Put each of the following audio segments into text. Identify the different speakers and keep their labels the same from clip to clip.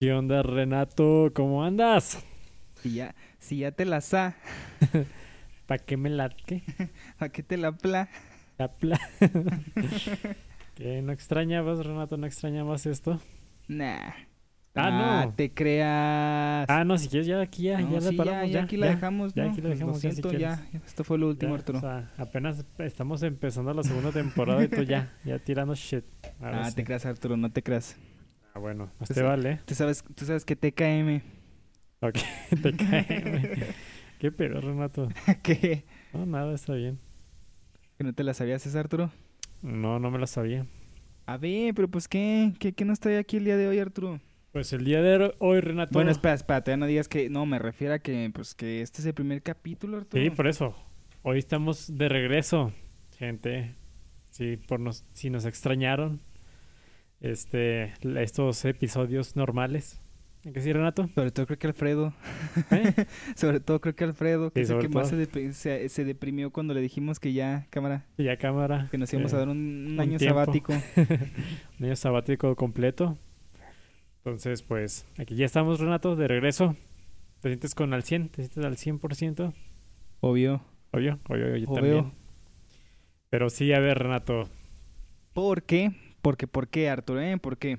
Speaker 1: ¿Qué onda, Renato? ¿Cómo andas?
Speaker 2: Si ya, si ya te la sa,
Speaker 1: ¿Pa' qué me latque?
Speaker 2: ¿a qué te la pla?
Speaker 1: La pla... ¿Qué, ¿No extrañabas, Renato? ¿No extrañabas esto?
Speaker 2: Nah.
Speaker 1: Ah, no.
Speaker 2: te creas.
Speaker 1: Ah, no, si quieres, ya aquí ya,
Speaker 2: No,
Speaker 1: ya la
Speaker 2: sí,
Speaker 1: paramos.
Speaker 2: ya,
Speaker 1: Ya,
Speaker 2: aquí la
Speaker 1: ya,
Speaker 2: dejamos,
Speaker 1: ya
Speaker 2: ¿no?
Speaker 1: aquí la
Speaker 2: Pues
Speaker 1: dejamos,
Speaker 2: Lo
Speaker 1: ya, si
Speaker 2: siento,
Speaker 1: quieres.
Speaker 2: ya, ya, Esto fue lo último,
Speaker 1: Ya,
Speaker 2: Arturo.
Speaker 1: o sea, apenas estamos empezando la segunda temporada y tú ya, ya tirando shit. Ahora
Speaker 2: ah,
Speaker 1: sí.
Speaker 2: te creas, Arturo, no te creas.
Speaker 1: Ah, bueno,
Speaker 2: Pues
Speaker 1: este
Speaker 2: sí.
Speaker 1: vale.
Speaker 2: Tú sabes, tú sabes que TKM.
Speaker 1: Te cae. ¿Qué pedo, Renato?
Speaker 2: ¿Qué?
Speaker 1: No, nada, está bien.
Speaker 2: ¿Que no te la sabías, esa, Arturo?
Speaker 1: No, no me lo sabía.
Speaker 2: A ver, pero pues qué, qué, qué no estoy aquí el día de hoy, Arturo.
Speaker 1: Pues el día de hoy, Renato.
Speaker 2: Bueno, espera, espera, todavía no digas que, no, me refiero a que, pues que este es el primer capítulo, Arturo.
Speaker 1: Sí, por eso. Hoy estamos de regreso, gente. Sí, por nos, si nos extrañaron. Este, la- estos episodios normales. ¿En qué sí, Renato?
Speaker 2: Sobre todo creo que Alfredo.
Speaker 1: ¿Eh?
Speaker 2: Sobre todo creo que Alfredo, que
Speaker 1: Sí,
Speaker 2: es el
Speaker 1: sobre
Speaker 2: que más se,
Speaker 1: todo.
Speaker 2: depri- se, se deprimió cuando le dijimos que ya, cámara,
Speaker 1: Y ya cámara.
Speaker 2: que nos íbamos
Speaker 1: eh,
Speaker 2: a dar un, un
Speaker 1: un
Speaker 2: año
Speaker 1: tiempo.
Speaker 2: sabático.
Speaker 1: un año sabático completo. Entonces, pues, aquí ya estamos, Renato, de regreso. ¿Te sientes con al 100? ¿Te sientes al 100%?
Speaker 2: Obvio.
Speaker 1: Obvio, obvio, yo
Speaker 2: Obvio.
Speaker 1: también. Pero sí, a ver, Renato.
Speaker 2: ¿Por qué? Porque, ¿por qué, Arturo? ¿Eh? ¿Por qué?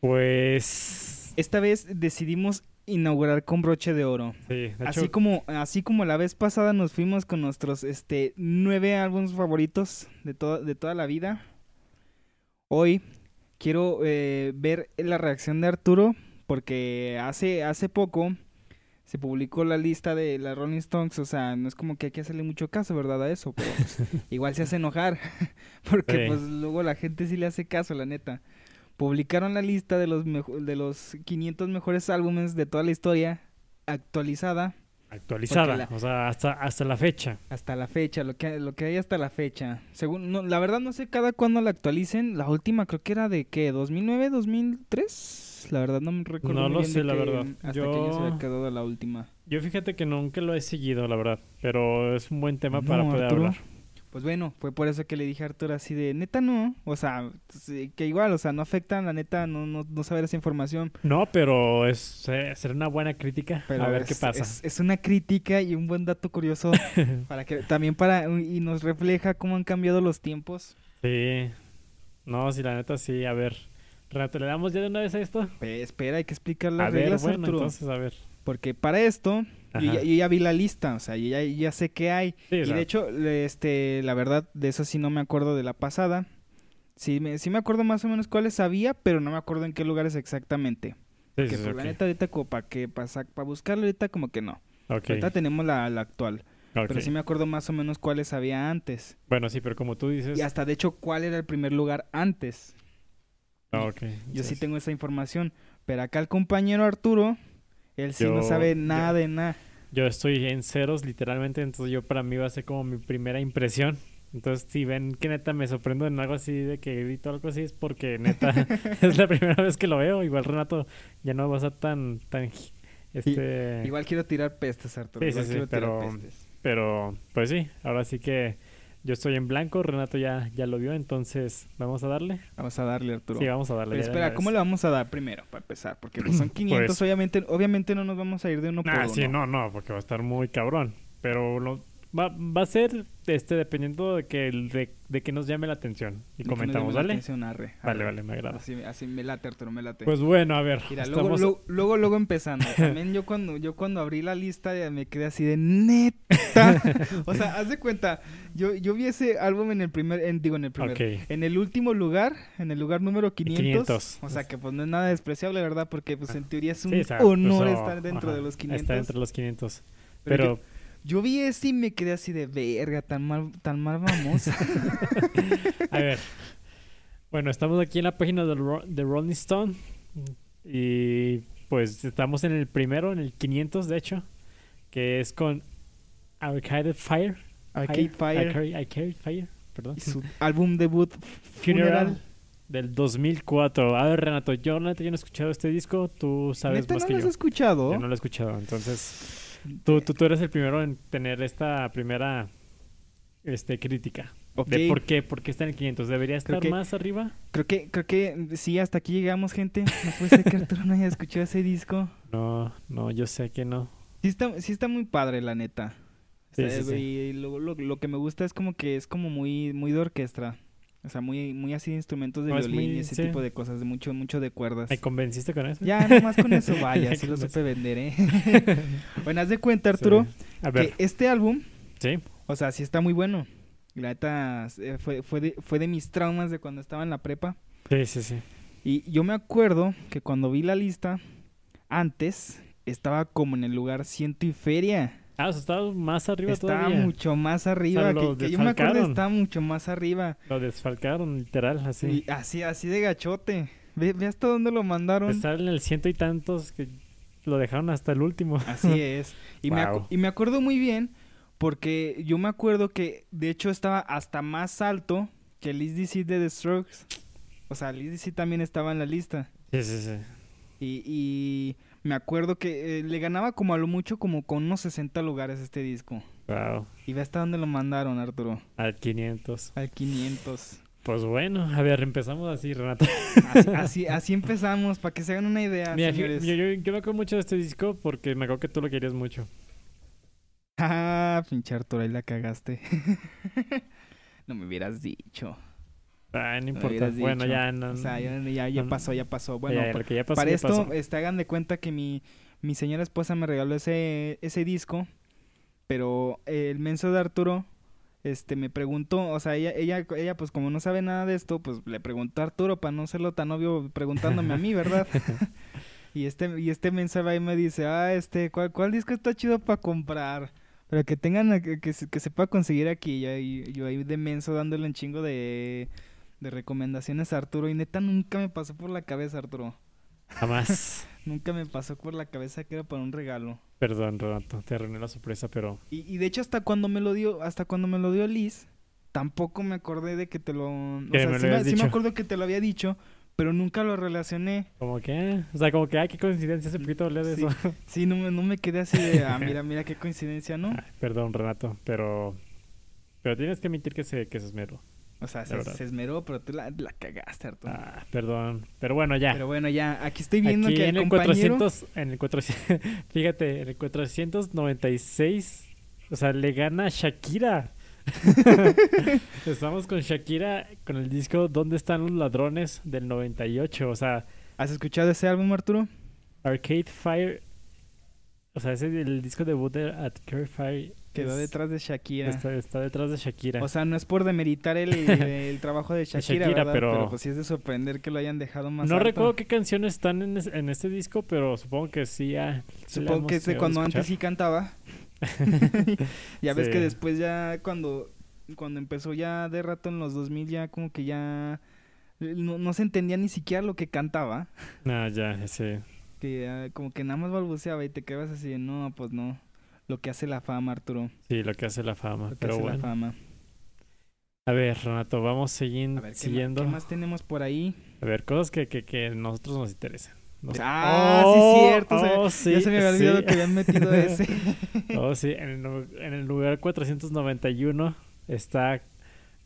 Speaker 1: Pues...
Speaker 2: Esta vez decidimos inaugurar con broche de oro.
Speaker 1: Sí, de hecho,
Speaker 2: Así como, así como la vez pasada nos fuimos con nuestros este nueve álbumes favoritos de, to- de toda la vida. Hoy quiero eh, ver la reacción de Arturo porque hace, hace poco se publicó la lista de la Rolling Stones. O sea, no es como que hay que hacerle mucho caso, ¿verdad? A eso, pero pues, igual se hace enojar porque
Speaker 1: Sí.
Speaker 2: pues luego la gente sí le hace caso, la neta. Publicaron la lista de los, mejo- de los 500 mejores álbumes de toda la historia actualizada
Speaker 1: actualizada.
Speaker 2: porque
Speaker 1: O sea, hasta, hasta la fecha.
Speaker 2: hasta la fecha, lo que, lo que hay hasta la fecha. Según, no, la verdad no sé cada cuándo la actualicen. La última creo que era de qué, 2009, 2003. La verdad no me recuerdo.
Speaker 1: No
Speaker 2: muy
Speaker 1: lo
Speaker 2: bien
Speaker 1: sé,
Speaker 2: de
Speaker 1: la
Speaker 2: que-
Speaker 1: verdad.
Speaker 2: Hasta
Speaker 1: Yo-
Speaker 2: que yo se había quedado la última.
Speaker 1: Yo fíjate que nunca lo he seguido, la verdad. Pero es un buen tema para
Speaker 2: No,
Speaker 1: poder
Speaker 2: Arturo.
Speaker 1: hablar.
Speaker 2: Pues bueno, fue por eso que le dije a Arturo así de neta no. O sea, sí, que igual, o sea, no afecta la neta no, no, no saber esa información.
Speaker 1: No, pero es eh, será una buena crítica.
Speaker 2: Pero
Speaker 1: a ver
Speaker 2: es,
Speaker 1: qué pasa.
Speaker 2: Es, es una crítica y un buen dato curioso para que también para y nos refleja cómo han cambiado los tiempos.
Speaker 1: Sí. No, sí, la neta sí. A ver. Renato, ¿le damos ya de una vez a esto?
Speaker 2: Pe- espera, hay que explicar las
Speaker 1: A ver,
Speaker 2: reglas,
Speaker 1: bueno,
Speaker 2: Arturo.
Speaker 1: entonces, a ver.
Speaker 2: Porque para esto, yo
Speaker 1: Ajá.
Speaker 2: ya, yo ya vi la lista, o sea, yo ya, yo ya sé qué hay.
Speaker 1: Sí, o
Speaker 2: Y
Speaker 1: sea,
Speaker 2: de hecho, le- este, la verdad, de eso sí no me acuerdo de la pasada. Sí me, sí me acuerdo más o menos cuáles sabía, pero no me acuerdo en qué lugares exactamente.
Speaker 1: sí,
Speaker 2: que
Speaker 1: sí,
Speaker 2: por
Speaker 1: ok.
Speaker 2: la neta ahorita como para que para buscarlo ahorita como que no.
Speaker 1: Ok,
Speaker 2: Ahorita tenemos la, la actual,
Speaker 1: ok.
Speaker 2: pero sí me acuerdo más o menos cuáles había antes.
Speaker 1: Bueno, sí, pero como tú dices.
Speaker 2: Y hasta de hecho cuál era el primer lugar antes.
Speaker 1: Ah, ok,
Speaker 2: Yo sí
Speaker 1: entonces,
Speaker 2: tengo esa información, pero acá el compañero Arturo, él sí no
Speaker 1: Yo-
Speaker 2: sabe nada
Speaker 1: yo-
Speaker 2: de nada.
Speaker 1: Yo estoy en ceros, literalmente. Entonces, yo para mí va a ser como mi primera impresión. Entonces, si ven que neta me sorprendo en algo así de que grito algo así, es porque neta es la primera vez que lo veo. Igual Renato ya no va a ser tan. tan este,
Speaker 2: Igual quiero tirar pestes, Arturo.
Speaker 1: Sí, sí,
Speaker 2: igual
Speaker 1: sí,
Speaker 2: quiero tirar
Speaker 1: pero-
Speaker 2: pestes.
Speaker 1: Pero, pues sí, ahora sí que yo estoy en blanco, Renato ya, ya lo vio, entonces vamos a darle.
Speaker 2: Vamos a darle, Arturo.
Speaker 1: Sí, vamos a darle.
Speaker 2: pero
Speaker 1: ya de una
Speaker 2: espera,
Speaker 1: vez.
Speaker 2: ¿cómo le vamos a dar primero para empezar? Porque pues, son 500,
Speaker 1: Pues-
Speaker 2: obviamente, obviamente no nos vamos a ir de uno por
Speaker 1: Ah,
Speaker 2: uno.
Speaker 1: sí, no, no, porque va a estar muy cabrón. Pero lo- va, va a ser este dependiendo de que, el- de, de que nos llame la atención. Y
Speaker 2: De que no
Speaker 1: comentamos,
Speaker 2: llame la
Speaker 1: ¿vale?
Speaker 2: atención, arre,
Speaker 1: Vale,
Speaker 2: arre.
Speaker 1: vale, me agrada.
Speaker 2: Así, así me late, Arturo, me late.
Speaker 1: Pues bueno, a ver,
Speaker 2: Mira, luego,
Speaker 1: estamos...
Speaker 2: luego, luego, luego empezando. También yo cuando, yo cuando abrí la lista ya me quedé así de neta. o sea, haz de cuenta, yo, yo vi ese álbum en el primer, en, digo en el primer,
Speaker 1: Ok.
Speaker 2: en el último lugar, en el lugar número 500.
Speaker 1: 500.
Speaker 2: O sea, que pues no es nada despreciable, ¿verdad? Porque pues en teoría es un
Speaker 1: Sí, o sea,
Speaker 2: honor
Speaker 1: pues, oh,
Speaker 2: estar dentro
Speaker 1: ajá,
Speaker 2: de los 500.
Speaker 1: Estar entre los 500.
Speaker 2: Pero
Speaker 1: Pero,
Speaker 2: Yo vi ese y me quedé así de verga, tan mal, tan mal vamos.
Speaker 1: a ver. Bueno, estamos aquí en la página de, Ro- de Rolling Stone. Y pues estamos en el primero, en el 500, de hecho. Que es con Arcade Fire.
Speaker 2: Arcade Fire
Speaker 1: Arcade, Arcade Fire, perdón.
Speaker 2: y su álbum debut
Speaker 1: Funeral.
Speaker 2: Funeral.
Speaker 1: del 2004. A ver, Renato, yo la neta, yo no he escuchado este disco. Tú sabes
Speaker 2: ¿Neta
Speaker 1: más
Speaker 2: no
Speaker 1: que
Speaker 2: lo has
Speaker 1: yo.
Speaker 2: escuchado?
Speaker 1: Yo no lo he escuchado. Entonces, tú, tú, tú eres el primero en tener esta primera este, crítica.
Speaker 2: Ok,
Speaker 1: ¿De por qué? ¿Por qué está en el 500? ¿Debería
Speaker 2: Creo
Speaker 1: estar
Speaker 2: que-
Speaker 1: más arriba?
Speaker 2: creo que, creo que sí, hasta aquí llegamos, gente. No puede ser que Arturo no haya escuchado ese disco.
Speaker 1: No, no, yo sé que no.
Speaker 2: Sí está, sí está muy padre, la neta.
Speaker 1: Sí,
Speaker 2: Está-
Speaker 1: sí, sí.
Speaker 2: Y lo, lo- lo que me gusta es como que es como muy, muy de orquesta. O sea, muy, muy así de instrumentos de
Speaker 1: No, es
Speaker 2: violín
Speaker 1: Pues muy-
Speaker 2: y ese
Speaker 1: sí.
Speaker 2: tipo de cosas, de mucho, mucho de cuerdas.
Speaker 1: ¿Me convenciste con eso?
Speaker 2: Ya, nomás con eso,
Speaker 1: Ya
Speaker 2: vaya, sí lo
Speaker 1: con
Speaker 2: supe vender, ¿eh? bueno, haz de cuenta, Arturo,
Speaker 1: Sí. A
Speaker 2: que
Speaker 1: ver,
Speaker 2: este álbum,
Speaker 1: sí.
Speaker 2: o sea, sí está muy bueno. La neta, eh, fue, fue, de, fue de mis traumas de cuando estaba en la prepa.
Speaker 1: Sí, sí, sí.
Speaker 2: Y yo me acuerdo que cuando vi la lista, antes estaba como en el lugar ciento y feria.
Speaker 1: Ah, o sea, estaba más arriba
Speaker 2: Está
Speaker 1: todavía.
Speaker 2: mucho más arriba.
Speaker 1: lo
Speaker 2: que- que, yo me acuerdo
Speaker 1: desfalcaron.
Speaker 2: está mucho más arriba.
Speaker 1: Lo desfalcaron, literal, así.
Speaker 2: Y así, así de gachote. Ve, ve hasta dónde lo mandaron.
Speaker 1: Está en el ciento y tantos que lo dejaron hasta el último.
Speaker 2: Así es. Y, me acu-
Speaker 1: Guau.
Speaker 2: y me acuerdo muy bien porque yo me acuerdo que de hecho estaba hasta más alto que Liz DC de The Strokes. O sea, Liz DC también estaba en la lista.
Speaker 1: Sí, sí, sí.
Speaker 2: Y, y me acuerdo que eh, le ganaba como a lo mucho como con unos 60 lugares este disco.
Speaker 1: Wow.
Speaker 2: Y ve hasta dónde lo mandaron, Arturo.
Speaker 1: Al 500.
Speaker 2: Al 500.
Speaker 1: Pues bueno, a ver, empezamos así, Renata.
Speaker 2: Así, así, así empezamos, para que se hagan una idea,
Speaker 1: Mira, yo,
Speaker 2: señores.
Speaker 1: yo- yo- yo me acuerdo mucho de este disco porque me acuerdo que tú lo querías mucho.
Speaker 2: Ah, pinche Arturo, ahí la cagaste. no me hubieras dicho.
Speaker 1: Ah, no
Speaker 2: me
Speaker 1: importa.
Speaker 2: hubieras
Speaker 1: Bueno,
Speaker 2: dicho.
Speaker 1: ya no.
Speaker 2: O sea, ya, ya, ya
Speaker 1: no, no.
Speaker 2: pasó, ya pasó.
Speaker 1: ya,
Speaker 2: Bueno,
Speaker 1: ya,
Speaker 2: pa-
Speaker 1: lo que ya pasó,
Speaker 2: para
Speaker 1: ya
Speaker 2: esto,
Speaker 1: pasó.
Speaker 2: este, hagan de cuenta que mi, mi señora esposa me regaló ese, ese disco, pero el menso de Arturo... Este, me preguntó, o sea, ella, ella, ella, pues como no sabe nada de esto, pues le preguntó a Arturo para no serlo tan obvio preguntándome a mí, ¿verdad? Y este, y este mensaje ahí me dice, ah, este, ¿cuál, cuál disco está chido para comprar? Pero que tengan, a- que, que se, que se pueda conseguir aquí. Yo, ahí- yo ahí de menso dándole un chingo de, de recomendaciones a Arturo. Y neta, nunca me pasó por la cabeza, Arturo.
Speaker 1: Jamás.
Speaker 2: Nunca me pasó por la cabeza que era para un regalo.
Speaker 1: Perdón, Renato, te arruiné la sorpresa, pero
Speaker 2: Y, y de hecho, hasta cuando me lo dio, hasta cuando me lo dio Liz, tampoco me acordé de que te lo... O
Speaker 1: Que
Speaker 2: sea,
Speaker 1: me lo
Speaker 2: sí, me,
Speaker 1: habías
Speaker 2: sí me
Speaker 1: dicho.
Speaker 2: acuerdo que te lo había dicho, pero nunca lo relacioné.
Speaker 1: como que, eh, o sea, como que, ay, qué coincidencia, hace poquito hablé de
Speaker 2: Sí.
Speaker 1: eso.
Speaker 2: Sí, no, me- no me quedé así de, ah, mira, mira qué coincidencia, ¿no?
Speaker 1: Ay, Perdón, Renato, pero pero tienes que admitir que se, que se esmeró.
Speaker 2: O sea,
Speaker 1: La
Speaker 2: se,
Speaker 1: verdad.
Speaker 2: se esmeró, pero tú la, la cagaste, Arturo.
Speaker 1: Ah, perdón, pero bueno, ya.
Speaker 2: Pero bueno, ya, aquí estoy viendo
Speaker 1: Aquí
Speaker 2: que
Speaker 1: en
Speaker 2: el
Speaker 1: el
Speaker 2: compañero...
Speaker 1: 400, en el 400, fíjate, en el 496, o sea, le gana Shakira. Estamos con Shakira con el disco ¿Dónde están los ladrones? del 98, o sea,
Speaker 2: ¿Has escuchado ese álbum, Arturo?
Speaker 1: Arcade Fire, o sea, ese es el disco debut de Arcade Fire.
Speaker 2: Quedó
Speaker 1: es-
Speaker 2: detrás de Shakira.
Speaker 1: Está, está detrás de Shakira.
Speaker 2: O sea, no es por demeritar el, el trabajo de Shakira,
Speaker 1: Shakira,
Speaker 2: ¿verdad?
Speaker 1: pero-
Speaker 2: Pero... pues sí es de sorprender que lo hayan dejado más
Speaker 1: no
Speaker 2: alto.
Speaker 1: recuerdo qué canciones están en, es- en este disco, pero supongo que sí. ah, sí la
Speaker 2: Supongo
Speaker 1: hemos
Speaker 2: que es de
Speaker 1: llegado a
Speaker 2: cuando antes
Speaker 1: escuchar.
Speaker 2: sí cantaba. ya ves
Speaker 1: Sí.
Speaker 2: que después ya cuando cuando empezó ya de rato en los 2000 ya como que ya no, no se entendía ni siquiera lo que cantaba.
Speaker 1: No, Ah, ya, sí.
Speaker 2: Que ah, como que nada más balbuceaba y te quedabas así de, no, pues no. Lo que hace la fama, Arturo.
Speaker 1: Sí, lo que hace la fama.
Speaker 2: Lo que
Speaker 1: pero
Speaker 2: hace
Speaker 1: bueno.
Speaker 2: la fama.
Speaker 1: A ver, Renato, vamos siguiendo.
Speaker 2: A ver, ¿qué, ma-
Speaker 1: siguiendo.
Speaker 2: qué más tenemos por ahí?
Speaker 1: A ver, cosas que, que, que a nosotros nos interesan. Nos-
Speaker 2: Ah, sí, cierto, se-
Speaker 1: oh, sí,
Speaker 2: ya se me había olvidado
Speaker 1: sí.
Speaker 2: que habían metido ese.
Speaker 1: Oh, sí, en el, nu- en el lugar 491 está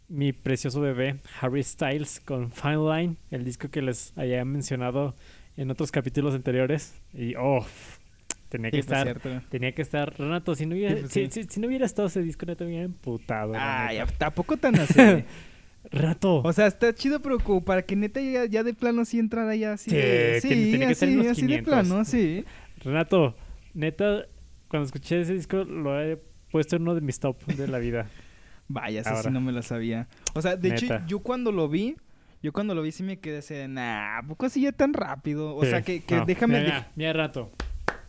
Speaker 1: mi precioso bebé Harry Styles con Fine Line, el disco que les había mencionado en otros capítulos anteriores. Y, oh, tenía que
Speaker 2: Sí, pues,
Speaker 1: estar.
Speaker 2: cierto.
Speaker 1: Tenía que estar. Renato, si no hubiera,
Speaker 2: Sí, pues,
Speaker 1: si,
Speaker 2: sí.
Speaker 1: si- si no hubiera estado ese disco, neta, me hubiera emputado. la
Speaker 2: Ay,
Speaker 1: neta.
Speaker 2: Ah, tampoco tan así.
Speaker 1: Renato.
Speaker 2: O sea, está chido, pero como para que neta ya, ya de plano sí entrara ya así.
Speaker 1: Sí,
Speaker 2: de-
Speaker 1: tiene- tiene que estar en
Speaker 2: así,
Speaker 1: los
Speaker 2: así de
Speaker 1: 500.
Speaker 2: plano, sí.
Speaker 1: Renato, neta, cuando escuché ese disco lo he puesto en uno de mis top de la vida.
Speaker 2: Vaya, eso
Speaker 1: Ahora.
Speaker 2: sí no me lo sabía. O sea, de
Speaker 1: Neta.
Speaker 2: hecho, yo cuando lo vi, yo cuando lo vi sí me quedé así de, nah, ¿a poco así ya tan rápido? O
Speaker 1: Sí,
Speaker 2: sea, que, que
Speaker 1: no.
Speaker 2: déjame,
Speaker 1: Mira, mira, mira, Renato.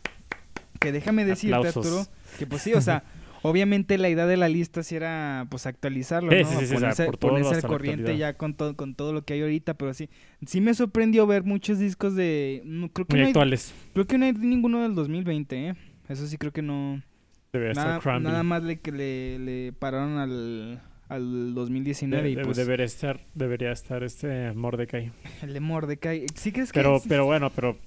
Speaker 2: de- que déjame decirte,
Speaker 1: Aplausos.
Speaker 2: Arturo, que pues sí, o sea, obviamente la idea de la lista sí era, pues, actualizarlo,
Speaker 1: Sí,
Speaker 2: ¿no?
Speaker 1: sí, sí, sí, o sea,
Speaker 2: ponerse
Speaker 1: por todo
Speaker 2: ponerse al
Speaker 1: hasta la
Speaker 2: corriente
Speaker 1: actualidad.
Speaker 2: ya con, todo con todo lo que hay ahorita, pero sí, sí me sorprendió ver muchos discos de, no, creo que
Speaker 1: Muy
Speaker 2: no hay-
Speaker 1: actuales.
Speaker 2: creo que no hay ninguno del 2020, ¿eh? Eso sí creo que no...
Speaker 1: Debería
Speaker 2: Nada,
Speaker 1: estar Cranby.
Speaker 2: nada más le que le, le pararon al, al
Speaker 1: De-
Speaker 2: 2019 y
Speaker 1: de-
Speaker 2: pues
Speaker 1: debería estar, debería estar este Mordecai.
Speaker 2: el de Mordecai. ¿Sí crees que
Speaker 1: Pero,
Speaker 2: sí-
Speaker 1: pero bueno, pero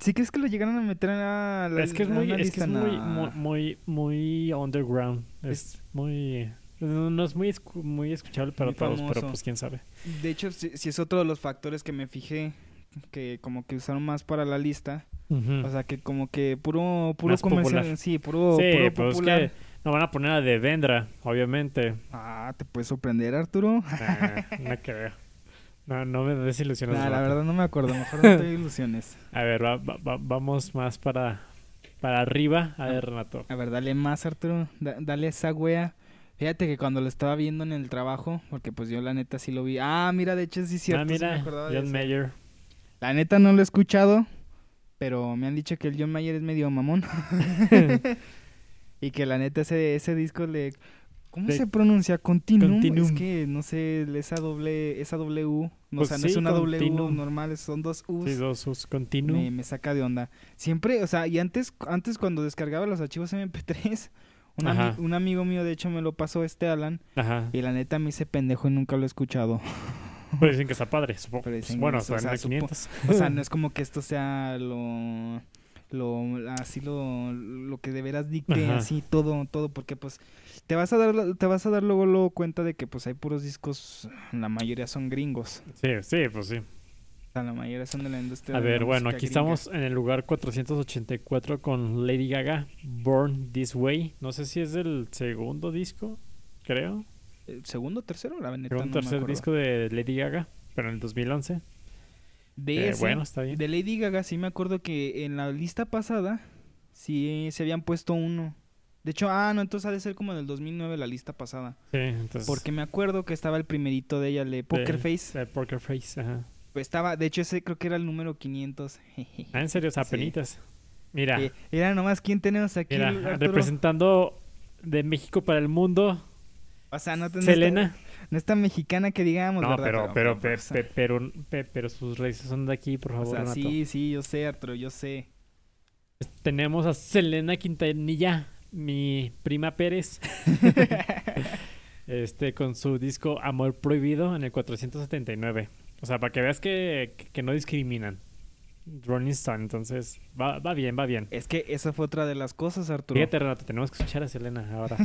Speaker 2: sí crees que lo llegaron a meter a la
Speaker 1: es que es
Speaker 2: a
Speaker 1: muy,
Speaker 2: una
Speaker 1: es que es
Speaker 2: lista?
Speaker 1: muy,
Speaker 2: Nah.
Speaker 1: muy, muy, muy underground. Es muy, es No, no es muy, escu- muy escuchable para
Speaker 2: Muy
Speaker 1: todos, pero
Speaker 2: famoso.
Speaker 1: pues quién sabe.
Speaker 2: De hecho, si, si es otro de los factores que me fijé, que como que usaron más para la lista.
Speaker 1: Ujú.
Speaker 2: O sea, que como que puro,
Speaker 1: Mm.
Speaker 2: puro
Speaker 1: Más
Speaker 2: comercial.
Speaker 1: popular.
Speaker 2: Sí, puro,
Speaker 1: sí,
Speaker 2: puro
Speaker 1: pues
Speaker 2: popular.
Speaker 1: que no van a poner a de Vendra, obviamente.
Speaker 2: Ah, te puedes sorprender, Arturo.
Speaker 1: Ah, no creo. No, no me desilusiones.
Speaker 2: Nah, la
Speaker 1: vato.
Speaker 2: verdad no me acuerdo. Mejor no te doy ilusiones.
Speaker 1: A ver, va- va- va- vamos más para, para arriba. A ver, Renato.
Speaker 2: A ver, dale más, Arturo. Da- dale esa wea. Fíjate que cuando lo estaba viendo en el trabajo, porque pues yo la neta sí lo vi. Ah, mira, de hecho sí es cierto.
Speaker 1: ah,
Speaker 2: sí me
Speaker 1: mira,
Speaker 2: acordaba de
Speaker 1: John
Speaker 2: eso.
Speaker 1: Mayer.
Speaker 2: La neta no lo he escuchado, pero me han dicho que el John Mayer es medio mamón. y que la neta ese, ese disco le... ¿Cómo
Speaker 1: Le-
Speaker 2: se pronuncia? Continuum.
Speaker 1: Continuum.
Speaker 2: Es que no sé, esa doble, esa doble U. No,
Speaker 1: Pues
Speaker 2: o sea, no
Speaker 1: sí,
Speaker 2: es una
Speaker 1: Continuum.
Speaker 2: W normal, son dos U's.
Speaker 1: Sí, dos sus continuo.
Speaker 2: me, me saca de onda. Siempre, o sea, y antes, antes cuando descargaba los archivos MP3, un, ami-
Speaker 1: Ajá.
Speaker 2: un amigo mío de hecho me lo pasó este Alan,
Speaker 1: Ajá.
Speaker 2: y la neta me hice pendejo y nunca lo he escuchado.
Speaker 1: Pero dicen que está padre, supongo. Pues
Speaker 2: Pero dicen
Speaker 1: bueno,
Speaker 2: que eso,
Speaker 1: hasta en
Speaker 2: o
Speaker 1: la
Speaker 2: sea, supo-
Speaker 1: 500.
Speaker 2: O sea, no es como que esto sea lo lo así lo, lo que de veras dicte
Speaker 1: Ajá.
Speaker 2: así todo todo porque pues te vas a dar la- te vas a dar luego luego cuenta de que pues hay puros discos la mayoría son gringos
Speaker 1: Sí, sí, pues sí.
Speaker 2: o sea, la mayoría son de la industria
Speaker 1: A
Speaker 2: de la
Speaker 1: ver, bueno,
Speaker 2: música
Speaker 1: aquí
Speaker 2: gringa.
Speaker 1: estamos en el lugar 484 con Lady Gaga, Born This Way. No sé si es del segundo disco, creo.
Speaker 2: ¿El Eh, segundo tercero la neta
Speaker 1: Segundo,
Speaker 2: no me
Speaker 1: tercer
Speaker 2: acuerdo.
Speaker 1: disco de Lady Gaga, pero en el 2011.
Speaker 2: de
Speaker 1: Eh,
Speaker 2: ese,
Speaker 1: bueno, está bien.
Speaker 2: de Lady Gaga sí me acuerdo que en la lista pasada sí se habían puesto uno de hecho ah no entonces ha de ser como del 2009 la lista pasada
Speaker 1: Sí, entonces.
Speaker 2: porque me acuerdo que estaba el primerito de ella el de Poker
Speaker 1: de-
Speaker 2: Face
Speaker 1: de Poker Face, ajá.
Speaker 2: Pues Estaba, de hecho ese creo que era el número 500. jeje.
Speaker 1: Ah, en serio, o sea,
Speaker 2: Sí.
Speaker 1: penitas. Mira,
Speaker 2: Eh, Era nomás quién tenemos aquí.
Speaker 1: mira,
Speaker 2: Arturo?
Speaker 1: representando de México para el mundo,
Speaker 2: O sea, no, te- no está-
Speaker 1: Selena.
Speaker 2: no es tan mexicana que digamos,
Speaker 1: No,
Speaker 2: este ¿verdad?
Speaker 1: pero, pero, pe-
Speaker 2: pues,
Speaker 1: pe- pero, pe- pero sus raíces son de aquí, por
Speaker 2: o
Speaker 1: favor,
Speaker 2: sea,
Speaker 1: Renato.
Speaker 2: sí, sí, yo sé, Arturo, yo sé.
Speaker 1: Tenemos a Selena Quintanilla, mi prima Pérez, este, con su disco Amor Prohibido en el 479. O sea, para que veas que, que no discriminan. Rolling Stone, entonces va, va bien, va bien.
Speaker 2: Es que esa fue otra de las cosas, Arturo.
Speaker 1: Fíjate, Renato, tenemos que escuchar a Selena ahora.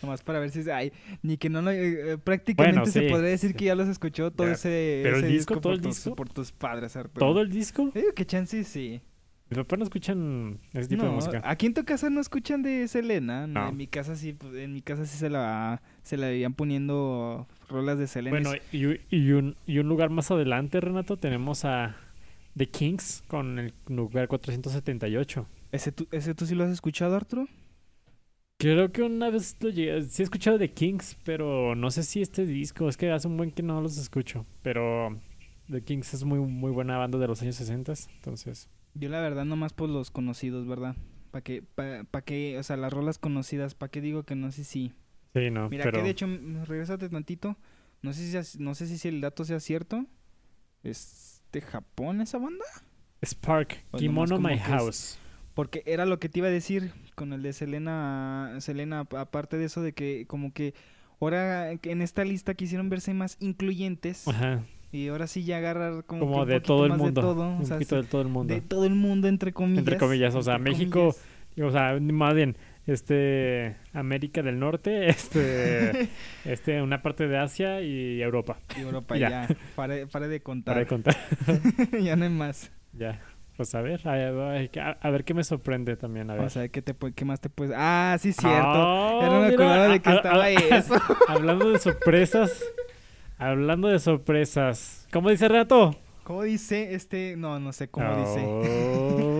Speaker 2: Nomás para ver si... Ay, ni que no lo... eh, eh, prácticamente
Speaker 1: Bueno,
Speaker 2: se
Speaker 1: sí,
Speaker 2: podría decir que ya los escuchó todo
Speaker 1: Ya,
Speaker 2: ese...
Speaker 1: pero el
Speaker 2: ese
Speaker 1: disco, todo
Speaker 2: por
Speaker 1: el
Speaker 2: tus-
Speaker 1: disco.
Speaker 2: Por tus padres, Arturo.
Speaker 1: ¿Todo el disco?
Speaker 2: Yo digo que chance sí.
Speaker 1: Mis papás no escuchan ese tipo de
Speaker 2: No, ah,
Speaker 1: música.
Speaker 2: Aquí en tu casa no escuchan de Selena. No,
Speaker 1: No.
Speaker 2: En mi casa sí, pues, en mi casa sí se la se la iban poniendo rolas de Selena.
Speaker 1: Bueno, y, y un, y un lugar más adelante, Renato, tenemos a The Kings con el lugar 478.
Speaker 2: ¿Ese tú, ese tú sí lo has escuchado, Arturo?
Speaker 1: Creo que una vez lo llegué, sí he escuchado de Kings, pero no sé si este disco, es que hace un buen que no los escucho, pero The Kings es muy muy buena banda de los años 60, entonces.
Speaker 2: Yo la verdad nomás por los conocidos, ¿verdad? Para que pa, pa que, o sea, las rolas conocidas, ¿para qué digo que no sé si?
Speaker 1: Sí, no,
Speaker 2: Mira,
Speaker 1: pero
Speaker 2: que de hecho, mm, regrésate tantito. No sé si as- no sé si si el dato sea cierto. ¿Es de Japón esa banda?
Speaker 1: Spark
Speaker 2: Pues nomás
Speaker 1: Kimono
Speaker 2: como
Speaker 1: My
Speaker 2: que es-
Speaker 1: House.
Speaker 2: Porque era lo que te iba a decir con el de Selena, Selena, ap- aparte de eso de que como que ahora que en esta lista quisieron verse más incluyentes
Speaker 1: Ajá,
Speaker 2: y ahora sí ya agarrar como, que
Speaker 1: como
Speaker 2: un
Speaker 1: de
Speaker 2: poquito
Speaker 1: todo el
Speaker 2: más de
Speaker 1: mundo,
Speaker 2: todo, o
Speaker 1: un
Speaker 2: sea,
Speaker 1: poquito de todo el mundo.
Speaker 2: de todo el mundo entre comillas.
Speaker 1: Entre comillas, o sea,
Speaker 2: entre
Speaker 1: México,
Speaker 2: comillas.
Speaker 1: o sea, más bien este América del Norte, este este una parte de Asia y Europa.
Speaker 2: y Europa
Speaker 1: Ya.
Speaker 2: ya, pare, pare de contar,
Speaker 1: Para de contar.
Speaker 2: ya no hay más.
Speaker 1: Ya. Pues a ver, a, a- a ver qué me sorprende también, a ver.
Speaker 2: O sea, ¿qué, te, pu- qué más te puedes...? Ah, sí, Pues, cierto.
Speaker 1: Ah,
Speaker 2: ya no me
Speaker 1: mira,
Speaker 2: acordaba de
Speaker 1: a-
Speaker 2: que
Speaker 1: a-
Speaker 2: estaba
Speaker 1: a-
Speaker 2: eso.
Speaker 1: Hablando de sorpresas. hablando de sorpresas. ¿Cómo dice Rato?
Speaker 2: ¿Cómo dice este? No, no sé cómo dice.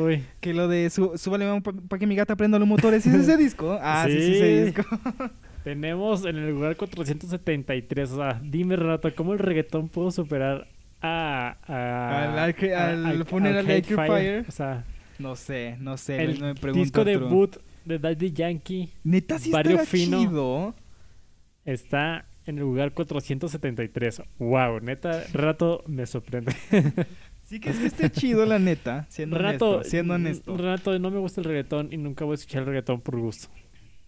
Speaker 1: Uy,
Speaker 2: Que lo de su, súbale para que mi gata aprenda los motores. ¿Sí es ese disco? Ah, sí, sí, es ese
Speaker 1: Sí.
Speaker 2: disco.
Speaker 1: tenemos en el lugar 473. O sea, dime Rato, ¿cómo el reggaetón pudo superar a... a-
Speaker 2: Al Arc-
Speaker 1: a-
Speaker 2: al
Speaker 1: a-
Speaker 2: Funeral
Speaker 1: Arcade
Speaker 2: Arcade Fire?
Speaker 1: O sea,
Speaker 2: No sé, no sé.
Speaker 1: el
Speaker 2: no me pregunto,
Speaker 1: disco
Speaker 2: Arturo.
Speaker 1: debut de Daddy Yankee
Speaker 2: Neta, sí
Speaker 1: Barrio
Speaker 2: estará
Speaker 1: Fino.
Speaker 2: chido.
Speaker 1: está en el lugar 473. Wow, neta, Rato me sorprende.
Speaker 2: Sí que sí está chido, la neta. Siendo
Speaker 1: Rato,
Speaker 2: honesto. Siendo
Speaker 1: n-
Speaker 2: honesto.
Speaker 1: Rato, no me gusta el reggaetón y nunca voy a escuchar el reggaetón por gusto.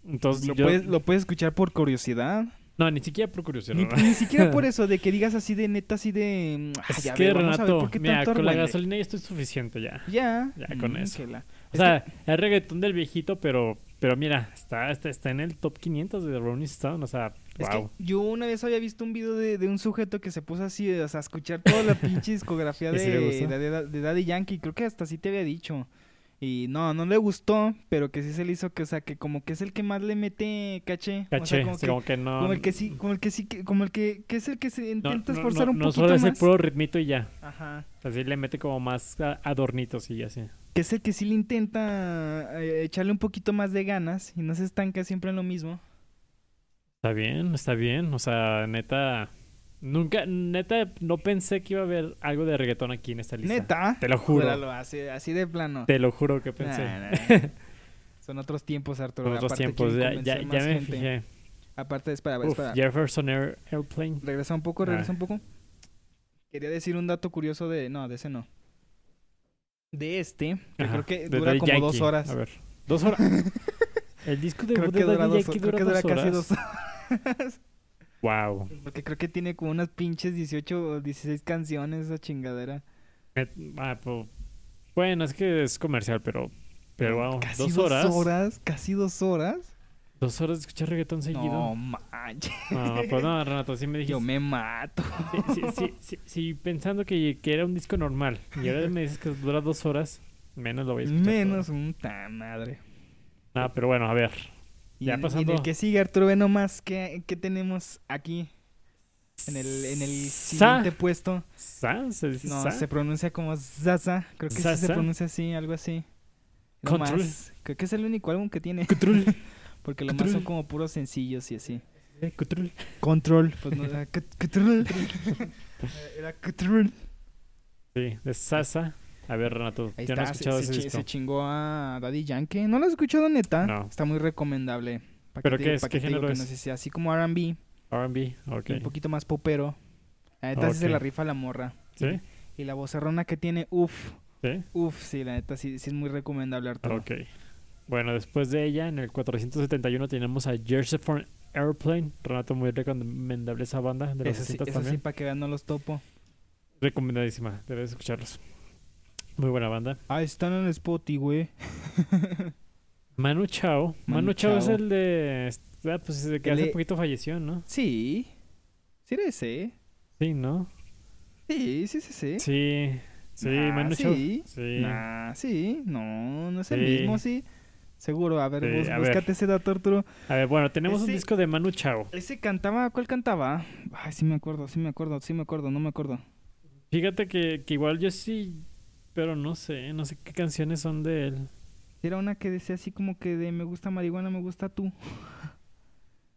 Speaker 1: Entonces,
Speaker 2: lo,
Speaker 1: yo-
Speaker 2: puedes, lo puedes escuchar por curiosidad.
Speaker 1: no, ni siquiera por curiosidad.
Speaker 2: Ni,
Speaker 1: ¿no?
Speaker 2: ni siquiera por eso de que digas así de neta, así de... mm, ah,
Speaker 1: Es
Speaker 2: ya
Speaker 1: que
Speaker 2: ver, vamos a ver
Speaker 1: Renato,
Speaker 2: por qué
Speaker 1: mira,
Speaker 2: tanto
Speaker 1: con la
Speaker 2: argüende.
Speaker 1: gasolina ya estoy suficiente ya.
Speaker 2: Ya.
Speaker 1: Ya, con
Speaker 2: Mm,
Speaker 1: eso.
Speaker 2: que la-
Speaker 1: O sea, el reggaetón del viejito, pero Pero mira, está, está, está en el top 500 de The Rolling Stone, o sea,
Speaker 2: Es
Speaker 1: wow.
Speaker 2: que yo una vez había visto un video de, de un sujeto que se puso así, o sea, a escuchar toda la pinche discografía
Speaker 1: ¿Y
Speaker 2: de,
Speaker 1: si le gustó?
Speaker 2: de- de- de Daddy Yankee. Creo que hasta así te había dicho. Y no, no le gustó, pero que sí se le hizo que, o sea, que como que es el que más le mete caché. o sea,
Speaker 1: Caché,
Speaker 2: como,
Speaker 1: o sea,
Speaker 2: que,
Speaker 1: como que no.
Speaker 2: como el que sí, como el que sí, que- como el que, que es el que se
Speaker 1: no-
Speaker 2: intenta
Speaker 1: no-
Speaker 2: esforzar
Speaker 1: no-
Speaker 2: un
Speaker 1: no
Speaker 2: poquito
Speaker 1: solo es el
Speaker 2: más.
Speaker 1: puro ritmito y ya.
Speaker 2: Ajá.
Speaker 1: Así le mete como más a- adornitos y así.
Speaker 2: Que es el que sí le intenta eh, echarle un poquito más de ganas y no se estanca siempre en lo mismo.
Speaker 1: Está bien, está bien. O sea, neta. Nunca, neta, no pensé que iba a haber algo de reggaetón aquí en esta lista.
Speaker 2: Neta.
Speaker 1: Te lo juro.
Speaker 2: Júralo, así, así de plano.
Speaker 1: Te lo juro que
Speaker 2: Nah,
Speaker 1: pensé.
Speaker 2: nah, nah. Son otros tiempos, Arturo.
Speaker 1: Con otros
Speaker 2: Aparte,
Speaker 1: tiempos. Ya,
Speaker 2: quieren
Speaker 1: ya,
Speaker 2: convencer
Speaker 1: ya
Speaker 2: más
Speaker 1: me
Speaker 2: gente. Pues
Speaker 1: fijé.
Speaker 2: Aparte, espera,
Speaker 1: Uf,
Speaker 2: espera.
Speaker 1: Jefferson Air- Airplane.
Speaker 2: Regresa un poco, regresa
Speaker 1: Ah.
Speaker 2: un poco. Quería decir un dato curioso de... No, de ese no. De este, que
Speaker 1: Ajá,
Speaker 2: creo que
Speaker 1: de
Speaker 2: dura
Speaker 1: Daddy
Speaker 2: como dos
Speaker 1: Yankee.
Speaker 2: horas.
Speaker 1: A ver. Dos horas. El disco de
Speaker 2: Creo
Speaker 1: Daddy
Speaker 2: que dura, dos,
Speaker 1: Yankee
Speaker 2: creo
Speaker 1: dura
Speaker 2: que dura
Speaker 1: dos
Speaker 2: casi
Speaker 1: horas.
Speaker 2: dos horas.
Speaker 1: Wow.
Speaker 2: Porque creo que tiene como unas pinches 18 o 16 canciones esa chingadera.
Speaker 1: Ah, pues, bueno, es que es comercial, pero. Pero wow.
Speaker 2: casi
Speaker 1: dos horas.
Speaker 2: Casi dos horas.
Speaker 1: Dos horas de escuchar reggaetón seguido.
Speaker 2: No manches.
Speaker 1: No, pues no, Renato, sí me dijiste.
Speaker 2: Yo me mato.
Speaker 1: Sí, sí, sí, sí, sí, pensando que, que era un disco normal y ahora me dices que dura dos horas, menos lo voy a escuchar.
Speaker 2: Menos un tan madre.
Speaker 1: Ah, pero bueno, a ver.
Speaker 2: Y,
Speaker 1: Ya
Speaker 2: en- y en
Speaker 1: pasando.
Speaker 2: el que sigue, Arturo, ve nomás qué, qué tenemos aquí en el, en el
Speaker 1: Sa-
Speaker 2: siguiente puesto.
Speaker 1: Sa, se dice
Speaker 2: No,
Speaker 1: Sa.
Speaker 2: se pronuncia como Zaza. Creo que sí
Speaker 1: Zaza.
Speaker 2: se pronuncia así, algo así. Lo
Speaker 1: Control.
Speaker 2: más- creo que es el único álbum que tiene.
Speaker 1: Cutrul,
Speaker 2: Porque lo más
Speaker 1: Control.
Speaker 2: son como puros sencillos y así.
Speaker 1: eh, cutrul.
Speaker 2: Control. Pues no, era cut- Control. Era Control.
Speaker 1: Sí, de Sasa. A ver, Renato,
Speaker 2: Ahí
Speaker 1: yo no he
Speaker 2: está.
Speaker 1: escuchado
Speaker 2: se, se
Speaker 1: ese
Speaker 2: chi-
Speaker 1: disco.
Speaker 2: se chingó a Daddy Yankee. No lo he escuchado, neta.
Speaker 1: No.
Speaker 2: Está muy recomendable. Pa' que
Speaker 1: ¿Pero
Speaker 2: te
Speaker 1: qué
Speaker 2: digo-
Speaker 1: es?
Speaker 2: pa'
Speaker 1: ¿Qué
Speaker 2: que te digo
Speaker 1: género
Speaker 2: que no
Speaker 1: es?
Speaker 2: sé si así como RB.
Speaker 1: RB, ok.
Speaker 2: un poquito más popero. La neta sí se
Speaker 1: Ok.
Speaker 2: la rifa la morra.
Speaker 1: ¿Sí?
Speaker 2: Y la vocerrona que tiene, uff,
Speaker 1: ¿Sí?
Speaker 2: uff, sí, la neta sí, sí es muy recomendable, Arturo.
Speaker 1: Ok. Bueno, después de ella, en el 471 tenemos a Josephine Airplane. Renato, muy recomendable esa banda de los
Speaker 2: Eso sí,
Speaker 1: 60
Speaker 2: eso sí,
Speaker 1: también.
Speaker 2: para que vean, no los topo.
Speaker 1: Recomendadísima, debes escucharlos. Muy buena banda.
Speaker 2: Ah, están en el Spotify, güey.
Speaker 1: Manu Chao. Manu,
Speaker 2: Manu
Speaker 1: Chao es
Speaker 2: Chao.
Speaker 1: el de. Ah, pues el que
Speaker 2: El
Speaker 1: hace
Speaker 2: de-
Speaker 1: poquito falleció, ¿no?
Speaker 2: Sí. Sí era ese.
Speaker 1: Sí, ¿no?
Speaker 2: Sí, sí, sí, sí.
Speaker 1: Sí. Sí,
Speaker 2: Nah,
Speaker 1: Manu Chao.
Speaker 2: sí.
Speaker 1: Sí.
Speaker 2: Nah, sí. No, no es el
Speaker 1: Sí.
Speaker 2: mismo, sí. Seguro, a ver,
Speaker 1: Sí,
Speaker 2: bus-
Speaker 1: a ver.
Speaker 2: búscate ese dato, Arturo.
Speaker 1: A ver, bueno, tenemos un
Speaker 2: Ese-
Speaker 1: disco de Manu Chao.
Speaker 2: Ese cantaba, ¿cuál cantaba? Ay, sí me acuerdo, sí me acuerdo, sí me acuerdo, no me acuerdo.
Speaker 1: Fíjate que, que igual yo sí. Pero no sé, no sé qué canciones son de él.
Speaker 2: Era una que decía así como que de me gusta marihuana, me gusta tú.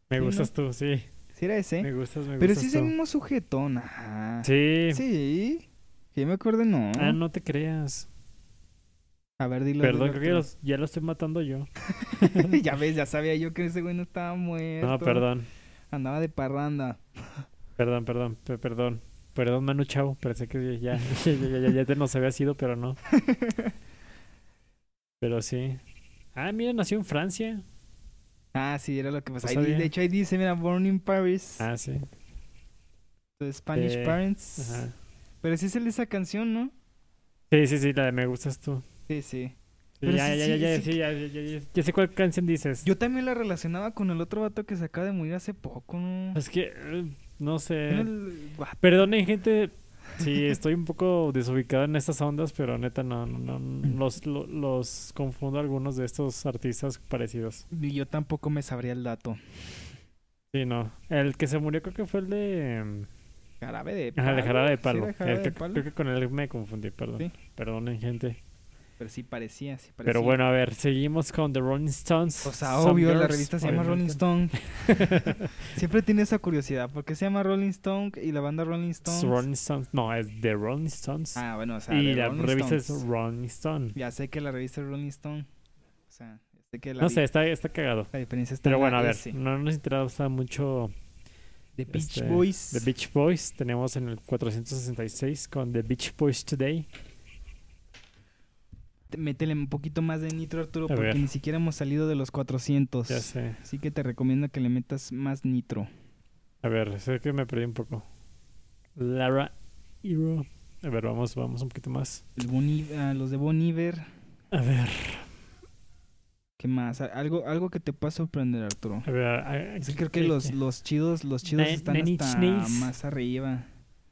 Speaker 1: Me
Speaker 2: Sí, ¿no?
Speaker 1: gustas tú, sí.
Speaker 2: Sí era ese.
Speaker 1: Me gustas, me
Speaker 2: Pero sí
Speaker 1: gustas.
Speaker 2: es el
Speaker 1: tú.
Speaker 2: mismo sujeto, nah.
Speaker 1: Sí.
Speaker 2: Sí. Que yo me acuerdo, no.
Speaker 1: Ah, no te creas.
Speaker 2: A ver, dilo.
Speaker 1: Perdón,
Speaker 2: dilo,
Speaker 1: creo que
Speaker 2: Arturo.
Speaker 1: los- ya lo estoy matando yo.
Speaker 2: ya ves, ya sabía yo que ese güey no estaba muerto.
Speaker 1: No, perdón.
Speaker 2: Andaba de parranda.
Speaker 1: Perdón, perdón, pe- perdón. Perdón, Manu Chao. Pensé que ya, ya, ya, ya- ya te nos había sido, pero no. Pero sí. Ah, mira, nació en Francia.
Speaker 2: Ah, sí, era lo que pasaba.
Speaker 1: No
Speaker 2: Ahí di-
Speaker 1: sabía.
Speaker 2: de hecho, ahí dice, mira, born in Paris.
Speaker 1: Ah, sí.
Speaker 2: to Spanish
Speaker 1: eh,
Speaker 2: parents.
Speaker 1: Ajá.
Speaker 2: Pero sí es el de esa canción, ¿no?
Speaker 1: Sí, sí, sí, la de Me Gustas Tú.
Speaker 2: Sí, sí.
Speaker 1: Sí,
Speaker 2: Pero
Speaker 1: ya,
Speaker 2: sí,
Speaker 1: ya,
Speaker 2: sí,
Speaker 1: ya, ya,
Speaker 2: sí.
Speaker 1: sí, ya, ya, ya, ya- ya sé cuál canción dices.
Speaker 2: Yo también la relacionaba con el otro vato que se acaba de morir hace poco, ¿no?
Speaker 1: Es que, eh, no
Speaker 2: Era
Speaker 1: sé.
Speaker 2: el vato.
Speaker 1: Perdonen, gente. Sí, estoy un poco desubicado en estas ondas, pero neta, no, no, no los, lo- los confundo a algunos de estos artistas parecidos.
Speaker 2: Y yo tampoco me sabría el dato.
Speaker 1: Sí, no. El que se murió creo que fue el de... mm,
Speaker 2: Jarabe de
Speaker 1: Ajá, de jarabe de
Speaker 2: Sí,
Speaker 1: palo.
Speaker 2: era jarabe
Speaker 1: Eh,
Speaker 2: de
Speaker 1: creo,
Speaker 2: palo.
Speaker 1: creo que con él me confundí, perdón.
Speaker 2: Sí.
Speaker 1: Perdonen, gente.
Speaker 2: Pero sí parecía, sí parecía.
Speaker 1: Pero bueno, a ver, seguimos con The Rolling Stones.
Speaker 2: O sea,
Speaker 1: Some
Speaker 2: obvio, la
Speaker 1: Girls,
Speaker 2: revista se llama Rolling
Speaker 1: obviamente.
Speaker 2: Stone. Siempre tiene esa curiosidad. ¿Por qué se llama Rolling Stone y la banda Rolling
Speaker 1: Es
Speaker 2: Stones?
Speaker 1: Rolling Stones. No, es The Rolling Stones.
Speaker 2: Ah, bueno, o sea,
Speaker 1: y
Speaker 2: de
Speaker 1: la
Speaker 2: Rolling
Speaker 1: revista
Speaker 2: Stones.
Speaker 1: es Rolling Stone.
Speaker 2: Ya sé que la revista es Rolling Stone. O sea, ya sé que la,
Speaker 1: No
Speaker 2: di-
Speaker 1: sé, está, está cagado.
Speaker 2: la diferencia está
Speaker 1: Pero
Speaker 2: en la
Speaker 1: bueno, a ver,
Speaker 2: S.
Speaker 1: no nos interesa mucho
Speaker 2: The Beach
Speaker 1: este,
Speaker 2: Boys.
Speaker 1: The Beach Boys. Tenemos en el 466 con The Beach Boys Today.
Speaker 2: Te- Métele un poquito más de nitro, Arturo,
Speaker 1: A
Speaker 2: porque
Speaker 1: ver.
Speaker 2: ni siquiera hemos salido de los 400.
Speaker 1: Ya sé.
Speaker 2: Así que te recomiendo que le metas más nitro.
Speaker 1: A ver, sé que me perdí un poco. Lara Hero. A ver, vamos, vamos un poquito más.
Speaker 2: El Bon Iver- ah, los de Bon Iver.
Speaker 1: A ver.
Speaker 2: ¿Qué más? A- Algo, algo que te pueda sorprender, Arturo.
Speaker 1: A ver, a-
Speaker 2: Es que creo que los, los chidos, los chidos
Speaker 1: Nine-
Speaker 2: están
Speaker 1: Nine Inch
Speaker 2: hasta
Speaker 1: Nails.
Speaker 2: más arriba.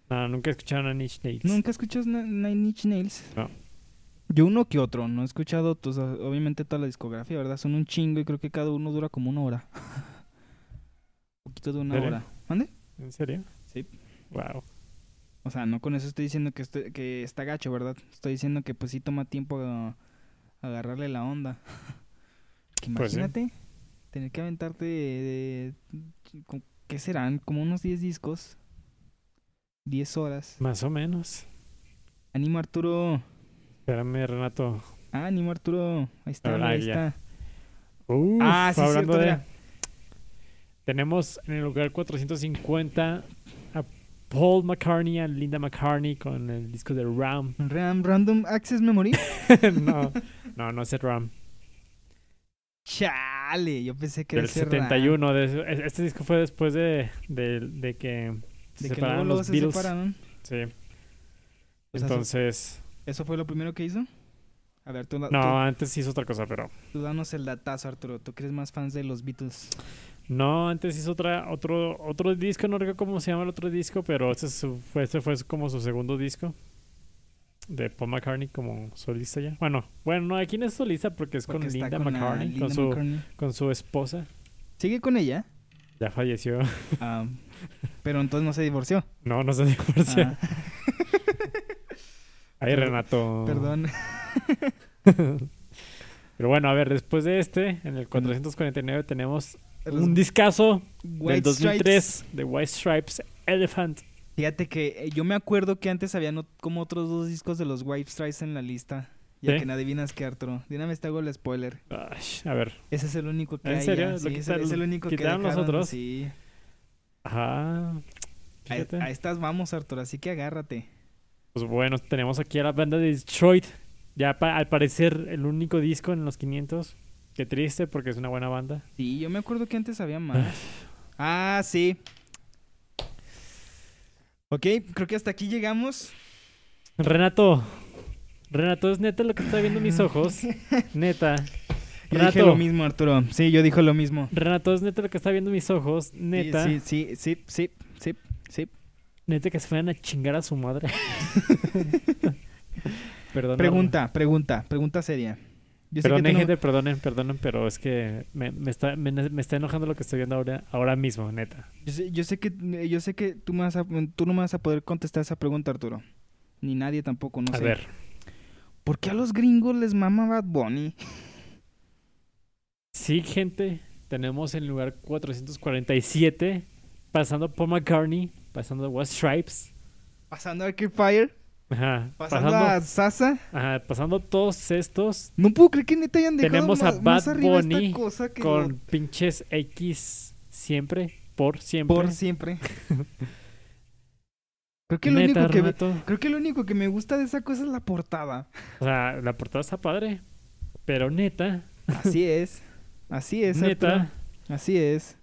Speaker 1: No, nunca he escuchado a Niche Nails.
Speaker 2: ¿Nunca escuchas Ni- Nine Inch Nails?
Speaker 1: No.
Speaker 2: Yo uno que otro, no he escuchado, pues, o- obviamente toda la discografía, ¿verdad? Son un chingo y creo que cada uno dura como una hora. un poquito de una
Speaker 1: ¿Serio?
Speaker 2: hora. ¿Mande?
Speaker 1: ¿En serio?
Speaker 2: Sí.
Speaker 1: Wow.
Speaker 2: O sea, no con eso estoy diciendo que, estoy- que está gacho, ¿verdad? Estoy diciendo que pues sí toma tiempo a- a agarrarle la onda. Que
Speaker 1: Pues sí.
Speaker 2: imagínate tener que aventarte de, de- con- ¿Qué serán? Como unos 10 discos. 10 horas.
Speaker 1: Más o menos.
Speaker 2: Animo Arturo.
Speaker 1: Espérame, Renato.
Speaker 2: Ah, animo Arturo. Ahí está,
Speaker 1: Ahora,
Speaker 2: mira, ahí
Speaker 1: Ah, ya.
Speaker 2: está.
Speaker 1: Uf,
Speaker 2: ah, sí,
Speaker 1: hablando
Speaker 2: cierto,
Speaker 1: de...
Speaker 2: mira.
Speaker 1: Tenemos en el lugar 450 a Paul McCartney a Linda McCartney con el disco de Ram.
Speaker 2: Ram- Random Access Memory.
Speaker 1: no, no, no es el Ram.
Speaker 2: Chale, yo pensé que
Speaker 1: Del
Speaker 2: ese Ram.
Speaker 1: 71. de ese- es- este disco fue después de, de, de que se
Speaker 2: De que luego,
Speaker 1: separaron
Speaker 2: luego
Speaker 1: los
Speaker 2: se
Speaker 1: Beatles.
Speaker 2: separaron.
Speaker 1: Sí.
Speaker 2: O sea,
Speaker 1: Entonces,
Speaker 2: ¿Eso fue lo primero que hizo? A ver, tú, tú-
Speaker 1: no, antes hizo otra cosa, pero
Speaker 2: Tú danos el datazo, Arturo. Tú que eres más fans de los Beatles.
Speaker 1: no, antes hizo otra, otro, otro disco, no recuerdo cómo se llama el otro disco, pero este, es su- fue, este fue como su segundo disco de Paul McCartney como solista ya. Bueno, bueno, no, aquí no es solista porque es
Speaker 2: porque
Speaker 1: con
Speaker 2: está
Speaker 1: Linda
Speaker 2: la
Speaker 1: McCartney,
Speaker 2: Linda
Speaker 1: con su
Speaker 2: McCartney.
Speaker 1: con su esposa.
Speaker 2: Sigue con ella.
Speaker 1: Ya falleció.
Speaker 2: Ah, pero entonces no se divorció.
Speaker 1: No, no se divorció.
Speaker 2: Ah,
Speaker 1: Ay,
Speaker 2: perdón,
Speaker 1: Renato.
Speaker 2: Perdón.
Speaker 1: Pero bueno, a ver, después de este, en el 449 tenemos
Speaker 2: Los
Speaker 1: oh. un discazo
Speaker 2: White
Speaker 1: del 2003
Speaker 2: Stripes.
Speaker 1: de White Stripes Elephant.
Speaker 2: Fíjate que eh, yo me acuerdo que antes había no- como otros dos discos de los White Stripes en la lista. Ya
Speaker 1: ¿Sí?
Speaker 2: que no adivinas qué, Arturo. Díname, te hago el spoiler.
Speaker 1: Ay, a ver.
Speaker 2: Ese es el único que
Speaker 1: ¿En
Speaker 2: hay
Speaker 1: serio?
Speaker 2: ya,
Speaker 1: ¿Lo
Speaker 2: sí, es, el-
Speaker 1: quitaron-
Speaker 2: es el único que
Speaker 1: quitaron los
Speaker 2: dejaron,
Speaker 1: otros?
Speaker 2: Sí.
Speaker 1: Ajá.
Speaker 2: A,
Speaker 1: Fíjate.
Speaker 2: a estas vamos, Arturo. Así que agárrate.
Speaker 1: Pues bueno, tenemos aquí a la banda de Detroit. Ya pa- al parecer el único disco en los 500. Qué triste porque es una buena banda.
Speaker 2: Sí, yo me acuerdo que antes había más. ah, sí. Ok, creo que hasta aquí llegamos.
Speaker 1: Renato. Renato, es neta lo que está viendo mis ojos. Neta.
Speaker 2: Yo
Speaker 1: Renato.
Speaker 2: dije lo mismo, Arturo. Sí, yo dije lo mismo.
Speaker 1: Renato, es neta lo que está viendo mis ojos. Neta.
Speaker 2: Sí, sí, sí, sí, sí, sí.
Speaker 1: Neta que se fueran a chingar a su madre. Perdón.
Speaker 2: Pregunta, pregunta, pregunta seria. Yo sé que
Speaker 1: Perdonen,
Speaker 2: tú no-
Speaker 1: gente, perdonen, perdonen, pero es que me, me está, me, me está enojando lo que estoy viendo ahora, ahora mismo, neta.
Speaker 2: yo, sé, yo sé que, yo sé que tú, me vas a- tú no me vas a poder contestar esa pregunta, Arturo. Ni nadie tampoco, no
Speaker 1: a
Speaker 2: sé.
Speaker 1: ver,
Speaker 2: ¿Por qué a los gringos les mama Bad Bunny?
Speaker 1: sí, gente, tenemos en lugar 447, pasando Paul McCartney, pasando West Stripes,
Speaker 2: Pasando a Arcade Fire,
Speaker 1: ajá,
Speaker 2: pasando,
Speaker 1: pasando,
Speaker 2: a Sasa.
Speaker 1: ajá, pasando todos estos
Speaker 2: No puedo creer que neta hayan dejado
Speaker 1: Tenemos a
Speaker 2: más, más
Speaker 1: Bad
Speaker 2: arriba esta
Speaker 1: Bunny
Speaker 2: cosa que
Speaker 1: con
Speaker 2: lo-
Speaker 1: pinches X siempre, por siempre.
Speaker 2: por siempre. creo que lo
Speaker 1: Neta,
Speaker 2: único que me-
Speaker 1: Renato.
Speaker 2: creo que lo único que me gusta de esa cosa es la portada.
Speaker 1: O sea, la portada está padre, pero neta,
Speaker 2: Así es. Así es,
Speaker 1: neta.
Speaker 2: Arturo. Así es.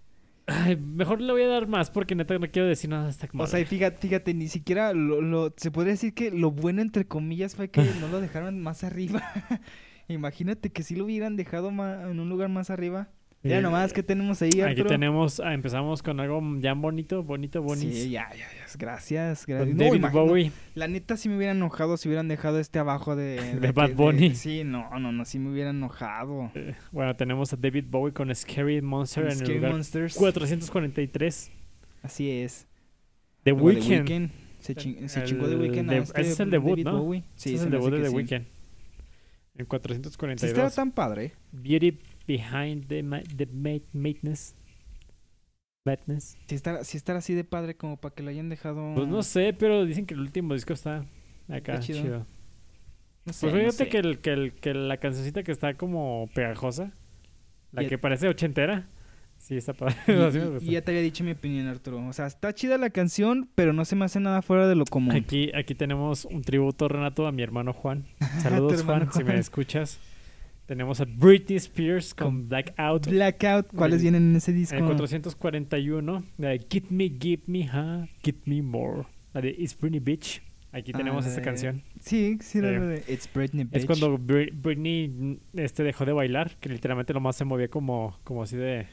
Speaker 1: Ay, mejor le voy a dar más porque neta no quiero decir nada hasta que
Speaker 2: O sea, y fíjate, fíjate, ni siquiera lo, lo- se podría decir que lo bueno entre comillas fue que no lo dejaron más arriba. Imagínate que si lo hubieran dejado ma- en un lugar más arriba. Mira nomás que tenemos ahí,
Speaker 1: Aquí
Speaker 2: Arturo.
Speaker 1: Eh, tenemos, ah, empezamos con algo ya bonito, bonito, bonito.
Speaker 2: Sí, ya, ya, ya. Gracias, gracias.
Speaker 1: Con
Speaker 2: No,
Speaker 1: David
Speaker 2: imagino-
Speaker 1: Bowie.
Speaker 2: La neta sí me hubiera enojado si hubieran dejado este abajo de...
Speaker 1: De Bad Bunny.
Speaker 2: sí, no, no, no, sí me hubiera enojado.
Speaker 1: Eh, bueno, tenemos a David Bowie con Scary Monster en
Speaker 2: Scary
Speaker 1: el lugar
Speaker 2: Monsters.
Speaker 1: 443.
Speaker 2: Así es.
Speaker 1: The
Speaker 2: Luego The
Speaker 1: Weeknd. Este
Speaker 2: Weeknd. Se, chin- se
Speaker 1: El
Speaker 2: chingó de Weeknd. a
Speaker 1: de-
Speaker 2: este
Speaker 1: ese es el debut,
Speaker 2: David
Speaker 1: ¿no?
Speaker 2: Bowie.
Speaker 1: Sí,
Speaker 2: Sí,
Speaker 1: es
Speaker 2: se
Speaker 1: el
Speaker 2: me hace
Speaker 1: debut de
Speaker 2: que
Speaker 1: The
Speaker 2: sí.
Speaker 1: Weeknd. En
Speaker 2: Sí, estaba
Speaker 1: 442.
Speaker 2: tan padre.
Speaker 1: Beauty Behind the, ma- the ma- Madness. Madness.
Speaker 2: Si estar, si estar así de padre como para que lo hayan dejado...
Speaker 1: Pues no sé, pero dicen que el último disco está acá.
Speaker 2: Ah. Está chido.
Speaker 1: chido.
Speaker 2: no sé,
Speaker 1: Pues
Speaker 2: no
Speaker 1: fíjate
Speaker 2: sé.
Speaker 1: que, el, que, el, que la cancioncita que está como pegajosa, la
Speaker 2: Y-
Speaker 1: que parece ochentera, sí está padre. Así me
Speaker 2: Y-
Speaker 1: gusta.
Speaker 2: Y, ya te había dicho mi opinión, Arturo. O sea, está chida la canción, pero no se me hace nada fuera de lo común.
Speaker 1: Aquí, aquí tenemos un tributo, Renato, a mi hermano Juan.
Speaker 2: Tu
Speaker 1: Saludos,
Speaker 2: hermano
Speaker 1: Juan, si me
Speaker 2: Juan.
Speaker 1: escuchas. Tenemos a Britney Spears con Blackout.
Speaker 2: Blackout, ¿cuáles
Speaker 1: El-
Speaker 2: vienen en ese disco?
Speaker 1: En 441, la de Give Me, Give Me, huh? Give Me More. La de It's Britney Beach. Aquí tenemos
Speaker 2: Ah,
Speaker 1: esta
Speaker 2: eh,
Speaker 1: canción.
Speaker 2: Sí, sí, la
Speaker 1: Sí.
Speaker 2: de It's Britney
Speaker 1: eh, Es
Speaker 2: bitch.
Speaker 1: cuando Bri- Britney este, dejó de bailar, que literalmente lo más se movía como, como así de.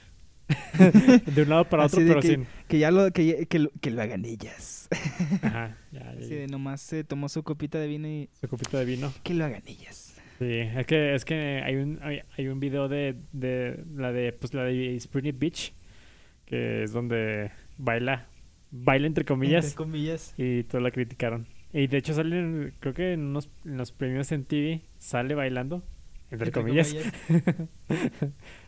Speaker 1: de un lado para otro,
Speaker 2: Así de
Speaker 1: pero
Speaker 2: que-
Speaker 1: sin.
Speaker 2: Que ya lo, que, ya- que lo, que lo hagan ellas.
Speaker 1: Ajá, ya, ya,
Speaker 2: Así
Speaker 1: ya.
Speaker 2: de nomás se tomó su copita de vino y
Speaker 1: Su copita de vino.
Speaker 2: que lo hagan ellas.
Speaker 1: Sí, es que, es que hay un hay, hay un video de, de la de pues la de It's Britney Beach que es donde baila baila entre comillas
Speaker 2: Entre comillas.
Speaker 1: y todos la criticaron. Y de hecho salen creo que en unos en los premios en TV sale bailando entre, comillas,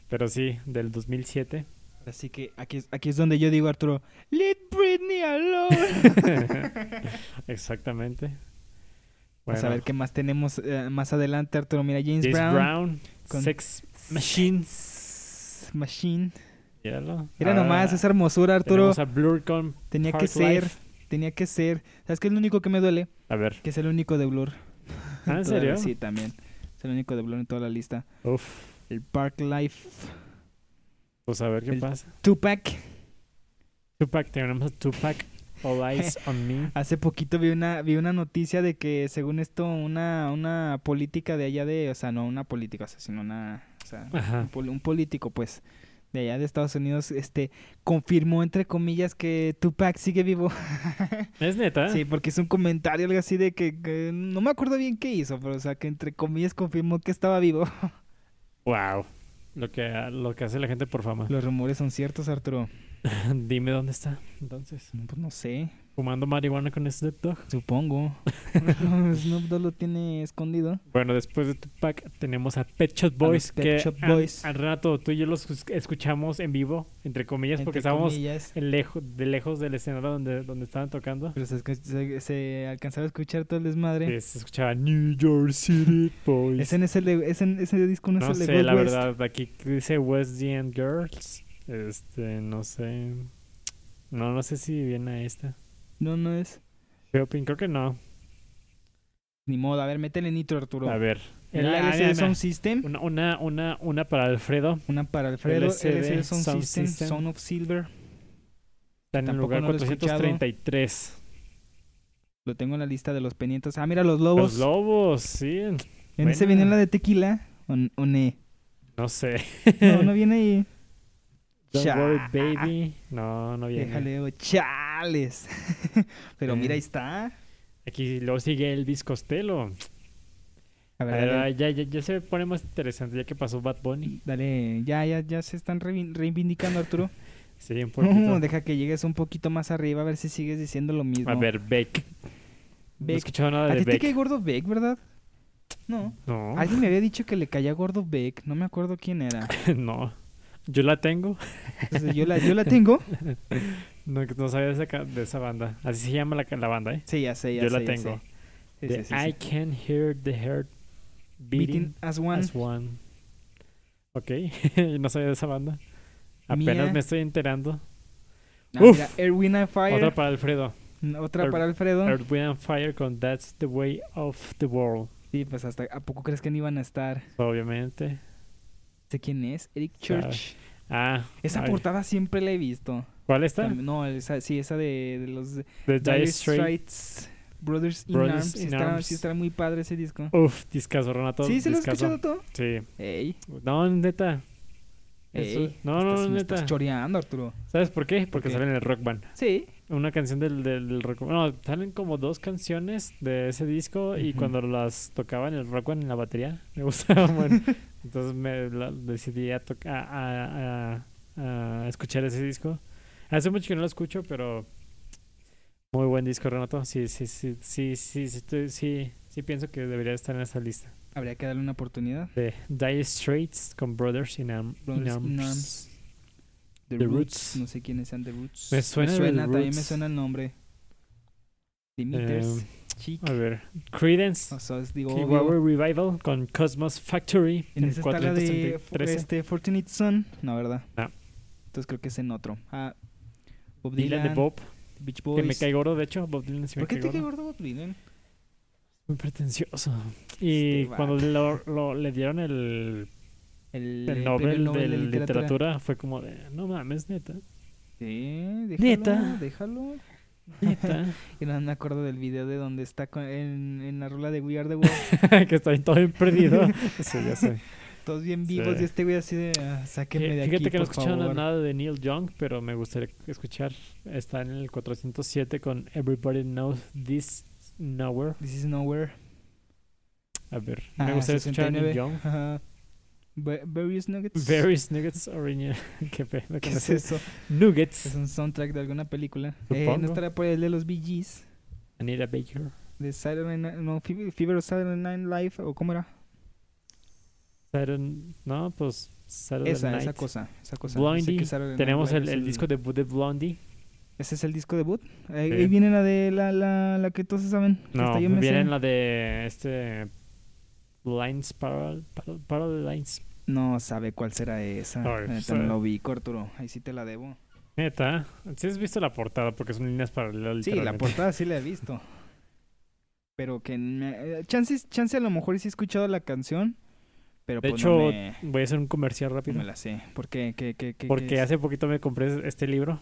Speaker 1: pero sí del 2007.
Speaker 2: Así que aquí es, aquí es donde yo digo, Arturo, let Britney alone.
Speaker 1: Exactamente.
Speaker 2: Vamos a ver qué más tenemos eh, más adelante, Arturo. Mira, James,
Speaker 1: James
Speaker 2: Brown.
Speaker 1: Brown,
Speaker 2: con-
Speaker 1: Sex Machines.
Speaker 2: Machine.
Speaker 1: Míralo.
Speaker 2: Era
Speaker 1: Ah,
Speaker 2: nomás esa hermosura, Arturo.
Speaker 1: tenemos a Blur con
Speaker 2: Tenía que
Speaker 1: Hard
Speaker 2: ser.
Speaker 1: Life.
Speaker 2: Tenía que ser. ¿Sabes qué es lo único que me duele?
Speaker 1: a ver.
Speaker 2: Que es el único de Blur.
Speaker 1: Ah, ¿En
Speaker 2: Todavía
Speaker 1: serio?
Speaker 2: Sí, también. Es el único de Blur en toda la lista.
Speaker 1: Uf.
Speaker 2: El Park Life.
Speaker 1: Pues a ver qué
Speaker 2: El-
Speaker 1: pasa.
Speaker 2: Tupac.
Speaker 1: Tupac, tenemos a Tupac. All Eyes on Me.
Speaker 2: Hace poquito vi una, vi una noticia de que según esto una, una política de allá de, o sea, no una política, o sea, sino una, o sea, un,
Speaker 1: Ajá.
Speaker 2: pol- un político pues de allá de Estados Unidos, este, confirmó entre comillas que Tupac sigue vivo.
Speaker 1: ¿Es neta?
Speaker 2: Sí, porque es un comentario algo así de que, que no me acuerdo bien qué hizo, pero o sea, que entre comillas confirmó que estaba vivo.
Speaker 1: Wow. Lo que, lo que hace la gente por fama.
Speaker 2: Los rumores son ciertos, Arturo.
Speaker 1: Dime dónde está. Entonces.
Speaker 2: No, Pues no sé,
Speaker 1: Fumando marihuana con Snoop Dogg.
Speaker 2: supongo. Snoop Dogg lo tiene escondido.
Speaker 1: Bueno, después de Tupac tenemos a Pet Shop
Speaker 2: los
Speaker 1: Boys.
Speaker 2: Pet
Speaker 1: que
Speaker 2: Shop
Speaker 1: al-
Speaker 2: Boys.
Speaker 1: Al, rato tú y yo los esc- escuchamos en vivo, entre comillas, porque
Speaker 2: entre
Speaker 1: estábamos
Speaker 2: comillas.
Speaker 1: en lejo- de lejos del escenario donde, donde estaban tocando.
Speaker 2: Pero se, escu- se- se alcanzaba a escuchar todo el desmadre.
Speaker 1: Eh, Se escuchaba New York City Boys.
Speaker 2: Ese, no es el de- ese, ese disco no,
Speaker 1: No
Speaker 2: es el de
Speaker 1: sé, la
Speaker 2: Gold West.
Speaker 1: verdad, aquí dice West End Girls. Este, no sé. No, no sé si viene a esta.
Speaker 2: No, no es.
Speaker 1: Shopping, creo que no.
Speaker 2: Ni modo, a ver, métele nitro, Arturo.
Speaker 1: A ver.
Speaker 2: El
Speaker 1: Ah,
Speaker 2: LCD
Speaker 1: mira,
Speaker 2: Sound
Speaker 1: mira.
Speaker 2: System,
Speaker 1: Una, una, una, una para Alfredo.
Speaker 2: una para Alfredo.
Speaker 1: LCD
Speaker 2: LCD Sound,
Speaker 1: Sound
Speaker 2: System,
Speaker 1: System.
Speaker 2: Sound of Silver.
Speaker 1: Está en el
Speaker 2: Tampoco
Speaker 1: lugar
Speaker 2: no lo he escuchado.
Speaker 1: 433.
Speaker 2: Lo tengo en la lista de los pendientes. Ah, mira, los
Speaker 1: Los
Speaker 2: lobos.
Speaker 1: lobos, sí.
Speaker 2: ¿En
Speaker 1: Buena.
Speaker 2: ese viene la de tequila? ¿O, n- o ne?
Speaker 1: No sé.
Speaker 2: No, no viene ahí.
Speaker 1: Don't
Speaker 2: Cha-
Speaker 1: worry, baby. No, no viene.
Speaker 2: Déjale, oh, chales. Pero
Speaker 1: Sí.
Speaker 2: mira, ahí está.
Speaker 1: Aquí luego sigue Elvis Costello.
Speaker 2: A
Speaker 1: A
Speaker 2: ver,
Speaker 1: ver,
Speaker 2: dale,
Speaker 1: ya, ya, ya se pone más interesante ya que pasó Bad Bunny.
Speaker 2: dale. Ya, ya, ya se están reivin- reivindicando, Arturo.
Speaker 1: Sí, un poquito.
Speaker 2: No, deja que llegues un poquito más arriba a ver si sigues diciendo lo mismo.
Speaker 1: A ver, Beck. No he
Speaker 2: Beck.
Speaker 1: escuchado nada
Speaker 2: ¿A
Speaker 1: de
Speaker 2: ti te cae
Speaker 1: Beck.
Speaker 2: gordo Beck, verdad? No.
Speaker 1: No,
Speaker 2: Alguien me había dicho que le caía gordo Beck. No me acuerdo quién era.
Speaker 1: no. Yo la tengo.
Speaker 2: Entonces, yo, la, yo la tengo.
Speaker 1: No, no sabía de esa, ca- de esa banda. Así se llama la, ca- la banda, ¿eh?
Speaker 2: Sí, ya sé, ya
Speaker 1: Yo la
Speaker 2: sé. ya
Speaker 1: tengo.
Speaker 2: sé. Sí,
Speaker 1: The
Speaker 2: sí, sí,
Speaker 1: I
Speaker 2: sí.
Speaker 1: can hear the heart
Speaker 2: Beating
Speaker 1: beating,
Speaker 2: as one.
Speaker 1: as one. Ok, no sabía de esa banda. Apenas
Speaker 2: Mía.
Speaker 1: me estoy enterando.
Speaker 2: Ah,
Speaker 1: Uf.
Speaker 2: mira, Earth, Wind and Fire.
Speaker 1: Otra para Alfredo.
Speaker 2: Mm, Otra
Speaker 1: Earth-
Speaker 2: para Alfredo.
Speaker 1: Earth, Wind and Fire con That's the Way of the World.
Speaker 2: Sí, pues hasta ¿a poco crees que no iban a estar?
Speaker 1: Obviamente.
Speaker 2: ¿Sé quién es? Eric
Speaker 1: Sabe.
Speaker 2: Church.
Speaker 1: Ah,
Speaker 2: Esa
Speaker 1: ay,
Speaker 2: portada siempre la he visto.
Speaker 1: ¿cuál está?
Speaker 2: También- No, esa, sí, esa de, de los
Speaker 1: The
Speaker 2: Dire
Speaker 1: Dire Straits.
Speaker 2: Straits Brothers in
Speaker 1: Brothers
Speaker 2: Arms.
Speaker 1: in
Speaker 2: está,
Speaker 1: Arms. Oh,
Speaker 2: Sí, está muy padre ese disco.
Speaker 1: Uf, discazo, Renato.
Speaker 2: sí, se lo he
Speaker 1: discazo.
Speaker 2: escuchado todo.
Speaker 1: Sí.
Speaker 2: Ey,
Speaker 1: No, neta. Eso-
Speaker 2: ey.
Speaker 1: no, no,
Speaker 2: estás, me
Speaker 1: neta.
Speaker 2: estás choreando, Arturo.
Speaker 1: ¿Sabes por qué? Porque
Speaker 2: qué?
Speaker 1: salen en el Rock Band.
Speaker 2: Sí.
Speaker 1: Una canción del, del, del Rock Band. No, salen como dos canciones de ese disco y
Speaker 2: Ujú.
Speaker 1: cuando las tocaba en el Rock Band en la batería, me gustaba. bueno, entonces me la- decidí a, toca- a, a- a- a escuchar ese disco. Hace mucho que no lo escucho, pero muy buen disco, Renato. Sí, sí, sí, sí, sí, sí, estoy- sí, sí pienso que debería estar en esa lista.
Speaker 2: Habría que darle una oportunidad.
Speaker 1: De Dire Straits con Brothers in, Arm- in
Speaker 2: Brothers in
Speaker 1: Arms.
Speaker 2: Arms. The,
Speaker 1: The
Speaker 2: Roots.
Speaker 1: Roots.
Speaker 2: No sé quiénes sean The Roots.
Speaker 1: Me suena The
Speaker 2: también me
Speaker 1: Roots.
Speaker 2: suena el nombre. Dimiters.
Speaker 1: Eh,
Speaker 2: Chic.
Speaker 1: a ver, Credence.
Speaker 2: O sea, es- digo, obvio.
Speaker 1: Kiwawa Revival con Cosmos Factory
Speaker 2: En
Speaker 1: en
Speaker 2: esa está la de
Speaker 1: 413.
Speaker 2: este, Fortunate Son. No, ¿verdad?
Speaker 1: No.
Speaker 2: Entonces creo que es en otro. Ah, Bob
Speaker 1: Dylan
Speaker 2: Dylan,
Speaker 1: de Bob,
Speaker 2: Beach
Speaker 1: que me
Speaker 2: Boys.
Speaker 1: cae gordo, de hecho. Bob Dylan sí me
Speaker 2: ¿Por qué
Speaker 1: cae
Speaker 2: te cae
Speaker 1: gordo.
Speaker 2: gordo Bob Dylan?
Speaker 1: Muy pretencioso. Y
Speaker 2: Este
Speaker 1: cuando lo, lo- le dieron el,
Speaker 2: El,
Speaker 1: el
Speaker 2: el
Speaker 1: Nobel,
Speaker 2: premio Nobel
Speaker 1: de, literatura. fue como de, no mames, neta.
Speaker 2: Sí, déjalo,
Speaker 1: Neta.
Speaker 2: déjalo.
Speaker 1: Neta.
Speaker 2: Y no me acuerdo del video de donde está con- en, en la rola de We Are the World.
Speaker 1: que está bien todo bien perdido. Sí, ya sé.
Speaker 2: Todos bien vivos
Speaker 1: Sí.
Speaker 2: y este güey así de... "Ah, sáquenme
Speaker 1: Eh,
Speaker 2: de
Speaker 1: Fíjate
Speaker 2: aquí,
Speaker 1: que no he
Speaker 2: por
Speaker 1: escuchado
Speaker 2: favor".
Speaker 1: nada de Neil Young, pero me gustaría escuchar. Está en el 407 con Everybody Knows This Nowhere.
Speaker 2: This is nowhere.
Speaker 1: A ver, me
Speaker 2: Ah,
Speaker 1: gustaría escuchar a Neil
Speaker 2: 69.
Speaker 1: Young.
Speaker 2: Ajá. Ba- Various Nuggets.
Speaker 1: Various Nuggets Original. ¿Qué pedo
Speaker 2: ¿Qué
Speaker 1: con
Speaker 2: es
Speaker 1: eso?
Speaker 2: eso? Es
Speaker 1: Nuggets.
Speaker 2: un soundtrack de alguna película. Eh,
Speaker 1: Supongo.
Speaker 2: no estará por ahí el de los Bee Gees.
Speaker 1: Anita Baker.
Speaker 2: De Saturday Night... No, Fe- Fever of Saturday Night Live. ¿O cómo era?
Speaker 1: Saturn- no, pues Saturday
Speaker 2: Esa,
Speaker 1: Night.
Speaker 2: esa cosa. Esa cosa.
Speaker 1: Blondie.
Speaker 2: Sé que Saturday Night
Speaker 1: Tenemos
Speaker 2: Live
Speaker 1: el,
Speaker 2: es
Speaker 1: el disco debut de Blondie.
Speaker 2: ¿Ese es el disco debut? Ahí,
Speaker 1: Sí.
Speaker 2: ahí viene la de la, la, la que todos saben. que
Speaker 1: No,
Speaker 2: hasta yo me
Speaker 1: viene
Speaker 2: sé.
Speaker 1: la de este Lines Parallel, Parallel, Parallel Lines.
Speaker 2: No sabe cuál será esa.
Speaker 1: Ay,
Speaker 2: La neta,
Speaker 1: sí.
Speaker 2: no lo ubico, Arturo. Ahí sí te la debo.
Speaker 1: Neta, si has visto la portada porque son líneas paralelas.
Speaker 2: Sí, la
Speaker 1: literalmente.
Speaker 2: portada sí la he visto. Pero que... me- eh, Chance, chance a lo mejor sí he escuchado la canción, pero
Speaker 1: De
Speaker 2: pues
Speaker 1: hecho,
Speaker 2: no, me,
Speaker 1: Voy a hacer un comercial
Speaker 2: no
Speaker 1: rápido.
Speaker 2: me la sé. ¿Por qué? ¿Qué, qué, qué- qué
Speaker 1: Porque
Speaker 2: es?
Speaker 1: hace poquito me compré este libro.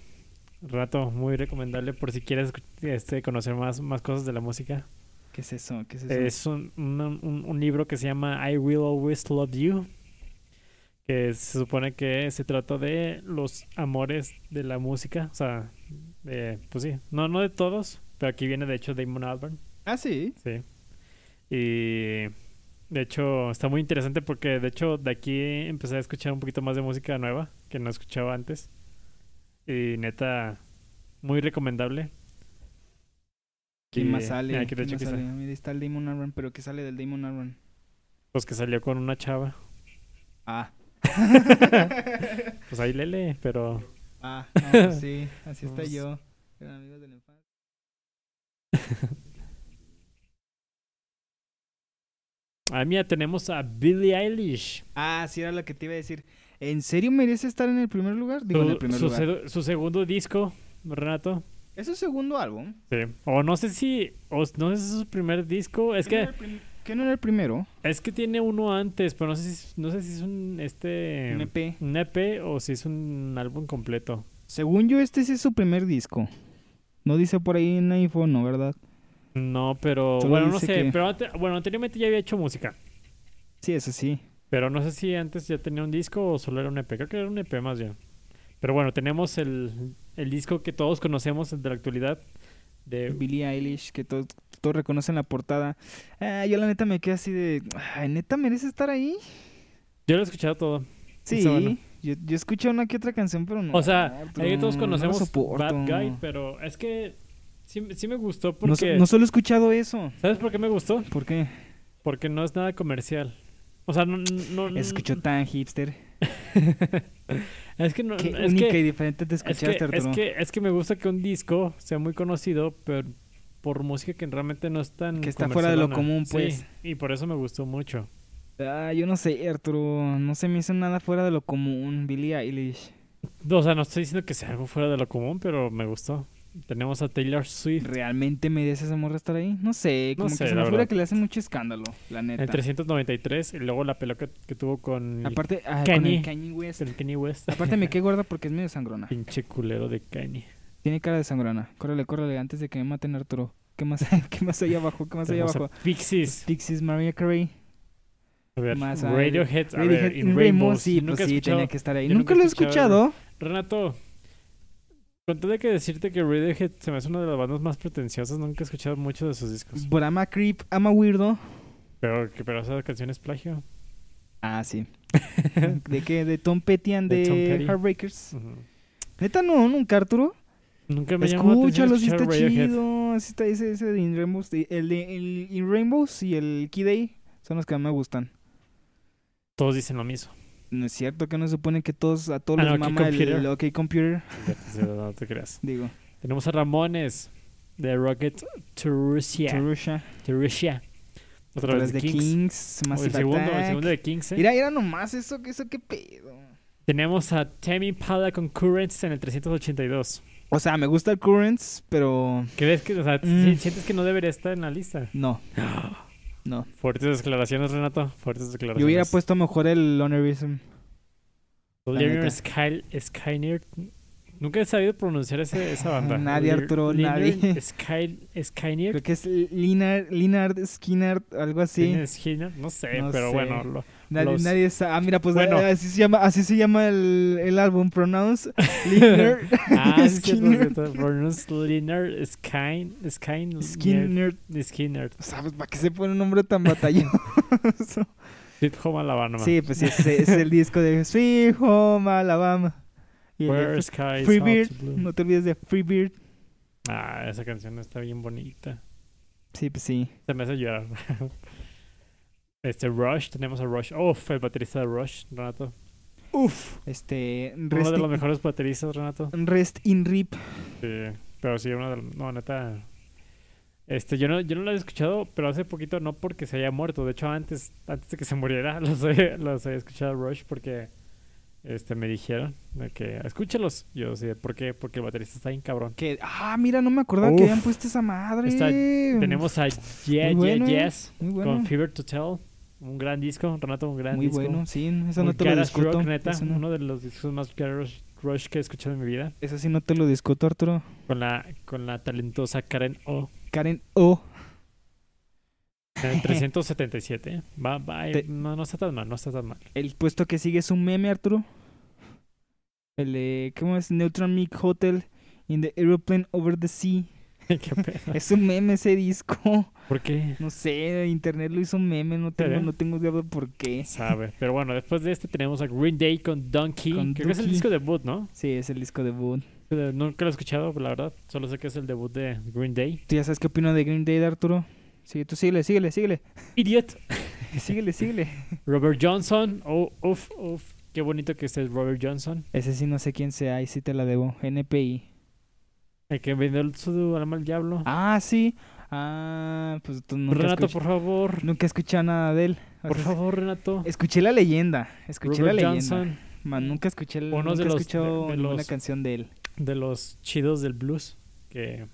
Speaker 1: Rato, muy recomendable por si quieres este, conocer más, más cosas de la música.
Speaker 2: ¿Qué es eso? ¿Qué es eso?
Speaker 1: Es un, un- un- un libro que se llama I Will Always Love You, que se supone que se trata de los amores de la música, o sea, de- pues sí, no, no de todos, pero aquí viene de hecho Damon Albarn,
Speaker 2: Ah, sí.
Speaker 1: sí. Y de hecho está muy interesante porque de hecho de aquí empecé a escuchar un poquito más de música nueva que no escuchaba antes. Y neta, muy recomendable.
Speaker 2: ¿Quién
Speaker 1: Y-
Speaker 2: más sale?
Speaker 1: mira, aquí de hecho
Speaker 2: ¿Quién más
Speaker 1: aquí
Speaker 2: sale?
Speaker 1: está.
Speaker 2: Mira, está el Damon Albarn, pero ¿qué sale del Damon Albarn?
Speaker 1: Pues que salió con una chava.
Speaker 2: Ah.
Speaker 1: Pues ahí lele, pero...
Speaker 2: ah, no, pues sí. Así está
Speaker 1: Pues-
Speaker 2: yo. Eran amigos de la infancia.
Speaker 1: Ah, mira, tenemos a Billie Eilish.
Speaker 2: Ah, sí, era lo que te iba a decir. ¿En serio merece estar en el primer lugar? Digo, en el
Speaker 1: Su,
Speaker 2: primer
Speaker 1: su
Speaker 2: lugar.
Speaker 1: se- su segundo disco, Renato.
Speaker 2: ¿Es su segundo álbum?
Speaker 1: Sí. O no sé si, o no sé si es su primer disco. Es
Speaker 2: ¿Qué
Speaker 1: que,
Speaker 2: no era el prim- ¿Qué no era el primero?
Speaker 1: es que tiene uno antes, pero no sé si, no sé si es un este
Speaker 2: Un E EP.
Speaker 1: un EP o si es un álbum completo.
Speaker 2: Según yo, este sí es su primer disco. No dice por ahí en la info, ¿no? ¿Verdad?
Speaker 1: No, pero
Speaker 2: Solo
Speaker 1: bueno, no
Speaker 2: dice
Speaker 1: sé.
Speaker 2: que-
Speaker 1: Pero ante- bueno, anteriormente ya había hecho música.
Speaker 2: Sí, eso sí.
Speaker 1: Pero no sé si antes ya tenía un disco o solo era un EP. Creo que era un EP más bien. Pero bueno, tenemos el, el disco que todos conocemos de la actualidad de
Speaker 2: Billie Eilish, que todos, todos reconocen la portada. Ah, yo la neta me quedé así de... Ay, ¿neta merece estar ahí?
Speaker 1: Yo lo he escuchado todo.
Speaker 2: Sí.
Speaker 1: Esa banda.
Speaker 2: Yo, yo escuché una que otra canción, Ah, pero no.
Speaker 1: O sea,
Speaker 2: Arturo,
Speaker 1: ahí todos
Speaker 2: no la
Speaker 1: conocemos
Speaker 2: soporto.
Speaker 1: Bad Guy, pero es que sí, sí me gustó
Speaker 2: No,
Speaker 1: porque...
Speaker 2: so- no solo he escuchado eso.
Speaker 1: ¿Sabes por qué me gustó?
Speaker 2: ¿Por qué?
Speaker 1: Porque no es nada comercial. O sea, no... no, no-
Speaker 2: Escucho tan hipster.
Speaker 1: es que no...
Speaker 2: Qué
Speaker 1: Mm, es
Speaker 2: única
Speaker 1: que,
Speaker 2: y diferente te
Speaker 1: es,
Speaker 2: escuchaste,
Speaker 1: que, es,
Speaker 2: Arturo.
Speaker 1: que, es que me gusta que un disco sea muy conocido, pero por música que realmente no es tan
Speaker 2: Que está fuera de lo
Speaker 1: comercialona.
Speaker 2: común,
Speaker 1: Sí,
Speaker 2: pues.
Speaker 1: y por eso me gustó mucho.
Speaker 2: Ah, yo no sé, Arturo. No se me hizo nada fuera de lo común, Billie Eilish.
Speaker 1: O sea, no estoy diciendo que sea algo fuera de lo común, pero me gustó. Tenemos a Taylor Swift
Speaker 2: ¿Realmente merece esa morra estar ahí? No sé,
Speaker 1: No
Speaker 2: como
Speaker 1: sé,
Speaker 2: que se
Speaker 1: la
Speaker 2: me figura
Speaker 1: verdad.
Speaker 2: que le hace mucho escándalo, la neta.
Speaker 1: en 393 y luego la pelota que tuvo con... el-
Speaker 2: Aparte, ah, con el
Speaker 1: Kanye.
Speaker 2: Kanye West.
Speaker 1: El Kanye West.
Speaker 2: Aparte me quedé gorda porque es medio sangrona.
Speaker 1: Pinche culero de Kanye.
Speaker 2: Tiene cara de sangrona. Córrele, córrele, antes de que me maten, Arturo. ¿Qué más, ¿Qué más hay abajo? ¿Qué más hay
Speaker 1: Tenemos a
Speaker 2: abajo?
Speaker 1: Pixies.
Speaker 2: Pixies, Maria Carey.
Speaker 1: A ver,
Speaker 2: Más a-
Speaker 1: Radiohead. A
Speaker 2: Radiohead,
Speaker 1: ver,
Speaker 2: In
Speaker 1: In Rainbows.
Speaker 2: sí,
Speaker 1: Yo
Speaker 2: pues
Speaker 1: nunca he
Speaker 2: sí,
Speaker 1: escuchado-
Speaker 2: tenía que estar ahí.
Speaker 1: yo
Speaker 2: Nunca
Speaker 1: nunca
Speaker 2: lo he
Speaker 1: he escuchado
Speaker 2: escuchado.
Speaker 1: Renato, con todo hay que decirte que Radiohead se me hace una de las bandas más pretenciosas. Nunca he escuchado mucho de sus discos.
Speaker 2: But I'm a creep, I'm a weirdo.
Speaker 1: Pero, que- pero esa canción es plagio.
Speaker 2: Ah, sí. ¿De qué? De Tom Petty and
Speaker 1: De
Speaker 2: de,
Speaker 1: Tom Petty.
Speaker 2: Heartbreakers.
Speaker 1: Ujú.
Speaker 2: Neta no, nunca, Arturo.
Speaker 1: Nunca me llamó la atención
Speaker 2: Escúchalo, sí
Speaker 1: escuchar
Speaker 2: está
Speaker 1: Radiohead.
Speaker 2: chido. Así está ese, ese de In Rainbows. de- El de el In Rainbows y el Key Day son los que más me gustan.
Speaker 1: Todos dicen lo mismo.
Speaker 2: No es cierto que no se supone que todos a todos
Speaker 1: Ah,
Speaker 2: los
Speaker 1: no, OK
Speaker 2: mama el,
Speaker 1: Computer.
Speaker 2: el OK Computer.
Speaker 1: no te creas.
Speaker 2: Digo,
Speaker 1: Tenemos a Ramones de Rocket to
Speaker 2: To
Speaker 1: Russia.
Speaker 2: Russia.
Speaker 1: To Russia. Otra
Speaker 2: Pero
Speaker 1: vez
Speaker 2: es
Speaker 1: de
Speaker 2: de
Speaker 1: Kings.
Speaker 2: Kings,
Speaker 1: O
Speaker 2: más
Speaker 1: el, segundo, el segundo de Kings. ¿eh?
Speaker 2: Mira, era nomás eso, que- eso qué pedo.
Speaker 1: Tenemos a Tame Impala con Currents en el 382.
Speaker 2: O sea, me gusta el Currents, pero
Speaker 1: ¿Crees que, o sea,
Speaker 2: Mm.
Speaker 1: si- sientes que no debería estar en la lista?
Speaker 2: no.
Speaker 1: Fuertes declaraciones, Renato. Fuertes declaraciones.
Speaker 2: Yo hubiera puesto mejor el Honorism. la
Speaker 1: Lyrium
Speaker 2: neta.
Speaker 1: Sky, Sky Nerd. Nunca he sabido pronunciar ese, esa banda.
Speaker 2: Nadie,
Speaker 1: Lir-
Speaker 2: Arturo,
Speaker 1: Lynyrd
Speaker 2: nadie.
Speaker 1: Sky, Skinner.
Speaker 2: Creo que es Linard, Linard Skinner, algo así.
Speaker 1: Lynyrd Skynyrd, No sé,
Speaker 2: No
Speaker 1: pero
Speaker 2: sé.
Speaker 1: bueno. lo-
Speaker 2: Nadie,
Speaker 1: los-
Speaker 2: nadie sa- Ah, mira, pues
Speaker 1: Bueno.
Speaker 2: eh, así se llama, así se llama el, el álbum, Pronounce Linard
Speaker 1: Ah, sí, cierto,
Speaker 2: Skinner.
Speaker 1: cierto. Pronounce Lynyrd Skyn, Skyn,
Speaker 2: Skinner.
Speaker 1: Skinner.
Speaker 2: ¿Sabes para qué se pone un nombre tan batalloso?
Speaker 1: Sweet Home Alabama.
Speaker 2: sí, pues sí, ese es el disco de Sweet Home Alabama. Y el de
Speaker 1: Where Skies
Speaker 2: Free
Speaker 1: Out
Speaker 2: Bird,
Speaker 1: to Blue.
Speaker 2: no te olvides de Free Bird.
Speaker 1: Ah, esa canción está bien bonita.
Speaker 2: Sí, pues sí.
Speaker 1: Se me hace llorar. Este Rush, tenemos a Rush. Uf, el baterista de Rush, Renato. Uf,
Speaker 2: Este,
Speaker 1: uno
Speaker 2: Rest,
Speaker 1: de los
Speaker 2: in,
Speaker 1: mejores bateristas, Renato.
Speaker 2: Rest in Rip.
Speaker 1: Sí, pero sí, uno de los. No, neta. Este, yo no, yo no lo he escuchado, pero hace poquito no porque se haya muerto. De hecho, antes, antes de que se muriera, los había, los había escuchado a Rush porque este, me dijeron de que escúchalos. Yo sí, ¿por qué? Porque el baterista está bien cabrón.
Speaker 2: Que, ah, mira, no me acordaba que
Speaker 1: Uf.
Speaker 2: habían puesto esa madre.
Speaker 1: Está- Tenemos a Yeah,
Speaker 2: Mm. Muy
Speaker 1: Yeah,
Speaker 2: bueno, eh.
Speaker 1: Yes
Speaker 2: muy bueno.
Speaker 1: con Fever to Tell. Un gran disco, Renato, un gran
Speaker 2: Muy
Speaker 1: disco.
Speaker 2: bueno, sí, eso
Speaker 1: Muy
Speaker 2: no te lo
Speaker 1: Garage
Speaker 2: discuto.
Speaker 1: Rock, neta,
Speaker 2: eso, no-
Speaker 1: uno de los discos más Garage Rush que he escuchado en mi vida.
Speaker 2: eso sí no te lo discuto, Arturo.
Speaker 1: Con la, con la talentosa Karen O.
Speaker 2: Karen O.
Speaker 1: En 377. Va, va, eh,
Speaker 2: Te-
Speaker 1: no, no está tan mal, no está tan mal.
Speaker 2: El puesto que sigue es un meme, Arturo. El de, ¿cómo es? Neutron Milk Hotel in the Aeroplane Over the Sea.
Speaker 1: ¿Qué pedo?
Speaker 2: Es un meme ese disco.
Speaker 1: ¿Por qué?
Speaker 2: No sé, internet lo hizo un meme, no tengo,
Speaker 1: ¿Será?
Speaker 2: no tengo idea de por qué.
Speaker 1: Sabe. Pero bueno, después de este tenemos a Green Day con Donkey.
Speaker 2: Con
Speaker 1: Creo que es el
Speaker 2: Donkey.
Speaker 1: disco debut, ¿no?
Speaker 2: Sí, es el disco debut.
Speaker 1: Eh, Nunca lo he escuchado, la verdad. Solo sé que es el debut de Green Day.
Speaker 2: ¿Tú ya sabes qué opino de Green Day, Arturo? Sí, tú síguele, síguele, síguele.
Speaker 1: Idiot.
Speaker 2: Síguele, síguele.
Speaker 1: Robert Johnson. Oh, uf, uf. Qué bonito que este es Robert Johnson.
Speaker 2: Ese sí no sé quién sea, ahí sí te la debo. NPI.
Speaker 1: El que vendió su alma al diablo.
Speaker 2: Ah, sí. Ah, pues tú nunca
Speaker 1: Renato,
Speaker 2: escuch-
Speaker 1: por favor.
Speaker 2: Nunca he escuchado nada de él. O
Speaker 1: Por
Speaker 2: sea,
Speaker 1: favor, Renato.
Speaker 2: Escuché la leyenda, escuché
Speaker 1: Robert
Speaker 2: la leyenda.
Speaker 1: Johnson,
Speaker 2: Man, nunca escuché el,
Speaker 1: Uno de
Speaker 2: nunca he
Speaker 1: los-
Speaker 2: escuchado
Speaker 1: de- de
Speaker 2: ninguna
Speaker 1: los-
Speaker 2: canción de él.
Speaker 1: de los chidos del blues. Que,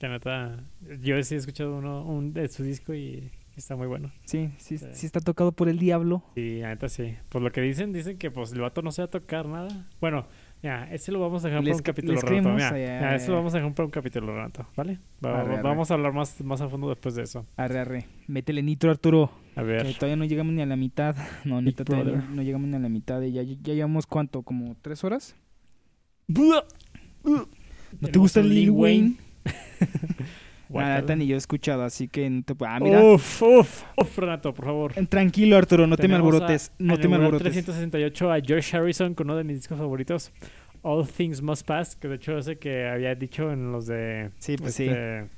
Speaker 1: que neta, yo sí he escuchado uno un, de su disco y está muy bueno.
Speaker 2: Sí, sí,
Speaker 1: Sí.
Speaker 2: sí está tocado por el diablo.
Speaker 1: Sí, la neta sí. Pues lo que dicen, dicen que pues el vato no se va a tocar nada. Bueno, ya, ese lo vamos a dejar
Speaker 2: Les
Speaker 1: para un
Speaker 2: que-
Speaker 1: capítulo
Speaker 2: les
Speaker 1: rato.
Speaker 2: creemos,
Speaker 1: Ya,
Speaker 2: ay,
Speaker 1: ya,
Speaker 2: ay,
Speaker 1: eso lo
Speaker 2: ay.
Speaker 1: vamos a dejar para un capítulo rato, ¿vale? Va- va-
Speaker 2: Arre, arre.
Speaker 1: vamos a hablar más, más a fondo después de eso.
Speaker 2: Arre, arre. Métele nitro, Arturo.
Speaker 1: A
Speaker 2: Que
Speaker 1: ver.
Speaker 2: todavía no llegamos ni a la mitad. No,
Speaker 1: Big
Speaker 2: neta, todavía no,
Speaker 1: Brother.
Speaker 2: no llegamos ni a la mitad. Y ya, ya llevamos, ¿cuánto? ¿Como tres horas? ¿No te
Speaker 1: Tenemos
Speaker 2: gusta
Speaker 1: a
Speaker 2: Lil
Speaker 1: Lil
Speaker 2: Wayne?
Speaker 1: Wayne?
Speaker 2: La
Speaker 1: Guácala.
Speaker 2: neta, ni yo he escuchado, así que no te puedo... Ah, mira.
Speaker 1: Uf, uf, uf, Renato, por favor.
Speaker 2: Tranquilo, Arturo, no te me
Speaker 1: Tenemos a-
Speaker 2: alborotes. no
Speaker 1: en
Speaker 2: te
Speaker 1: el
Speaker 2: me
Speaker 1: lugar
Speaker 2: alborotes.
Speaker 1: 368 a George Harrison con uno de mis discos favoritos, All Things Must Pass, que de hecho ese que había dicho en los de...
Speaker 2: Sí, pues sí.
Speaker 1: este,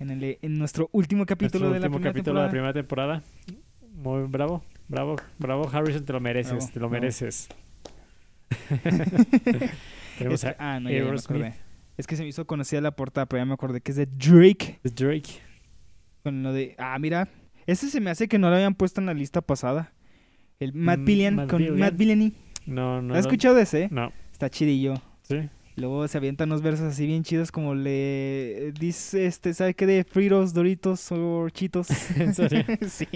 Speaker 2: En, el, en nuestro último capítulo
Speaker 1: nuestro
Speaker 2: de la
Speaker 1: último
Speaker 2: primera
Speaker 1: capítulo de la primera
Speaker 2: temporada.
Speaker 1: temporada. Muy bravo, bravo, bravo Harrison, te lo mereces,
Speaker 2: Bravo,
Speaker 1: te lo
Speaker 2: bravo.
Speaker 1: mereces. Tenemos
Speaker 2: Este-
Speaker 1: a
Speaker 2: ah, no, ya, ya me
Speaker 1: Aerosmith.
Speaker 2: acordé. Es que se me hizo conocida la portada, pero ya me acordé que es de Drake.
Speaker 1: Drake.
Speaker 2: Con lo de. Ah, mira. Ese se me hace que no lo habían puesto en la lista pasada. El Matt
Speaker 1: Mm,
Speaker 2: Billion
Speaker 1: Matt
Speaker 2: con
Speaker 1: Billion.
Speaker 2: Matt Billany.
Speaker 1: No, no.
Speaker 2: ¿Has
Speaker 1: no,
Speaker 2: escuchado ese?
Speaker 1: No,
Speaker 2: Está chidillo.
Speaker 1: sí.
Speaker 2: Luego se avientan unos versos así bien chidos como le dice este, ¿sabe qué? De Fritos, Doritos o Chitos.
Speaker 1: En serio.
Speaker 2: sí.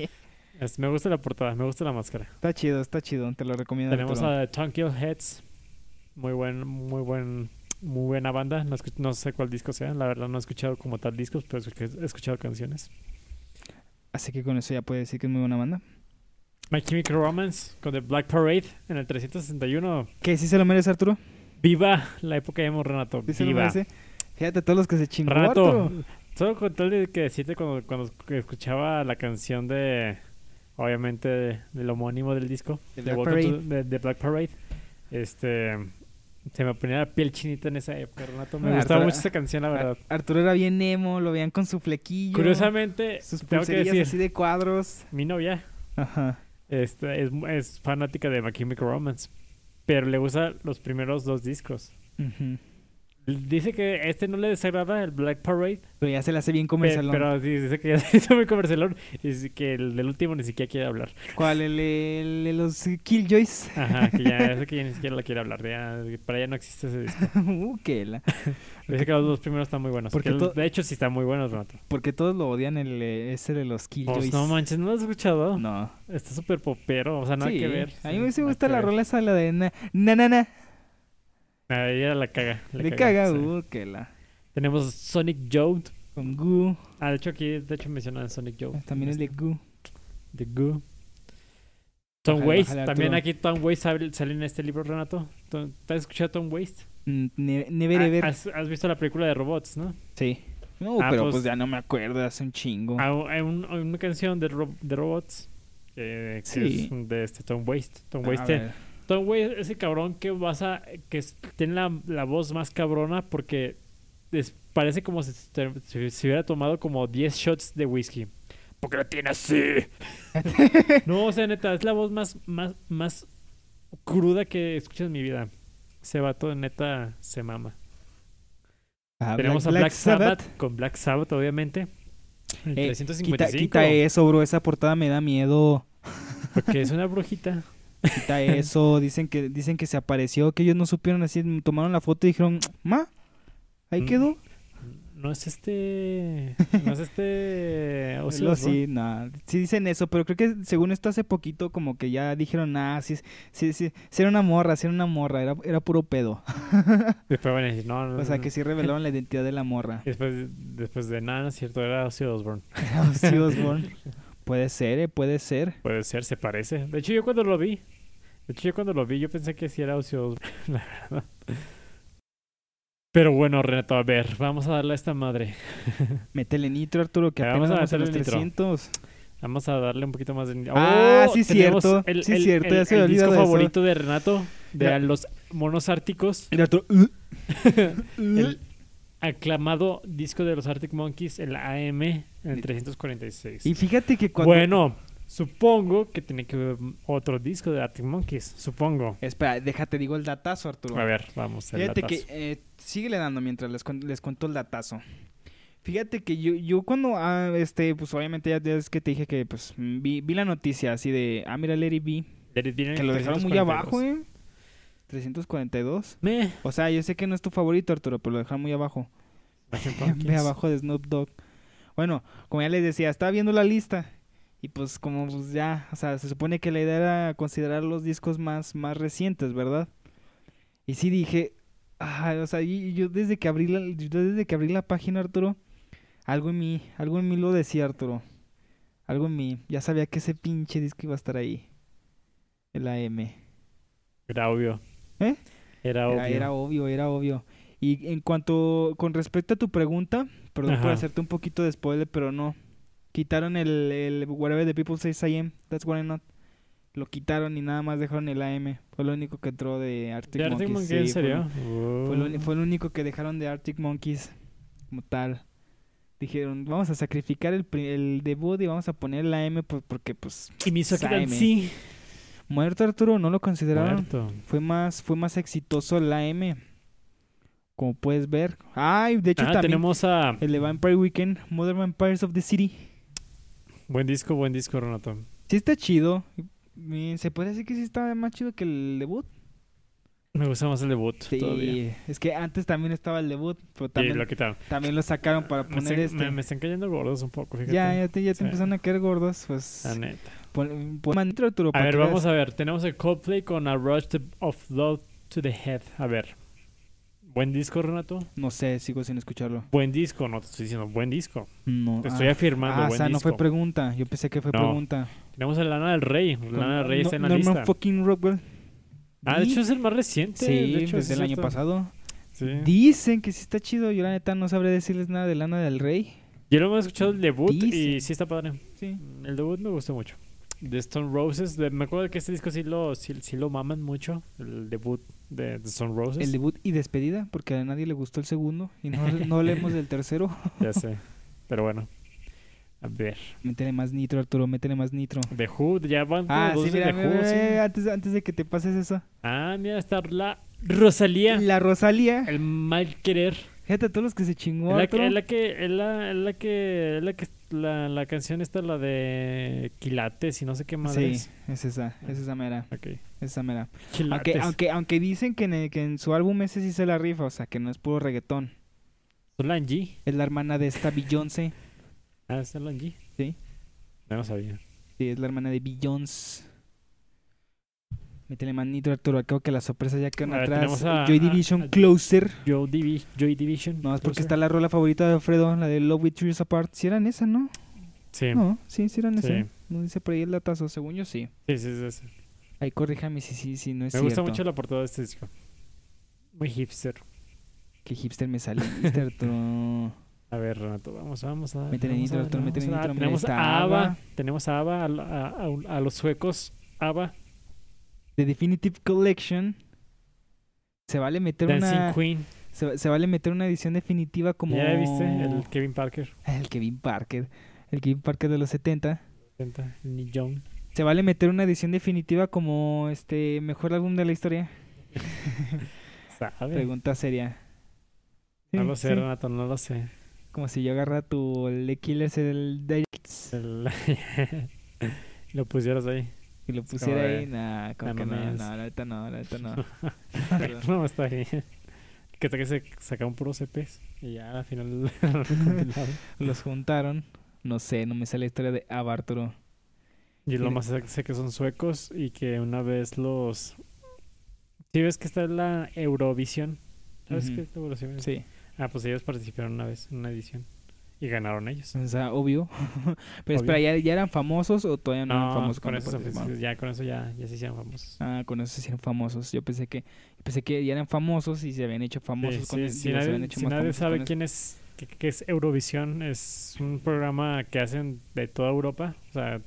Speaker 1: Es- me gusta la portada, me gusta la máscara.
Speaker 2: Está chido, está chido, te lo recomiendo.
Speaker 1: Tenemos
Speaker 2: Arturo.
Speaker 1: a Tongue Kill Heads. Muy buen, muy buen, muy buena banda. No, escu- no sé cuál disco sea, la verdad no he escuchado como tal discos, pero escu- he escuchado canciones.
Speaker 2: Así que con eso ya puede decir que es muy buena banda.
Speaker 1: My Chemical Romance con The Black Parade en el 361.
Speaker 2: ¿Qué? ¿Sí se lo merece, Arturo?
Speaker 1: Viva la época de Renato.
Speaker 2: ¿Sí se lo
Speaker 1: Viva.
Speaker 2: merece? Fíjate, todos los que se chingó,
Speaker 1: Renato,
Speaker 2: Arturo.
Speaker 1: solo con tal de que decirte cuando, cuando escuchaba la canción de, obviamente, de- del homónimo del disco,
Speaker 2: The
Speaker 1: de
Speaker 2: Black
Speaker 1: Welcome to-
Speaker 2: Parade.
Speaker 1: de- de Black Parade, este, se me ponía la piel chinita en esa época, Renato. Me
Speaker 2: Ah,
Speaker 1: gustaba
Speaker 2: Arturo-
Speaker 1: mucho esa canción, la verdad.
Speaker 2: Ar- Arturo era bien emo, lo veían con su flequillo.
Speaker 1: Curiosamente,
Speaker 2: Sus
Speaker 1: tengo que
Speaker 2: pulserillas
Speaker 1: decir,
Speaker 2: así de cuadros.
Speaker 1: mi novia
Speaker 2: Ajá.
Speaker 1: este, es, es fanática de My Chemical Romance, pero le gustan los primeros dos discos.
Speaker 2: Ujú.
Speaker 1: Dice que este no le desagrada el Black Parade,
Speaker 2: Pero ya se le hace bien
Speaker 1: Pe-
Speaker 2: comercial.
Speaker 1: Pero sí, dice que ya se hizo muy comercialón y dice que el del último ni siquiera quiere hablar.
Speaker 2: ¿Cuál? El el- el- los Killjoys.
Speaker 1: Ajá, que ya, dice que ya ni siquiera la quiere hablar. ya- para ella no existe ese disco.
Speaker 2: uh, que la-
Speaker 1: Dice que los dos primeros están muy buenos.
Speaker 2: Porque
Speaker 1: que
Speaker 2: to-
Speaker 1: De hecho, sí están muy buenos, Renato.
Speaker 2: Porque todos lo odian el eh, ese de los Killjoys.
Speaker 1: Pues no manches, ¿no lo has escuchado?
Speaker 2: No.
Speaker 1: Está súper popero, o sea, nada
Speaker 2: Sí,
Speaker 1: que ver.
Speaker 2: A mí me
Speaker 1: sí,
Speaker 2: gusta
Speaker 1: nada
Speaker 2: la
Speaker 1: que ver.
Speaker 2: rola esa la de na na na. na.
Speaker 1: A ella la caga. La
Speaker 2: Le caga,
Speaker 1: sí.
Speaker 2: uh, que la.
Speaker 1: Tenemos Sonic Youth.
Speaker 2: Con Goo.
Speaker 1: Ah, de hecho aquí, de hecho mencionan Sonic Youth.
Speaker 2: Ah, También es de Goo.
Speaker 1: The Goo. Tom
Speaker 2: Bájale,
Speaker 1: Waits.
Speaker 2: bájale,
Speaker 1: También
Speaker 2: Arturo.
Speaker 1: aquí Tom Waits sale, sale en este libro, Renato. ¿Tú- ¿Te has escuchado Tom Waits?
Speaker 2: Mm, ne- Never
Speaker 1: Ah,
Speaker 2: Ever.
Speaker 1: Has, has visto la película de robots, ¿no?
Speaker 2: Sí. No,
Speaker 1: Ah,
Speaker 2: pero
Speaker 1: pues- Ah,
Speaker 2: pues, ya no me acuerdo, hace un chingo.
Speaker 1: Hay, hay un- hay una canción de, ro- de robots eh, que
Speaker 2: Sí.
Speaker 1: es de este Tom Waits. Tom
Speaker 2: A
Speaker 1: Waits te-
Speaker 2: ver.
Speaker 1: Tom Waits es el cabrón que vas a que es- tiene la, la voz más cabrona porque es- parece como si se si- si hubiera tomado como 10 shots de whisky. Porque la tiene así. no, o sea, neta, es la voz más, más, más cruda que escuchas en mi vida. Ese vato, neta, se mama.
Speaker 2: Ah,
Speaker 1: Tenemos a Black Sabbath, con Black Sabbath, obviamente. El
Speaker 2: Eh, Quita,
Speaker 1: 355,
Speaker 2: quita eso, bro. Esa portada me da miedo.
Speaker 1: porque es una brujita.
Speaker 2: Quita eso. Dicen que, dicen que se apareció, que ellos no supieron así. Tomaron la foto y dijeron, ma, ahí
Speaker 1: Mm.
Speaker 2: quedó.
Speaker 1: No es este. No es este. Ozzy
Speaker 2: Lo-
Speaker 1: Osbourne.
Speaker 2: sí, nah, sí dicen eso, pero creo que según esto hace poquito como que ya dijeron, ah, sí, sí, sí, sí era una morra, sí era una morra, era, era puro pedo.
Speaker 1: Después van a decir, no, no.
Speaker 2: O
Speaker 1: no,
Speaker 2: sea,
Speaker 1: no.
Speaker 2: que sí revelaron la identidad de la morra.
Speaker 1: Después, después de nada, no es cierto, era Ozzy Osbourne.
Speaker 2: Sí, Osborn. Puede ser, eh, puede ser.
Speaker 1: Puede ser, se parece. De hecho, yo cuando lo vi, de hecho, yo cuando lo vi, yo pensé que sí era Ozzy Osbourne, la verdad. Pero bueno, Renato, a ver, vamos a darle a esta madre.
Speaker 2: Métele nitro, Arturo, que
Speaker 1: Le
Speaker 2: apenas
Speaker 1: vamos a
Speaker 2: vamos a,
Speaker 1: meterle
Speaker 2: los
Speaker 1: nitro.
Speaker 2: 300.
Speaker 1: Vamos a darle un poquito más de. Oh,
Speaker 2: Ah, sí,
Speaker 1: tenemos
Speaker 2: cierto,
Speaker 1: El,
Speaker 2: sí,
Speaker 1: el-
Speaker 2: cierto,
Speaker 1: el-
Speaker 2: ya se
Speaker 1: el
Speaker 2: me olvidó
Speaker 1: disco
Speaker 2: de eso.
Speaker 1: favorito de Renato, de
Speaker 2: Ya.
Speaker 1: a los monos árticos.
Speaker 2: Mira, Arturo,
Speaker 1: el aclamado disco de los Arctic Monkeys, el AM, el 346.
Speaker 2: Y fíjate que cuando...
Speaker 1: Bueno, supongo que tiene que ver otro disco de Arctic Monkeys, supongo.
Speaker 2: Espera, déjate, digo el datazo, Arturo.
Speaker 1: A ver, vamos. el
Speaker 2: Fíjate
Speaker 1: datazo.
Speaker 2: que eh, síguele dando mientras les, cuen- les cuento el datazo. Fíjate que yo, yo cuando, ah, este, pues obviamente ya, ya es que te dije que, pues, mm, vi, vi la noticia así de, ah, mira, Larry B,
Speaker 1: Let it be en
Speaker 2: que
Speaker 1: el
Speaker 2: lo dejaron muy
Speaker 1: 342.
Speaker 2: abajo, ¿eh? 342.
Speaker 1: Meh,
Speaker 2: O sea, yo sé que no es tu favorito, Arturo, pero lo dejaron muy abajo.
Speaker 1: Arctic
Speaker 2: Ve
Speaker 1: Monkeys.
Speaker 2: abajo de Snoop Dogg. Bueno, como ya les decía, estaba viendo la lista. Y pues como pues ya, o sea, se supone que la idea era considerar los discos más, más recientes, ¿verdad? Y sí dije, ah, o sea, y- y yo desde que abrí la, yo desde que abrí la página, Arturo, algo en mí, algo en mí lo decía, Arturo. Algo en mí, ya sabía que ese pinche disco iba a estar ahí. El AM.
Speaker 1: Era obvio.
Speaker 2: ¿Eh?
Speaker 1: Era obvio.
Speaker 2: Era, era obvio, era obvio. Y en cuanto, con respecto a tu pregunta, perdón por
Speaker 1: Ajá.
Speaker 2: hacerte un poquito de spoiler, pero no. Quitaron el, el Whatever the People Says I Am, That's What I'm Not. Lo quitaron y nada más dejaron el AM. Fue lo único que entró de Arctic
Speaker 1: ¿De Arctic
Speaker 2: Monkeys.
Speaker 1: Monkeys?
Speaker 2: sí,
Speaker 1: ¿En
Speaker 2: fue
Speaker 1: serio?
Speaker 2: lo- Fue, lo,
Speaker 1: Oh.
Speaker 2: uni- fue lo único que dejaron de Arctic Monkeys como tal. Dijeron, vamos a sacrificar el, pri- el debut y vamos a poner el AM por- porque, pues,
Speaker 1: Y mi
Speaker 2: Saime.
Speaker 1: sí.
Speaker 2: muerto Arturo, no lo consideraron
Speaker 1: Muerto.
Speaker 2: fue más fue más exitoso la M como puedes ver ay de hecho
Speaker 1: Ah,
Speaker 2: también
Speaker 1: tenemos a.
Speaker 2: el de Vampire Weekend Modern Vampires of the City
Speaker 1: Buen disco, buen disco, Renato.
Speaker 2: sí está chido Mm, se puede decir que sí está más chido que el debut
Speaker 1: Me gusta más el debut todavía.
Speaker 2: Sí, es que antes también estaba el debut pero
Speaker 1: Y
Speaker 2: también
Speaker 1: lo quitaron.
Speaker 2: también lo sacaron para
Speaker 1: Me,
Speaker 2: poner
Speaker 1: están-
Speaker 2: este
Speaker 1: me- me están cayendo gordos un poco, fíjate.
Speaker 2: ya ya te, ya te
Speaker 1: Sí.
Speaker 2: empezaron a caer gordos pues
Speaker 1: La neta.
Speaker 2: pon, pon- man- Arturo,
Speaker 1: A
Speaker 2: para
Speaker 1: ver,
Speaker 2: que
Speaker 1: vamos
Speaker 2: veas.
Speaker 1: a ver. Tenemos el Coldplay con A Rush to- of Love to the Head. A ver. Buen disco, Renato.
Speaker 2: no sé sigo sin escucharlo
Speaker 1: Buen disco, no te estoy diciendo buen disco.
Speaker 2: no
Speaker 1: Te
Speaker 2: ah.
Speaker 1: estoy afirmando,
Speaker 2: Ah, o
Speaker 1: buen
Speaker 2: sea, no
Speaker 1: disco.
Speaker 2: fue pregunta. Yo pensé que fue
Speaker 1: No.
Speaker 2: pregunta.
Speaker 1: Tenemos a Lana del Rey. Lana del Rey
Speaker 2: No-
Speaker 1: está en la
Speaker 2: Norman
Speaker 1: lista.
Speaker 2: fucking Rockwell.
Speaker 1: Ah, de
Speaker 2: Di-
Speaker 1: hecho es el más reciente.
Speaker 2: Sí,
Speaker 1: de hecho,
Speaker 2: desde
Speaker 1: es
Speaker 2: el año
Speaker 1: cierto.
Speaker 2: pasado.
Speaker 1: Sí.
Speaker 2: Dicen que sí está chido. Yo la neta no sabré decirles nada de Lana del Rey.
Speaker 1: Yo lo he escuchado el debut y
Speaker 2: Dicen.
Speaker 1: sí está padre.
Speaker 2: Sí.
Speaker 1: El debut me gustó mucho. De Stone Roses. de- me acuerdo que este disco sí lo, sí, sí lo maman mucho. El debut de, de Stone Roses.
Speaker 2: El debut y despedida, porque a nadie le gustó el segundo. Y no, no leemos del tercero.
Speaker 1: Ya sé. Pero bueno. A ver.
Speaker 2: Métele más nitro, Arturo. Métele más nitro.
Speaker 1: The Who. Ya van como
Speaker 2: Ah,
Speaker 1: dos
Speaker 2: sí,
Speaker 1: de
Speaker 2: mira,
Speaker 1: The
Speaker 2: mira,
Speaker 1: Who, sí.
Speaker 2: mira, Antes, antes de que te pases eso.
Speaker 1: Ah, mira, está la Rosalía.
Speaker 2: La Rosalía.
Speaker 1: El mal querer.
Speaker 2: Fíjate, todos los que se chingó,
Speaker 1: Es la
Speaker 2: Arturo.
Speaker 1: que, es la que, es la, es la que, es la que, la, la canción está la de quilates y no sé qué más
Speaker 2: Sí, es esa. Es esa mera.
Speaker 1: Ok.
Speaker 2: Es esa mera.
Speaker 1: Quilates.
Speaker 2: Aunque, aunque, aunque dicen que en, el- que en su álbum ese sí se la rifa. O sea, que no es puro reggaetón.
Speaker 1: Solange.
Speaker 2: Es la hermana de esta Beyoncé.
Speaker 1: Ah, ¿es Solange.
Speaker 2: Sí.
Speaker 1: No lo sabía.
Speaker 2: Sí, es la hermana de Beyoncé. Métele manito, Arturo. Creo que las sorpresas ya quedan
Speaker 1: A ver,
Speaker 2: atrás.
Speaker 1: tenemos a-
Speaker 2: Joy
Speaker 1: a-
Speaker 2: Division
Speaker 1: a-
Speaker 2: Closer.
Speaker 1: Joy, Divi- Joy Division.
Speaker 2: No, es porque
Speaker 1: Closer.
Speaker 2: está la rola favorita de Alfredo, la de Love With Tears Apart. Si eran esa, ¿no?
Speaker 1: Sí.
Speaker 2: No, sí, sí eran
Speaker 1: Sí.
Speaker 2: esa. No dice por ahí el datazo. Según yo, sí.
Speaker 1: sí, sí, sí, sí.
Speaker 2: Ahí corríjame si sí, sí, no es
Speaker 1: Me
Speaker 2: cierto.
Speaker 1: gusta mucho la portada de este disco. Muy hipster.
Speaker 2: Qué hipster me saliste, Arturo.
Speaker 1: A ver, Renato, vamos, vamos a.
Speaker 2: Métele
Speaker 1: vamos
Speaker 2: nitro,
Speaker 1: a-
Speaker 2: Arturo,
Speaker 1: vamos
Speaker 2: métele
Speaker 1: a-
Speaker 2: nitro, mira,
Speaker 1: Tenemos
Speaker 2: está
Speaker 1: a
Speaker 2: ABBA.
Speaker 1: ABBA, tenemos a ABBA, a, a- a- a los suecos, ABBA,
Speaker 2: The Definitive Collection. Se vale meter
Speaker 1: Dancing
Speaker 2: una.
Speaker 1: Queen.
Speaker 2: Se, se vale meter una edición definitiva como.
Speaker 1: Ya viste, el Kevin Parker,
Speaker 2: el Kevin Parker. El Kevin Parker de los 70.
Speaker 1: intenta, Neil Young.
Speaker 2: Se vale meter una edición definitiva como este mejor álbum de la historia.
Speaker 1: ¿Sabe?
Speaker 2: Pregunta seria.
Speaker 1: No
Speaker 2: Sí,
Speaker 1: lo sé,
Speaker 2: sí.
Speaker 1: Renato, no lo sé.
Speaker 2: Como si yo agarra tu The Killers el Directs
Speaker 1: El- lo pusieras ahí.
Speaker 2: y lo pusiera
Speaker 1: de- "Ah,
Speaker 2: ahí. Nah, como
Speaker 1: no
Speaker 2: que no,
Speaker 1: mames.
Speaker 2: no, la neta no, la neta no. Perdón.
Speaker 1: no, está bien. Que te que se sacaron puros CPs y ya al final lo recopilaron.
Speaker 2: Los juntaron. No sé, no me sale la historia de Abba, Arturo.
Speaker 1: Y lo
Speaker 2: Tiene-
Speaker 1: más sé- sé que son suecos y que una vez los. Si ves que está la Eurovisión. ¿Sabes
Speaker 2: Ujú.
Speaker 1: qué es la Eurovisión?
Speaker 2: Sí.
Speaker 1: Ah, pues ellos participaron una vez en una edición y ganaron ellos.
Speaker 2: O sea, obvio. Pero
Speaker 1: Obvio.
Speaker 2: espera, ¿ya, ya eran famosos o todavía no, eran
Speaker 1: No,
Speaker 2: famosos?
Speaker 1: con
Speaker 2: cuando
Speaker 1: eso, se-
Speaker 2: participaron?
Speaker 1: ya, con eso ya, ya se hicieron famosos.
Speaker 2: Ah, con eso se hicieron famosos. Yo pensé que pensé que ya eran famosos y se habían hecho famosos.
Speaker 1: Sí,
Speaker 2: con
Speaker 1: sí,
Speaker 2: el-
Speaker 1: si
Speaker 2: digo, se habían
Speaker 1: nadie,
Speaker 2: hecho
Speaker 1: si
Speaker 2: más
Speaker 1: nadie
Speaker 2: famosos
Speaker 1: sabe
Speaker 2: con
Speaker 1: quién es, qué, qué es Eurovisión, es un programa que hacen de toda Europa, o sea,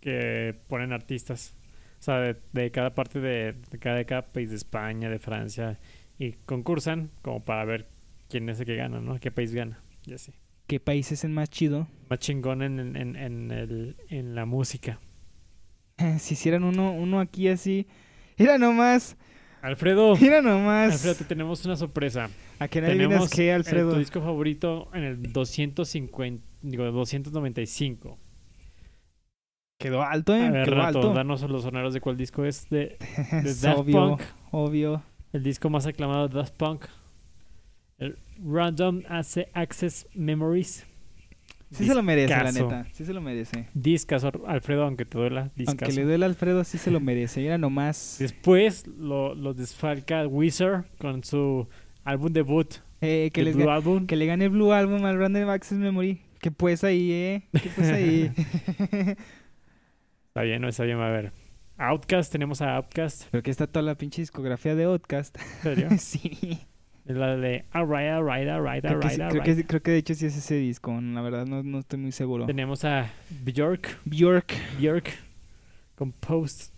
Speaker 1: que ponen artistas, o sea, de, de cada parte de, de cada, de cada país, de España, de Francia, y concursan como para ver quién es el que gana, ¿no? ¿Qué país gana? Y así.
Speaker 2: eso. ¿Qué país es el más chido?
Speaker 1: Más chingón en, en, en, en el, en la música.
Speaker 2: si hicieran uno, uno aquí así. Mira nomás,
Speaker 1: Alfredo,
Speaker 2: mira nomás.
Speaker 1: Alfredo, te tenemos una sorpresa.
Speaker 2: ¿A que no
Speaker 1: Tenemos
Speaker 2: adivinas qué,
Speaker 1: el-
Speaker 2: Alfredo?
Speaker 1: Eh, tu disco favorito en el 250, digo, 295.
Speaker 2: Quedó alto, ¿eh?
Speaker 1: A ver,
Speaker 2: Quedó
Speaker 1: Renato,
Speaker 2: alto.
Speaker 1: danos los soneros de cuál disco es. De, de
Speaker 2: Es
Speaker 1: Daft
Speaker 2: obvio,
Speaker 1: Punk,
Speaker 2: obvio.
Speaker 1: el disco más aclamado de Daft Punk. El Random Acce- Access Memories.
Speaker 2: Sí se lo merece,
Speaker 1: Discazo.
Speaker 2: la neta. Sí se lo merece.
Speaker 1: Discas, Alfredo, aunque te duela.
Speaker 2: Aunque
Speaker 1: Discas.
Speaker 2: le duele a Alfredo, sí se lo merece. Mira nomás.
Speaker 1: Después lo, lo desfalca Wizard con su álbum debut.
Speaker 2: Eh, que
Speaker 1: el
Speaker 2: les
Speaker 1: Blue
Speaker 2: ga-
Speaker 1: Album.
Speaker 2: Que le gane el Blue Album al Random Access Memory. Que pues ahí, ¿eh? Que pues ahí.
Speaker 1: Está bien, no está bien. A ver. Outcast, tenemos a Outcast.
Speaker 2: Pero que está toda la pinche discografía de Outcast.
Speaker 1: ¿En serio?
Speaker 2: sí.
Speaker 1: La de ah, Alright, alright, alright,
Speaker 2: Creo que, sí-
Speaker 1: alright,
Speaker 2: creo,
Speaker 1: alright.
Speaker 2: que, creo que de hecho sí es ese disco. La verdad no, no estoy muy seguro.
Speaker 1: Tenemos a Bjork,
Speaker 2: Bjork.
Speaker 1: Bjork, con Post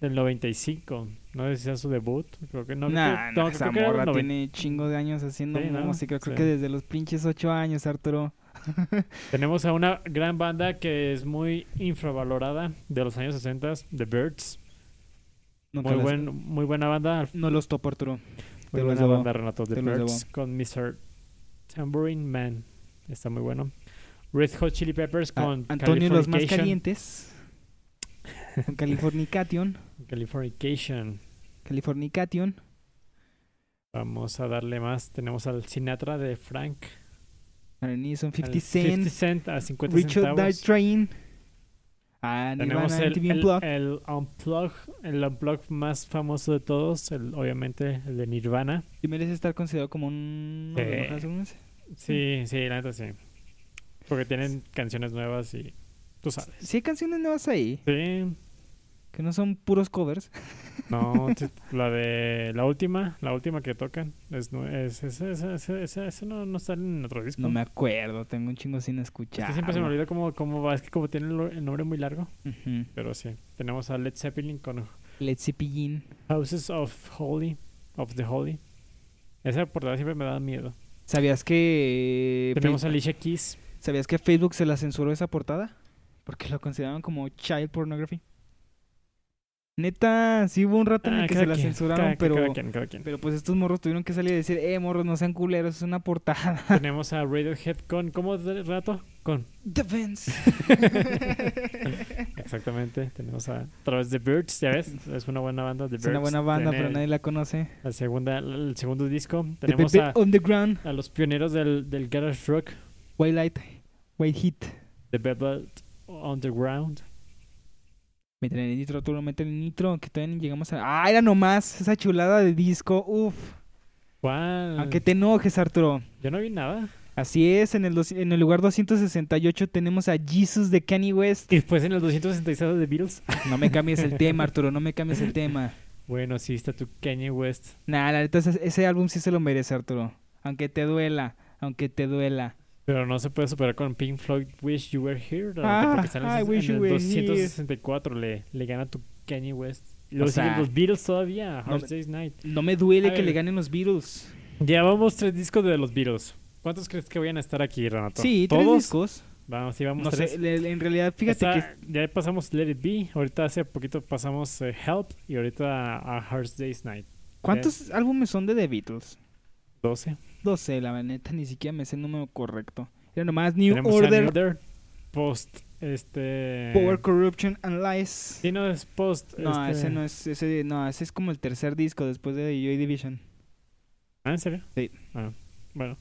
Speaker 1: del 95. No sé si sea su debut. Creo que no.
Speaker 2: nah,
Speaker 1: creo,
Speaker 2: no,
Speaker 1: no,
Speaker 2: esa
Speaker 1: creo que era
Speaker 2: morra
Speaker 1: el noven-
Speaker 2: tiene chingo de años haciendo
Speaker 1: Sí, ¿no?
Speaker 2: música. Creo
Speaker 1: Sí.
Speaker 2: que desde los pinches ocho años, Arturo.
Speaker 1: Tenemos a una gran banda que es muy infravalorada de los años 60, The Birds.
Speaker 2: Nunca
Speaker 1: Muy,
Speaker 2: las-
Speaker 1: buen, muy buena banda.
Speaker 2: No los topo, Arturo.
Speaker 1: Muy
Speaker 2: los
Speaker 1: buena
Speaker 2: debo,
Speaker 1: banda, Renato. The
Speaker 2: te los
Speaker 1: Birds con Mr. Tambourine Man. Está muy bueno. Red Hot Chili Peppers
Speaker 2: A-
Speaker 1: con
Speaker 2: Antonio, los más
Speaker 1: Californication.
Speaker 2: calientes. Con Californication.
Speaker 1: Californication.
Speaker 2: Californication.
Speaker 1: Vamos a darle más. Tenemos al Sinatra de Frank.
Speaker 2: Aaron Neeson,
Speaker 1: al
Speaker 2: 50 Cent.
Speaker 1: Cent a 50
Speaker 2: Richard Dart
Speaker 1: centavos.
Speaker 2: Train. Ah,
Speaker 1: Tenemos
Speaker 2: Nirvana,
Speaker 1: el,
Speaker 2: MTV
Speaker 1: el,
Speaker 2: Unplugged.
Speaker 1: el Unplug, el Unplug más famoso de todos, el, obviamente el de Nirvana.
Speaker 2: ¿Y merece estar considerado como un... uno de los
Speaker 1: Sí.
Speaker 2: mejores álbumes? Mm.
Speaker 1: Sí, sí, la neta sí. Porque tienen canciones nuevas y tú sabes.
Speaker 2: Sí hay canciones nuevas ahí,
Speaker 1: Sí,
Speaker 2: que no son puros covers.
Speaker 1: no, t- la de la última, la última que tocan, es, nue- es, es, es- es- es- es- no, no sale en otro disco.
Speaker 2: No me acuerdo, tengo un chingo sin
Speaker 1: Es
Speaker 2: escuchar.
Speaker 1: que siempre se me olvida cómo, cómo va, es que como tiene el el nombre muy largo,
Speaker 2: Ujú.
Speaker 1: pero sí. Tenemos a Led Zeppelin con
Speaker 2: Led Zeppelin.
Speaker 1: Houses of Holy, of the Holy. Esa portada siempre me da miedo.
Speaker 2: ¿Sabías que...
Speaker 1: Tenemos a
Speaker 2: Fe-
Speaker 1: Alicia Keys.
Speaker 2: ¿Sabías que Facebook se la censuró esa portada? Porque lo consideraban como child pornography. Neta, sí hubo un rato en
Speaker 1: Ah,
Speaker 2: el que
Speaker 1: cada
Speaker 2: se la
Speaker 1: quien,
Speaker 2: censuraron,
Speaker 1: cada-
Speaker 2: pero...
Speaker 1: cada quien, cada quien.
Speaker 2: Pero pues estos morros tuvieron que salir y decir, eh, morros, no sean culeros, es una portada.
Speaker 1: Tenemos a Radiohead con... ¿Cómo de rato? Con...
Speaker 2: Defense.
Speaker 1: Exactamente. Tenemos a... a través de Birds, ya ves. Es una buena banda. The
Speaker 2: es una
Speaker 1: Byrds.
Speaker 2: buena banda,
Speaker 1: Tiene
Speaker 2: pero nadie la conoce.
Speaker 1: La segunda, el segundo disco.
Speaker 2: The
Speaker 1: Tenemos
Speaker 2: Velvet
Speaker 1: a,
Speaker 2: Underground,
Speaker 1: a los pioneros del, del garage rock.
Speaker 2: White Light, White Heat.
Speaker 1: The Velvet Underground.
Speaker 2: Métele en el nitro, Arturo, métele en nitro, que todavía ni llegamos a... ¡Ah, era nomás! Esa chulada de disco, uff.
Speaker 1: ¿Cuál?
Speaker 2: Aunque te enojes, Arturo.
Speaker 1: Yo no vi nada.
Speaker 2: Así es, en el, dos- en el lugar 268 tenemos a Jesus de Kanye West.
Speaker 1: Y después en el 266 de Beatles.
Speaker 2: No me cambies el tema, Arturo, no me cambies el tema.
Speaker 1: Bueno, sí, está tu Kanye West.
Speaker 2: Nah, la neta, ese, ese álbum sí se lo merece, Arturo. Aunque te duela, aunque te duela.
Speaker 1: Pero no se puede superar con Pink Floyd Wish You Were Here. la
Speaker 2: Ah,
Speaker 1: verdad, porque están en
Speaker 2: I
Speaker 1: el,
Speaker 2: wish
Speaker 1: en
Speaker 2: you
Speaker 1: el
Speaker 2: were
Speaker 1: 264 le, le gana tu Kanye West. Y luego
Speaker 2: O sea,
Speaker 1: siguen los Beatles todavía. Hard
Speaker 2: me-
Speaker 1: Day's Night.
Speaker 2: No me duele
Speaker 1: A
Speaker 2: que
Speaker 1: ver.
Speaker 2: le ganen los Beatles.
Speaker 1: Llevamos tres discos de los Beatles. ¿Cuántos crees que vayan a estar aquí, Renato?
Speaker 2: Sí, tres
Speaker 1: ¿Todos?
Speaker 2: discos.
Speaker 1: Vamos, sí, vamos
Speaker 2: No
Speaker 1: tres.
Speaker 2: sé, le- en realidad, fíjate
Speaker 1: Esta- Ya pasamos Let It Be. Ahorita hace poquito pasamos eh, Help. Y ahorita a Hard Day's Night.
Speaker 2: que... ¿Cuántos álbumes son de The Beatles?
Speaker 1: 12.
Speaker 2: 12, la neta, ni siquiera me sé el número correcto. Era nomás New
Speaker 1: Tenemos a
Speaker 2: Order,
Speaker 1: New Order, Post. Este.
Speaker 2: Power Corruption and Lies.
Speaker 1: Sí, no es Post.
Speaker 2: No,
Speaker 1: este-
Speaker 2: ese no es, ese, no, ese es como el tercer disco después de Joy Division.
Speaker 1: Ah, ¿en serio?
Speaker 2: Sí.
Speaker 1: Ah, bueno.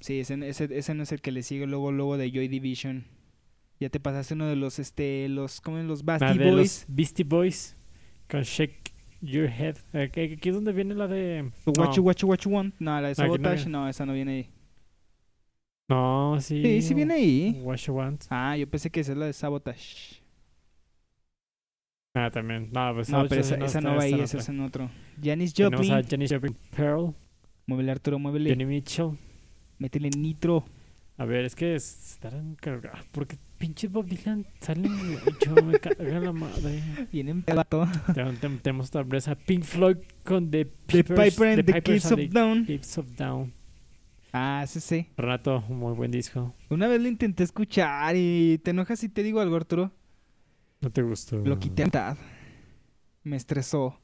Speaker 2: Sí, ese, ese, ese no es el que le sigue luego, luego de Joy Division. Ya te pasaste uno de los, este, los, ¿cómo es? Los
Speaker 1: La
Speaker 2: Basti
Speaker 1: de
Speaker 2: Boys.
Speaker 1: los Beastie Boys con Shake Your Head. Eh, que- que Aquí es donde viene la de.
Speaker 2: Tu
Speaker 1: No.
Speaker 2: What You, What You, What You Want. No, la de
Speaker 1: Ah, que no
Speaker 2: Sabotage,
Speaker 1: viene.
Speaker 2: no, esa no viene ahí.
Speaker 1: No, sí.
Speaker 2: Sí, sí viene ahí.
Speaker 1: What You Want.
Speaker 2: Ah, yo pensé que esa es la de Sabotage.
Speaker 1: Ah, también. No, pues
Speaker 2: No,
Speaker 1: Sabotage
Speaker 2: pero esa, esa
Speaker 1: está-
Speaker 2: no va ahí,
Speaker 1: está en
Speaker 2: esa es
Speaker 1: otra.
Speaker 2: en otro. Janis
Speaker 1: Tenemos a
Speaker 2: Joplin.
Speaker 1: Janis Joplin, Pearl,
Speaker 2: Muévele, Arturo, muévele.
Speaker 1: Johnny Mitchell.
Speaker 2: Métele nitro.
Speaker 1: A ver, es que estarán cargados. Porque pinche Bob Dylan salen. Yo me cago en la madre.
Speaker 2: Bien empezado.
Speaker 1: Ten- ten- Tenemos otra vez a Pink Floyd con The
Speaker 2: The
Speaker 1: Pipers,
Speaker 2: Piper and the,
Speaker 1: Pipers
Speaker 2: Kids of Down.
Speaker 1: Kids of Down.
Speaker 2: Ah, sí, sí.
Speaker 1: Rato, muy buen disco.
Speaker 2: Una vez lo intenté escuchar y te enojas si te digo algo, Arturo.
Speaker 1: ¿No te gustó?
Speaker 2: Lo quité a mitad. Me estresó.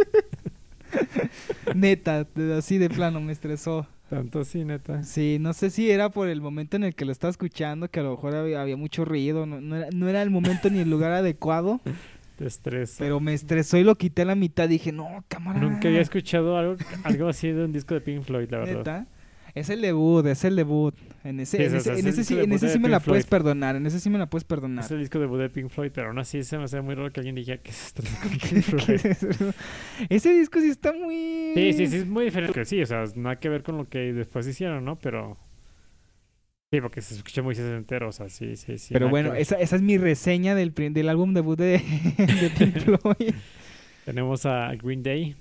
Speaker 2: Neta, de- así de plano me estresó.
Speaker 1: Tanto así, neta.
Speaker 2: Sí, no sé si era por el momento en el que lo estaba escuchando, que a lo mejor había, había mucho ruido, no, no era, no era el momento ni el lugar adecuado,
Speaker 1: Te estresa.
Speaker 2: pero me estresó y lo quité a la mitad. Dije, no, cámara.
Speaker 1: Nunca había escuchado algo, algo así de un disco de Pink Floyd, la verdad.
Speaker 2: Neta. Es el debut, es el debut. En ese,
Speaker 1: Sí,
Speaker 2: en
Speaker 1: o
Speaker 2: ese,
Speaker 1: sea, es
Speaker 2: en
Speaker 1: el
Speaker 2: ese sí,
Speaker 1: debut
Speaker 2: en ese
Speaker 1: de
Speaker 2: sí me la
Speaker 1: Pink
Speaker 2: puedes
Speaker 1: Floyd.
Speaker 2: perdonar, en ese sí me la puedes perdonar.
Speaker 1: Es el disco debut de Pink Floyd, pero aún así se me hace muy raro que alguien dijera que es este disco de
Speaker 2: ¿Qué-
Speaker 1: Pink Floyd.
Speaker 2: qué- Ese disco sí está muy.
Speaker 1: Sí, sí, sí, es muy diferente. que Sí, o sea, nada que ver con lo que después hicieron, ¿no? Pero. Sí, porque se escucha muy sesentero, o sea, sí, sí, sí.
Speaker 2: Pero
Speaker 1: nada que
Speaker 2: bueno,
Speaker 1: ver.
Speaker 2: esa, esa es mi reseña del, prim- del álbum debut de, de Pink Floyd.
Speaker 1: Tenemos a Green Day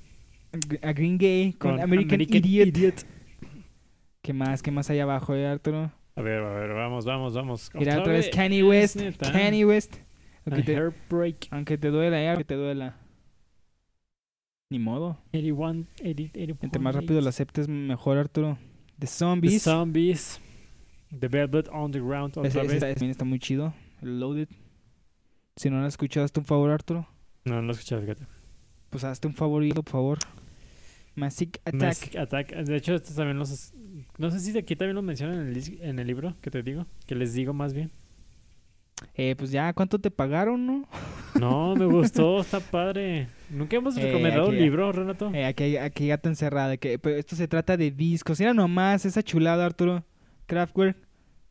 Speaker 2: A Green Gay con,
Speaker 1: con
Speaker 2: American,
Speaker 1: American
Speaker 2: Idiot. ¿Qué más? ¿Qué más hay abajo, eh, Arturo?
Speaker 1: A ver, a ver, vamos, vamos, vamos.
Speaker 2: Mira otra vez Kanye West.
Speaker 1: neta.
Speaker 2: Kanye West.
Speaker 1: A
Speaker 2: Aunque te,
Speaker 1: Heartbreak
Speaker 2: aunque te duela, eh, aunque te duela. Ni modo.
Speaker 1: 81, 80, 81.
Speaker 2: Entre más rápido lo aceptes, mejor, Arturo. The Zombies.
Speaker 1: The Zombies. The Velvet Underground otra
Speaker 2: Ese- ese
Speaker 1: vez.
Speaker 2: está- también está muy chido. El Loaded. Si no lo has escuchado, hazte un favor, Arturo.
Speaker 1: No, no lo he escuchado, fíjate.
Speaker 2: Pues hazte un favorito, por favor. Massive Attack.
Speaker 1: Mask Attack. De hecho, estos también los. No sé si de aquí también lo mencionan en el, lis- en el libro que te digo. Que les digo más bien.
Speaker 2: Eh, pues ya, ¿cuánto te pagaron, no?
Speaker 1: No, me gustó, está padre. Nunca hemos
Speaker 2: Eh,
Speaker 1: recomendado
Speaker 2: aquí
Speaker 1: un
Speaker 2: ya.
Speaker 1: libro, Renato.
Speaker 2: Eh, aquí, hay- aquí hay gato encerrada. Que, pero esto se trata de discos. Era nomás esa chulada, Arturo. Kraftwerk.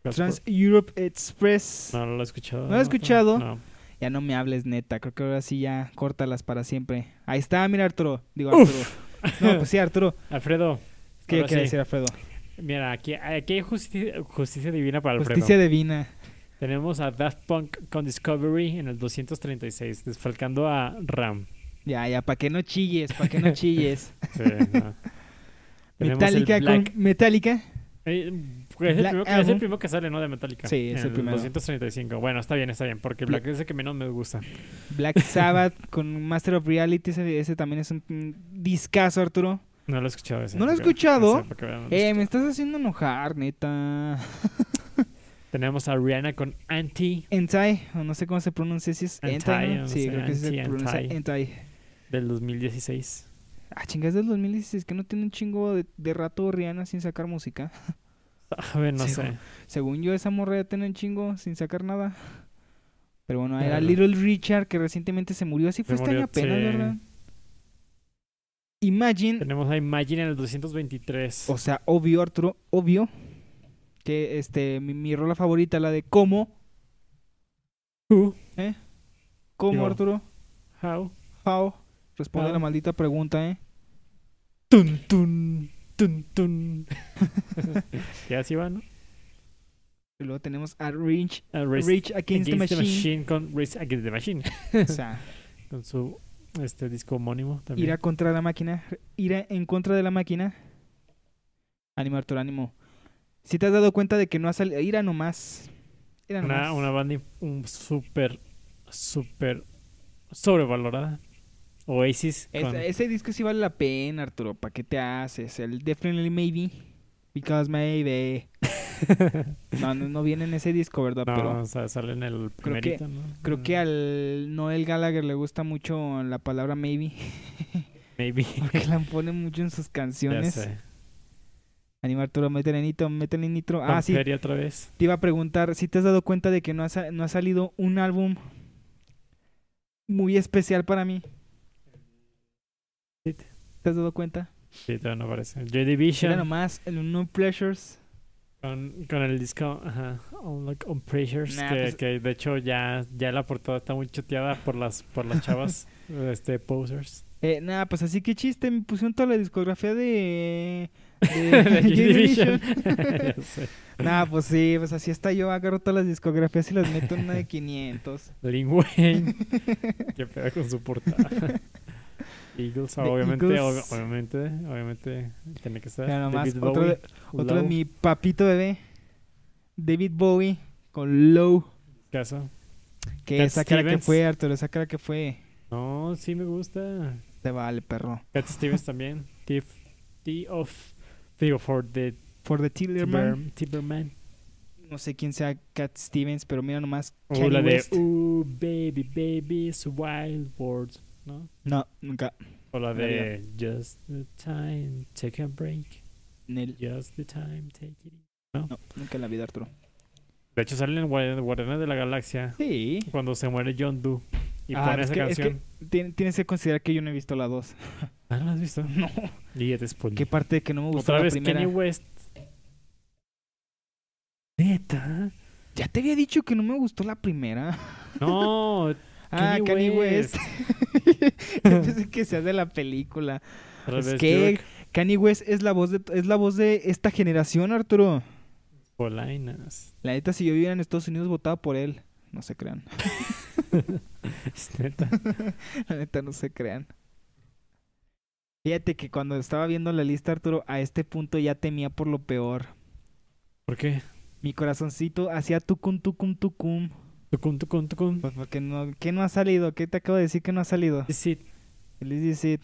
Speaker 2: Trans Europe Express.
Speaker 1: No, no lo he escuchado.
Speaker 2: ¿No lo he escuchado?
Speaker 1: No.
Speaker 2: Ya no me hables, neta. Creo que ahora sí ya córtalas para siempre. Ahí está, mira, Arturo. Digo,
Speaker 1: Uf.
Speaker 2: Arturo. No, pues sí, Arturo.
Speaker 1: Alfredo.
Speaker 2: ¿Qué
Speaker 1: ahora
Speaker 2: quiere
Speaker 1: sí.
Speaker 2: decir, Alfredo?
Speaker 1: Mira, aquí, aquí hay justicia, justicia divina para Alfredo.
Speaker 2: Justicia divina.
Speaker 1: Tenemos a Daft Punk con Discovery en el 236, desfalcando a Ram.
Speaker 2: Ya, ya, para que no chilles, para que no chilles.
Speaker 1: Sí, no. Tenemos el
Speaker 2: Metallica con.
Speaker 1: Black.
Speaker 2: Metallica.
Speaker 1: Eh, pues, es, el
Speaker 2: Black
Speaker 1: primero, que- es el
Speaker 2: Album.
Speaker 1: primero que sale, ¿no? De Metallica.
Speaker 2: ah, Sí, es el primero.
Speaker 1: 235. Bueno, está bien, está bien, porque Black es el que menos me gusta.
Speaker 2: Black Sabbath con Master of Reality, ese, ese también es un un discazo, Arturo.
Speaker 1: No lo he escuchado. ese,
Speaker 2: ¿No lo he
Speaker 1: porque-
Speaker 2: escuchado?
Speaker 1: ese, porque, bueno, no lo
Speaker 2: Eh,
Speaker 1: escuché.
Speaker 2: me estás haciendo enojar, neta.
Speaker 1: Tenemos a Rihanna con Anti
Speaker 2: Entai, o no sé cómo se pronuncia, si es Entai,
Speaker 1: Entai,
Speaker 2: ¿no?
Speaker 1: o
Speaker 2: Sí,
Speaker 1: sea,
Speaker 2: creo que sí
Speaker 1: anti,
Speaker 2: se pronuncia
Speaker 1: entai.
Speaker 2: Entai.
Speaker 1: del 2016.
Speaker 2: Ah, chingas del 2016, que no tiene un chingo de, de rato Rihanna sin sacar música.
Speaker 1: Ah, A ver, no
Speaker 2: Sí,
Speaker 1: sé.
Speaker 2: Según yo, esa morra ya tiene un chingo sin sacar nada. Pero bueno, era
Speaker 1: Claro.
Speaker 2: Little Richard, que recientemente se murió, así fue
Speaker 1: Se
Speaker 2: este
Speaker 1: murió,
Speaker 2: año apenas,
Speaker 1: sí.
Speaker 2: ¿verdad? Imagine
Speaker 1: Tenemos a Imagine en el 223.
Speaker 2: O sea, obvio, Arturo, obvio. Que este, mi, mi rola favorita, la de Como.
Speaker 1: Who.
Speaker 2: ¿Eh? ¿Cómo,
Speaker 1: Digo,
Speaker 2: Arturo?
Speaker 1: How?
Speaker 2: How? Responde
Speaker 1: How.
Speaker 2: la maldita pregunta, ¿eh?
Speaker 1: Tun, tun, tun, tun. ya así va, ¿no?
Speaker 2: Y luego tenemos a Rich,
Speaker 1: A Race
Speaker 2: Rich Against,
Speaker 1: Against
Speaker 2: the
Speaker 1: the
Speaker 2: Machine.
Speaker 1: Machine con Race Against the Machine.
Speaker 2: O sea,
Speaker 1: Con su este disco homónimo también.
Speaker 2: ira contra la máquina. Ira en contra de la máquina. Ánimo, Arturo, ánimo. Si te has dado cuenta de que no ha salido. Ira nomás. Ira nomás.
Speaker 1: Una, una banda im- un súper, súper sobrevalorada. Oasis.
Speaker 2: Es-
Speaker 1: con-
Speaker 2: ese disco sí vale la pena, Arturo. ¿Para qué te haces? El Definitely Maybe. Because Maybe. No, no, no viene en ese disco, ¿verdad?
Speaker 1: no,
Speaker 2: Pero
Speaker 1: o sea, sale en el
Speaker 2: Creo que-
Speaker 1: primerito, ¿no? Ah,
Speaker 2: creo que al Noel Gallagher le gusta mucho la palabra maybe.
Speaker 1: Maybe.
Speaker 2: Porque la pone mucho en sus
Speaker 1: Ya
Speaker 2: canciones.
Speaker 1: sé.
Speaker 2: Anima Arturo, métele nitro, métele nitro. Ah,
Speaker 1: Con
Speaker 2: sí,
Speaker 1: Feria otra vez.
Speaker 2: te iba a preguntar si te has dado cuenta de que no ha, sa- no ha salido un álbum muy especial para mí.
Speaker 1: Sí.
Speaker 2: ¿Te has dado cuenta?
Speaker 1: Sí, todavía no aparece. Joy
Speaker 2: Era
Speaker 1: Division.
Speaker 2: nomás el No Pleasures.
Speaker 1: Con, con el disco ajá, On, Like, On Pressures,
Speaker 2: Nah,
Speaker 1: que,
Speaker 2: pues-
Speaker 1: que de hecho ya, ya la portada está muy choteada por las, por las chavas este, posers.
Speaker 2: Eh, nada, pues así que chiste, me pusieron toda la discografía de...
Speaker 1: De Joy
Speaker 2: Joy
Speaker 1: Division.
Speaker 2: Division.
Speaker 1: Ya sé.
Speaker 2: Nah, pues sí, pues así está yo, agarro todas las discografías y las meto en una de 500.
Speaker 1: Lin Wayne. Qué pedo con su portada. Eagles,
Speaker 2: The
Speaker 1: obviamente,
Speaker 2: Eagles.
Speaker 1: ob- obviamente, obviamente, tiene que ser.
Speaker 2: Ya nomás,
Speaker 1: David
Speaker 2: otro, de,
Speaker 1: Bowie,
Speaker 2: otro de
Speaker 1: Low,
Speaker 2: mi papito bebé, David Bowie, con Low,
Speaker 1: caso.
Speaker 2: que
Speaker 1: Cat
Speaker 2: esa cara que
Speaker 1: Stevens.
Speaker 2: fue, Arturo, esa cara que fue,
Speaker 1: No, sí me gusta.
Speaker 2: te vale, perro.
Speaker 1: Cat Stevens también. Thief, T of, T of for the
Speaker 2: For the Tillerman,
Speaker 1: Tiber- Tiberman.
Speaker 2: no sé quién sea Cat Stevens, pero mira nomás,
Speaker 1: O
Speaker 2: Kanye
Speaker 1: Oh, la de
Speaker 2: West.
Speaker 1: Ooh, baby, baby, it's a wild world, ¿no?
Speaker 2: No, nunca,
Speaker 1: O la
Speaker 2: La
Speaker 1: de Just the time, take a break.
Speaker 2: Nel,
Speaker 1: Just the time, take it. easy.
Speaker 2: no, nunca en la vida, Arturo.
Speaker 1: De hecho, salen en Guardianes Guardianes de la Galaxia.
Speaker 2: Sí,
Speaker 1: cuando se muere John Doe y
Speaker 2: Ah,
Speaker 1: pone
Speaker 2: es
Speaker 1: esa
Speaker 2: que- es que-
Speaker 1: canción.
Speaker 2: Tien- tienes que considerar que yo no he visto la 2.
Speaker 1: Ah, ¿no la has visto?
Speaker 2: No.
Speaker 1: Y ya te spoilé.
Speaker 2: ¿Qué parte de que no me gustó
Speaker 1: Otra
Speaker 2: la
Speaker 1: vez
Speaker 2: primera?
Speaker 1: Kanye West. Neta.
Speaker 2: Ya te había dicho que no me gustó la primera.
Speaker 1: No,
Speaker 2: Ah,
Speaker 1: Kanye
Speaker 2: Kanye West.
Speaker 1: West.
Speaker 2: Yo pensé que sea de la película.
Speaker 1: otra
Speaker 2: Es
Speaker 1: vez
Speaker 2: que-
Speaker 1: York.
Speaker 2: Kanye West es la voz de es la voz de esta generación, Arturo.
Speaker 1: Polainas.
Speaker 2: La neta si yo viviera en Estados Unidos votaba por él. No se crean.
Speaker 1: Es neta.
Speaker 2: La neta no se crean. Fíjate que cuando estaba viendo la lista, Arturo, a este punto ya temía por lo peor.
Speaker 1: ¿Por qué?
Speaker 2: Mi corazoncito hacía tucum tucum tucum.
Speaker 1: Tucum, tucum, tucum.
Speaker 2: Pues porque no, ¿qué no ha salido? ¿Qué te acabo de decir que no ha salido?
Speaker 1: Sí, sí,
Speaker 2: El Easy Seed.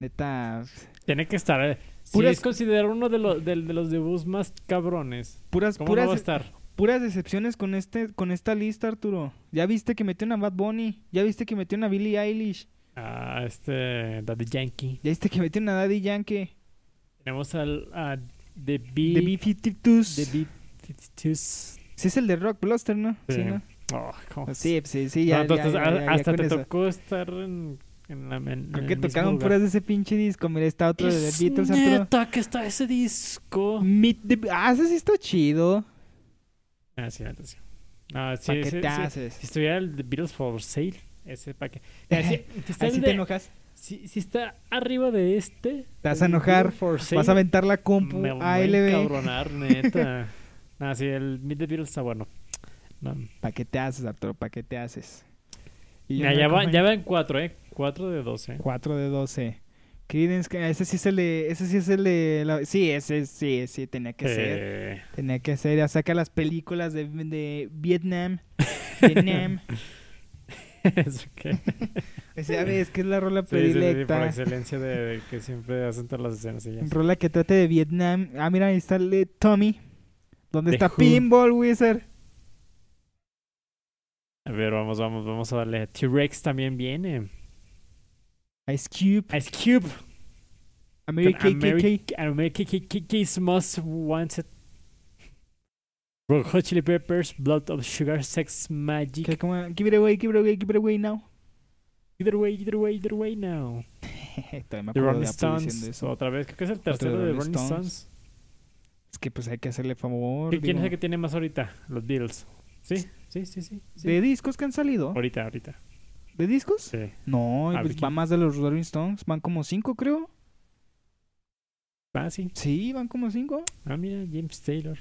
Speaker 2: Neta,
Speaker 1: tiene que estar. eh. Sí,
Speaker 2: Puras-
Speaker 1: es considerado uno de los, de, de los debuts más cabrones.
Speaker 2: puras,
Speaker 1: ¿Cómo no va a
Speaker 2: puras,
Speaker 1: estar?
Speaker 2: puras decepciones con este, con esta lista, Arturo. Ya viste que metieron a Bad Bunny, ya viste que metieron a Billie Eilish,
Speaker 1: Ah, este. Daddy Yankee.
Speaker 2: ya viste que metieron a Daddy Yankee,
Speaker 1: Tenemos al. A The
Speaker 2: The
Speaker 1: B. The
Speaker 2: B52s.
Speaker 1: B. 52s.
Speaker 2: Sí es el de Rock Blaster, ¿no?
Speaker 1: Sí.
Speaker 2: ¿no? Ah,
Speaker 1: Oh, ¿cómo
Speaker 2: Pues Sí, sí, sí,
Speaker 1: No,
Speaker 2: ya, ya,
Speaker 1: entonces,
Speaker 2: ya,
Speaker 1: a-
Speaker 2: ya, ya
Speaker 1: hasta
Speaker 2: con
Speaker 1: te
Speaker 2: eso.
Speaker 1: tocó estar en, en la en,
Speaker 2: Creo
Speaker 1: en
Speaker 2: que
Speaker 1: el mismo
Speaker 2: tocaron
Speaker 1: lugar.
Speaker 2: puras de ese pinche disco. Mira, está otro de
Speaker 1: Es
Speaker 2: The Beatles, Arturo.
Speaker 1: neta que está ese disco.
Speaker 2: Meet the... Ah, ese sí está chido.
Speaker 1: Ah, sí, neta, sí. No, sí,
Speaker 2: ¿Para qué
Speaker 1: sí,
Speaker 2: te
Speaker 1: sí.
Speaker 2: haces?
Speaker 1: Si estuviera el de Beatles for Sale, ese paquete. si, está el
Speaker 2: Así
Speaker 1: de-
Speaker 2: te enojas.
Speaker 1: si, si está arriba de este.
Speaker 2: Te vas
Speaker 1: el
Speaker 2: a enojar,
Speaker 1: Beatles for Sale,
Speaker 2: Vas a aventar la compu
Speaker 1: Me voy a
Speaker 2: ALB.
Speaker 1: cabronar, neta. no, sí, el Meet the Beatles está bueno. No.
Speaker 2: ¿Para qué te haces, Arturo? ¿Para qué te haces? Y
Speaker 1: Mira,
Speaker 2: yo
Speaker 1: ya,
Speaker 2: me
Speaker 1: va,
Speaker 2: acompaño.
Speaker 1: ya va en cuatro, ¿eh? Cuatro de doce.
Speaker 2: 4 de 12. Creedence, que ese sí es el de... Ese sí es el de... la- Sí, ese sí, sí, tenía que ser.
Speaker 1: Eh,
Speaker 2: Tenía que ser. Ya saca las películas de, de Vietnam. Vietnam.
Speaker 1: es ok.
Speaker 2: O sea, ves que es la rola
Speaker 1: Sí, sí, sí, sí, por
Speaker 2: predilecta.
Speaker 1: excelencia de, de que siempre hacen todas las escenas. y ya.
Speaker 2: rola que trate de Vietnam. Ah, mira, ahí está el de Tommy. ¿Dónde
Speaker 1: The
Speaker 2: está
Speaker 1: Who.
Speaker 2: Pinball Wizard?
Speaker 1: A ver, vamos, vamos, vamos a darle. T-Rex también viene.
Speaker 2: Ice Cube.
Speaker 1: Ice Cube.
Speaker 2: America KK.
Speaker 1: America Kiki's Most Wanted. Rock Hot Chili Peppers, Blood of Sugar, Sex Magic.
Speaker 2: Que como... Give it away, give it away, give it away now.
Speaker 1: Either way, either way, either way now.
Speaker 2: Todavía me
Speaker 1: The
Speaker 2: acuerdo
Speaker 1: Rolling
Speaker 2: de Apu diciendo
Speaker 1: Stones.
Speaker 2: eso.
Speaker 1: Otra vez, creo que es el tercero de
Speaker 2: Rolling
Speaker 1: Rolling
Speaker 2: Stones.
Speaker 1: Stones.
Speaker 2: Es que pues hay que hacerle favor.
Speaker 1: ¿Qué- ¿Quién es
Speaker 2: digo.
Speaker 1: el que tiene más ahorita? Los Beatles. Sí, sí, sí, sí. sí.
Speaker 2: ¿De discos que han salido?
Speaker 1: Ahorita, ahorita.
Speaker 2: ¿De discos?
Speaker 1: Sí. Ah,
Speaker 2: No,
Speaker 1: A
Speaker 2: pues
Speaker 1: ver,
Speaker 2: va más de los Rolling Stones. Van como cinco, creo.
Speaker 1: Ah, sí.
Speaker 2: Sí, van como cinco.
Speaker 1: Ah, mira, James Taylor.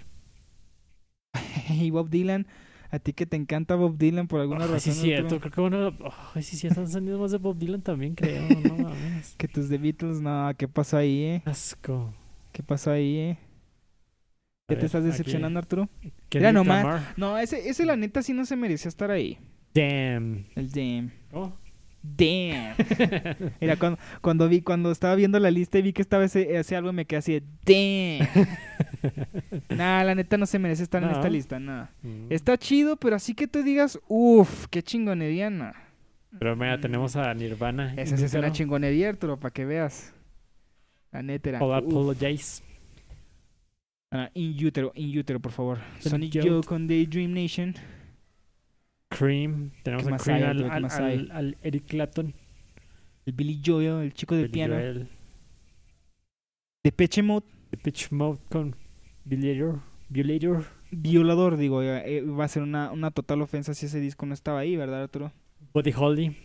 Speaker 2: y Bob Dylan. A ti que te encanta Bob Dylan por alguna
Speaker 1: Ah,
Speaker 2: razón.
Speaker 1: sí,
Speaker 2: no
Speaker 1: cierto. Creo
Speaker 2: creo.
Speaker 1: que uno. Ay, sí, cierto. Han salido más de Bob Dylan también, creo. No mames.
Speaker 2: Que tus The Beatles, no, ¿qué pasó ahí, eh?
Speaker 1: Asco.
Speaker 2: ¿Qué pasó ahí, eh?
Speaker 1: A
Speaker 2: ¿Ya
Speaker 1: ver,
Speaker 2: te estás
Speaker 1: aquí.
Speaker 2: decepcionando, Arturo?
Speaker 1: Kendrick
Speaker 2: nomás.
Speaker 1: Lamar.
Speaker 2: No, ese, ese la neta sí no se merecía estar ahí.
Speaker 1: Damn.
Speaker 2: El damn.
Speaker 1: Oh.
Speaker 2: Damn. Mira, cuando, cuando vi, cuando estaba viendo la lista y vi que estaba ese, ese álbum, me quedé así de damn. nah, la neta no se merece estar en
Speaker 1: No.
Speaker 2: esta lista, nada.
Speaker 1: Mm.
Speaker 2: Está chido, pero así que tú digas, uff, qué chingonería, no.
Speaker 1: Pero mira, tenemos a Nirvana.
Speaker 2: Esa sí es una
Speaker 1: Lutero.
Speaker 2: chingonería, Arturo, para que veas. La neta era.
Speaker 1: All
Speaker 2: uf.
Speaker 1: Apologize.
Speaker 2: Ah, in utero, in utero, por favor.
Speaker 1: Sonic
Speaker 2: Sonic
Speaker 1: Youth.
Speaker 2: Youth con The Dream Nation.
Speaker 1: Cream. Tenemos
Speaker 2: ¿Qué
Speaker 1: a
Speaker 2: más
Speaker 1: Cream,
Speaker 2: hay,
Speaker 1: al,
Speaker 2: Arturo? ¿Qué
Speaker 1: al-
Speaker 2: más hay?
Speaker 1: al- al Eric Clapton.
Speaker 2: El Billy Joel, el chico del
Speaker 1: Billy
Speaker 2: piano.
Speaker 1: Joel,
Speaker 2: De Peche Mode,
Speaker 1: The Pitch Mode con Violator. Violator.
Speaker 2: violador, digo. eh, eh, va a ser una, una total ofensa si ese disco no estaba ahí, ¿verdad, Arturo?
Speaker 1: Buddy Holly.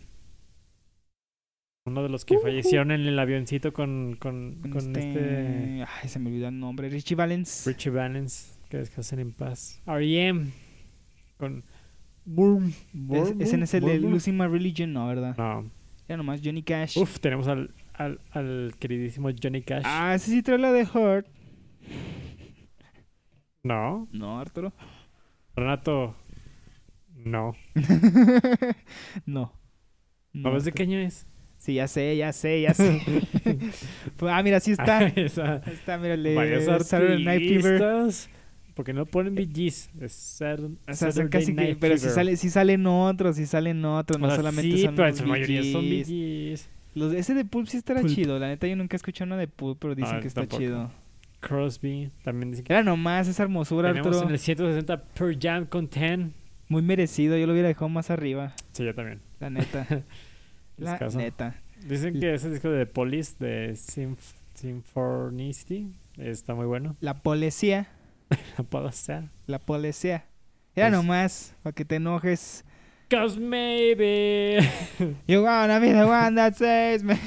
Speaker 1: Uno de los que
Speaker 2: Ujú.
Speaker 1: fallecieron en el avioncito con, con,
Speaker 2: Con,
Speaker 1: con este...
Speaker 2: este... Ay, se me olvidó el nombre. Richie Valens.
Speaker 1: Richie Valens. Que descansen en paz. R.E.M. Con Boom.
Speaker 2: Es, ese no es el de Losing My Religion, no, ¿verdad?
Speaker 1: No.
Speaker 2: Ya nomás Johnny Cash.
Speaker 1: Uf, tenemos al, al, al queridísimo Johnny Cash.
Speaker 2: Ah, ese sí trae la de Hurt.
Speaker 1: No.
Speaker 2: No, Arturo.
Speaker 1: Renato. No.
Speaker 2: no.
Speaker 1: ¿No ves de
Speaker 2: Arturo.
Speaker 1: qué año es?
Speaker 2: Sí, ya sé, ya sé, ya sé. ah, mira, sí está. Ahí
Speaker 1: Esa-
Speaker 2: está, mira, el de
Speaker 1: Varios
Speaker 2: Saturday Night Fever.
Speaker 1: artistas. Porque no ponen BGs. Es Saturn-
Speaker 2: O
Speaker 1: Saturday
Speaker 2: sea, son casi que,
Speaker 1: Night
Speaker 2: pero si
Speaker 1: Fever.
Speaker 2: sale, si salen otros, si salen otros,
Speaker 1: O
Speaker 2: no
Speaker 1: sea,
Speaker 2: solamente
Speaker 1: Ah, sí,
Speaker 2: son
Speaker 1: pero en
Speaker 2: los
Speaker 1: su mayoría son
Speaker 2: VGs.
Speaker 1: BGs.
Speaker 2: Los de- ese de Pulp sí estará
Speaker 1: Pulp.
Speaker 2: chido, la neta yo nunca he escuchado uno de Pulp, pero dicen
Speaker 1: No,
Speaker 2: que está
Speaker 1: tampoco.
Speaker 2: chido.
Speaker 1: Crosby. También dicen que
Speaker 2: Era nomás esa hermosura,
Speaker 1: tenemos
Speaker 2: Arturo.
Speaker 1: en el 160 per jam con 10.
Speaker 2: Muy merecido, yo lo hubiera dejado más arriba,
Speaker 1: Sí, yo también.
Speaker 2: la neta. la
Speaker 1: Escaso.
Speaker 2: neta.
Speaker 1: Dicen que ese disco de Police de Symph- Symphonicity está muy bueno.
Speaker 2: La policía,
Speaker 1: No puedo hacer.
Speaker 2: la policía. Era
Speaker 1: Pues-
Speaker 2: nomás, para que te enojes.
Speaker 1: Cause maybe.
Speaker 2: You wanna be the one that saves me.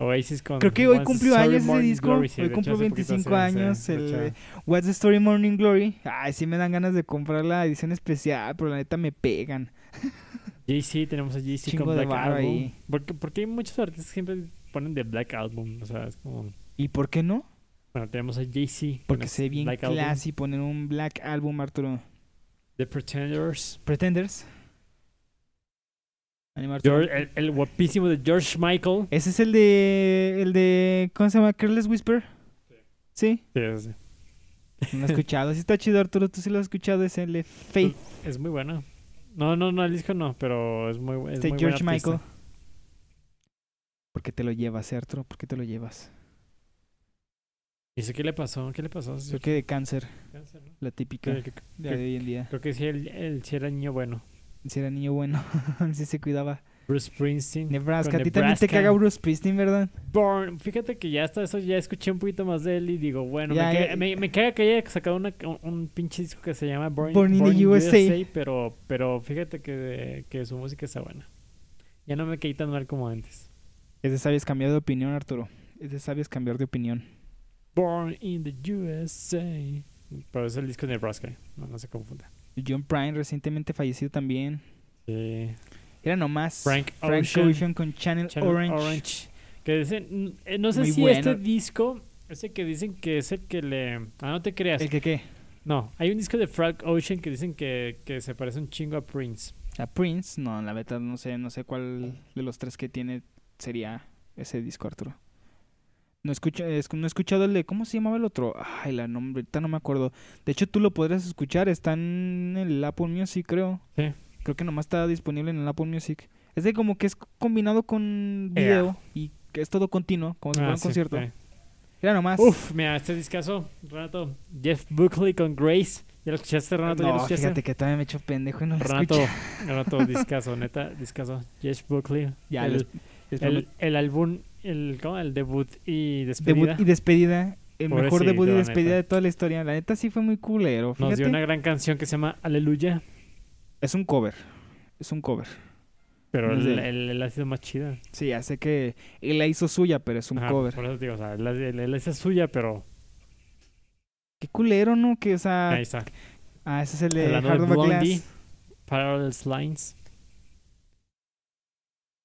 Speaker 1: Oasis con
Speaker 2: Creo que hoy
Speaker 1: Once
Speaker 2: cumplió
Speaker 1: Sorry
Speaker 2: años ese
Speaker 1: Morning
Speaker 2: disco.
Speaker 1: Glory, sí,
Speaker 2: hoy
Speaker 1: de
Speaker 2: cumplió
Speaker 1: hecho, hace poquito
Speaker 2: 25
Speaker 1: se- se-
Speaker 2: años.
Speaker 1: se
Speaker 2: el,
Speaker 1: escucha.
Speaker 2: eh, What's the Story Morning Glory. Ay, sí me dan ganas de comprar la edición especial, pero la neta me pegan.
Speaker 1: JC, tenemos a JC
Speaker 2: Chingo
Speaker 1: con
Speaker 2: de
Speaker 1: Black
Speaker 2: varo
Speaker 1: Album.
Speaker 2: ahí.
Speaker 1: Porque, porque hay muchos artistas que siempre ponen de Black Album. O sea, es como.
Speaker 2: ¿Y por qué no?
Speaker 1: Bueno, tenemos a JC. con
Speaker 2: Porque
Speaker 1: este
Speaker 2: se ve bien
Speaker 1: Black Album.
Speaker 2: classy poner un Black Album, Arturo.
Speaker 1: The Pretenders.
Speaker 2: Pretenders. Anima, Arturo.
Speaker 1: George- el, el guapísimo de George Michael.
Speaker 2: Ese es el de. El de. ¿Cómo se llama? Careless Whisper. Sí.
Speaker 1: Sí, sí, sí.
Speaker 2: No lo he escuchado. Sí, está chido, Arturo. Tú sí lo has escuchado. Es el de Faith
Speaker 1: Es muy bueno. No, no, no, el disco no, pero es muy bueno.
Speaker 2: de Este George Michael. ¿Por qué te lo llevas, eh, Arturo? ¿Por qué te lo llevas?
Speaker 1: ¿Y eso qué le pasó? ¿Qué le pasó?
Speaker 2: Creo que de cáncer,
Speaker 1: Cáncer, ¿no?
Speaker 2: la típica
Speaker 1: Creo que-
Speaker 2: de hoy en día.
Speaker 1: Creo que sí, el, el sí era niño bueno.
Speaker 2: Si era niño bueno, si se cuidaba.
Speaker 1: Bruce Springsteen.
Speaker 2: Nebraska,
Speaker 1: Con
Speaker 2: a ti también
Speaker 1: Nebraska.
Speaker 2: te caga Bruce Springsteen, ¿verdad?
Speaker 1: Born. Fíjate que ya hasta eso ya escuché un poquito más de él y digo, bueno,
Speaker 2: Ya,
Speaker 1: me,
Speaker 2: ya,
Speaker 1: caga,
Speaker 2: ya.
Speaker 1: me- me caga que haya sacado una- un, un pinche disco que se llama Born,
Speaker 2: Born in the USA.
Speaker 1: pero, pero fíjate que, que su música está buena. Ya no me caí tan mal como antes.
Speaker 2: Es de sabios cambiar de opinión, Arturo. Es de sabios cambiar de opinión.
Speaker 1: Born in the USA. Pero es el disco de Nebraska, no, no se confunda.
Speaker 2: John Prine, recientemente fallecido también.
Speaker 1: Sí.
Speaker 2: Era nomás
Speaker 1: Eh, Frank Ocean.
Speaker 2: con Channel,
Speaker 1: Channel
Speaker 2: Orange.
Speaker 1: Que dicen, mm, eh, no sé
Speaker 2: Muy
Speaker 1: si
Speaker 2: bueno.
Speaker 1: este disco, ese que dicen que es el que le... Ah, no te creas.
Speaker 2: ¿El que qué?
Speaker 1: No, hay un disco de Frank Ocean que dicen que, que se parece un chingo a Prince.
Speaker 2: ¿A Prince? No, la verdad no sé, no sé cuál de los tres que tiene sería ese disco, Arturo. No, escucho, es- no he escuchado el de... ¿Cómo se llamaba el otro? Ay, la nombre, ahorita no me acuerdo. De hecho, tú lo podrás escuchar, está en el Apple Music, creo.
Speaker 1: Sí.
Speaker 2: Creo que nomás está disponible en el Apple Music. Es de como que es combinado con
Speaker 1: Ea.
Speaker 2: video y que es todo continuo, como si fuera un concierto. Ah, Era nomás...
Speaker 1: Ah, eh. Uf, mira, este discazo, Renato. Jeff Buckley con Grace. ¿Ya lo escuchaste, Renato? ¿Ya lo
Speaker 2: no,
Speaker 1: escuchaste?
Speaker 2: fíjate que todavía me he hecho pendejo y no lo
Speaker 1: Renato,
Speaker 2: escuché.
Speaker 1: Renato, discazo, neta, discazo. Jeff Buckley.
Speaker 2: Ya,
Speaker 1: el,
Speaker 2: les- les
Speaker 1: el, el álbum, el, ¿cómo? El debut y despedida.
Speaker 2: Debut y despedida. el
Speaker 1: Pobrecito,
Speaker 2: mejor debut y
Speaker 1: la
Speaker 2: despedida
Speaker 1: neta.
Speaker 2: de toda la historia. La neta sí fue muy culero.
Speaker 1: Nos
Speaker 2: fíjate.
Speaker 1: dio una gran canción que se llama Aleluya,
Speaker 2: Es un cover. Es un cover.
Speaker 1: pero
Speaker 2: Es de
Speaker 1: él,
Speaker 2: él.
Speaker 1: él- él ha sido más chida.
Speaker 2: Sí, ya sé que él la hizo suya, pero es un
Speaker 1: Ajá,
Speaker 2: cover.
Speaker 1: Por eso te digo, o sea, él, él- él- esa es suya, pero
Speaker 2: Qué culero, ¿no? Que, o sea.
Speaker 1: ahí está.
Speaker 2: Ah, ese es el de
Speaker 1: Hablando de
Speaker 2: Hard of a
Speaker 1: Blondie,
Speaker 2: Glass.
Speaker 1: Parallel Lines.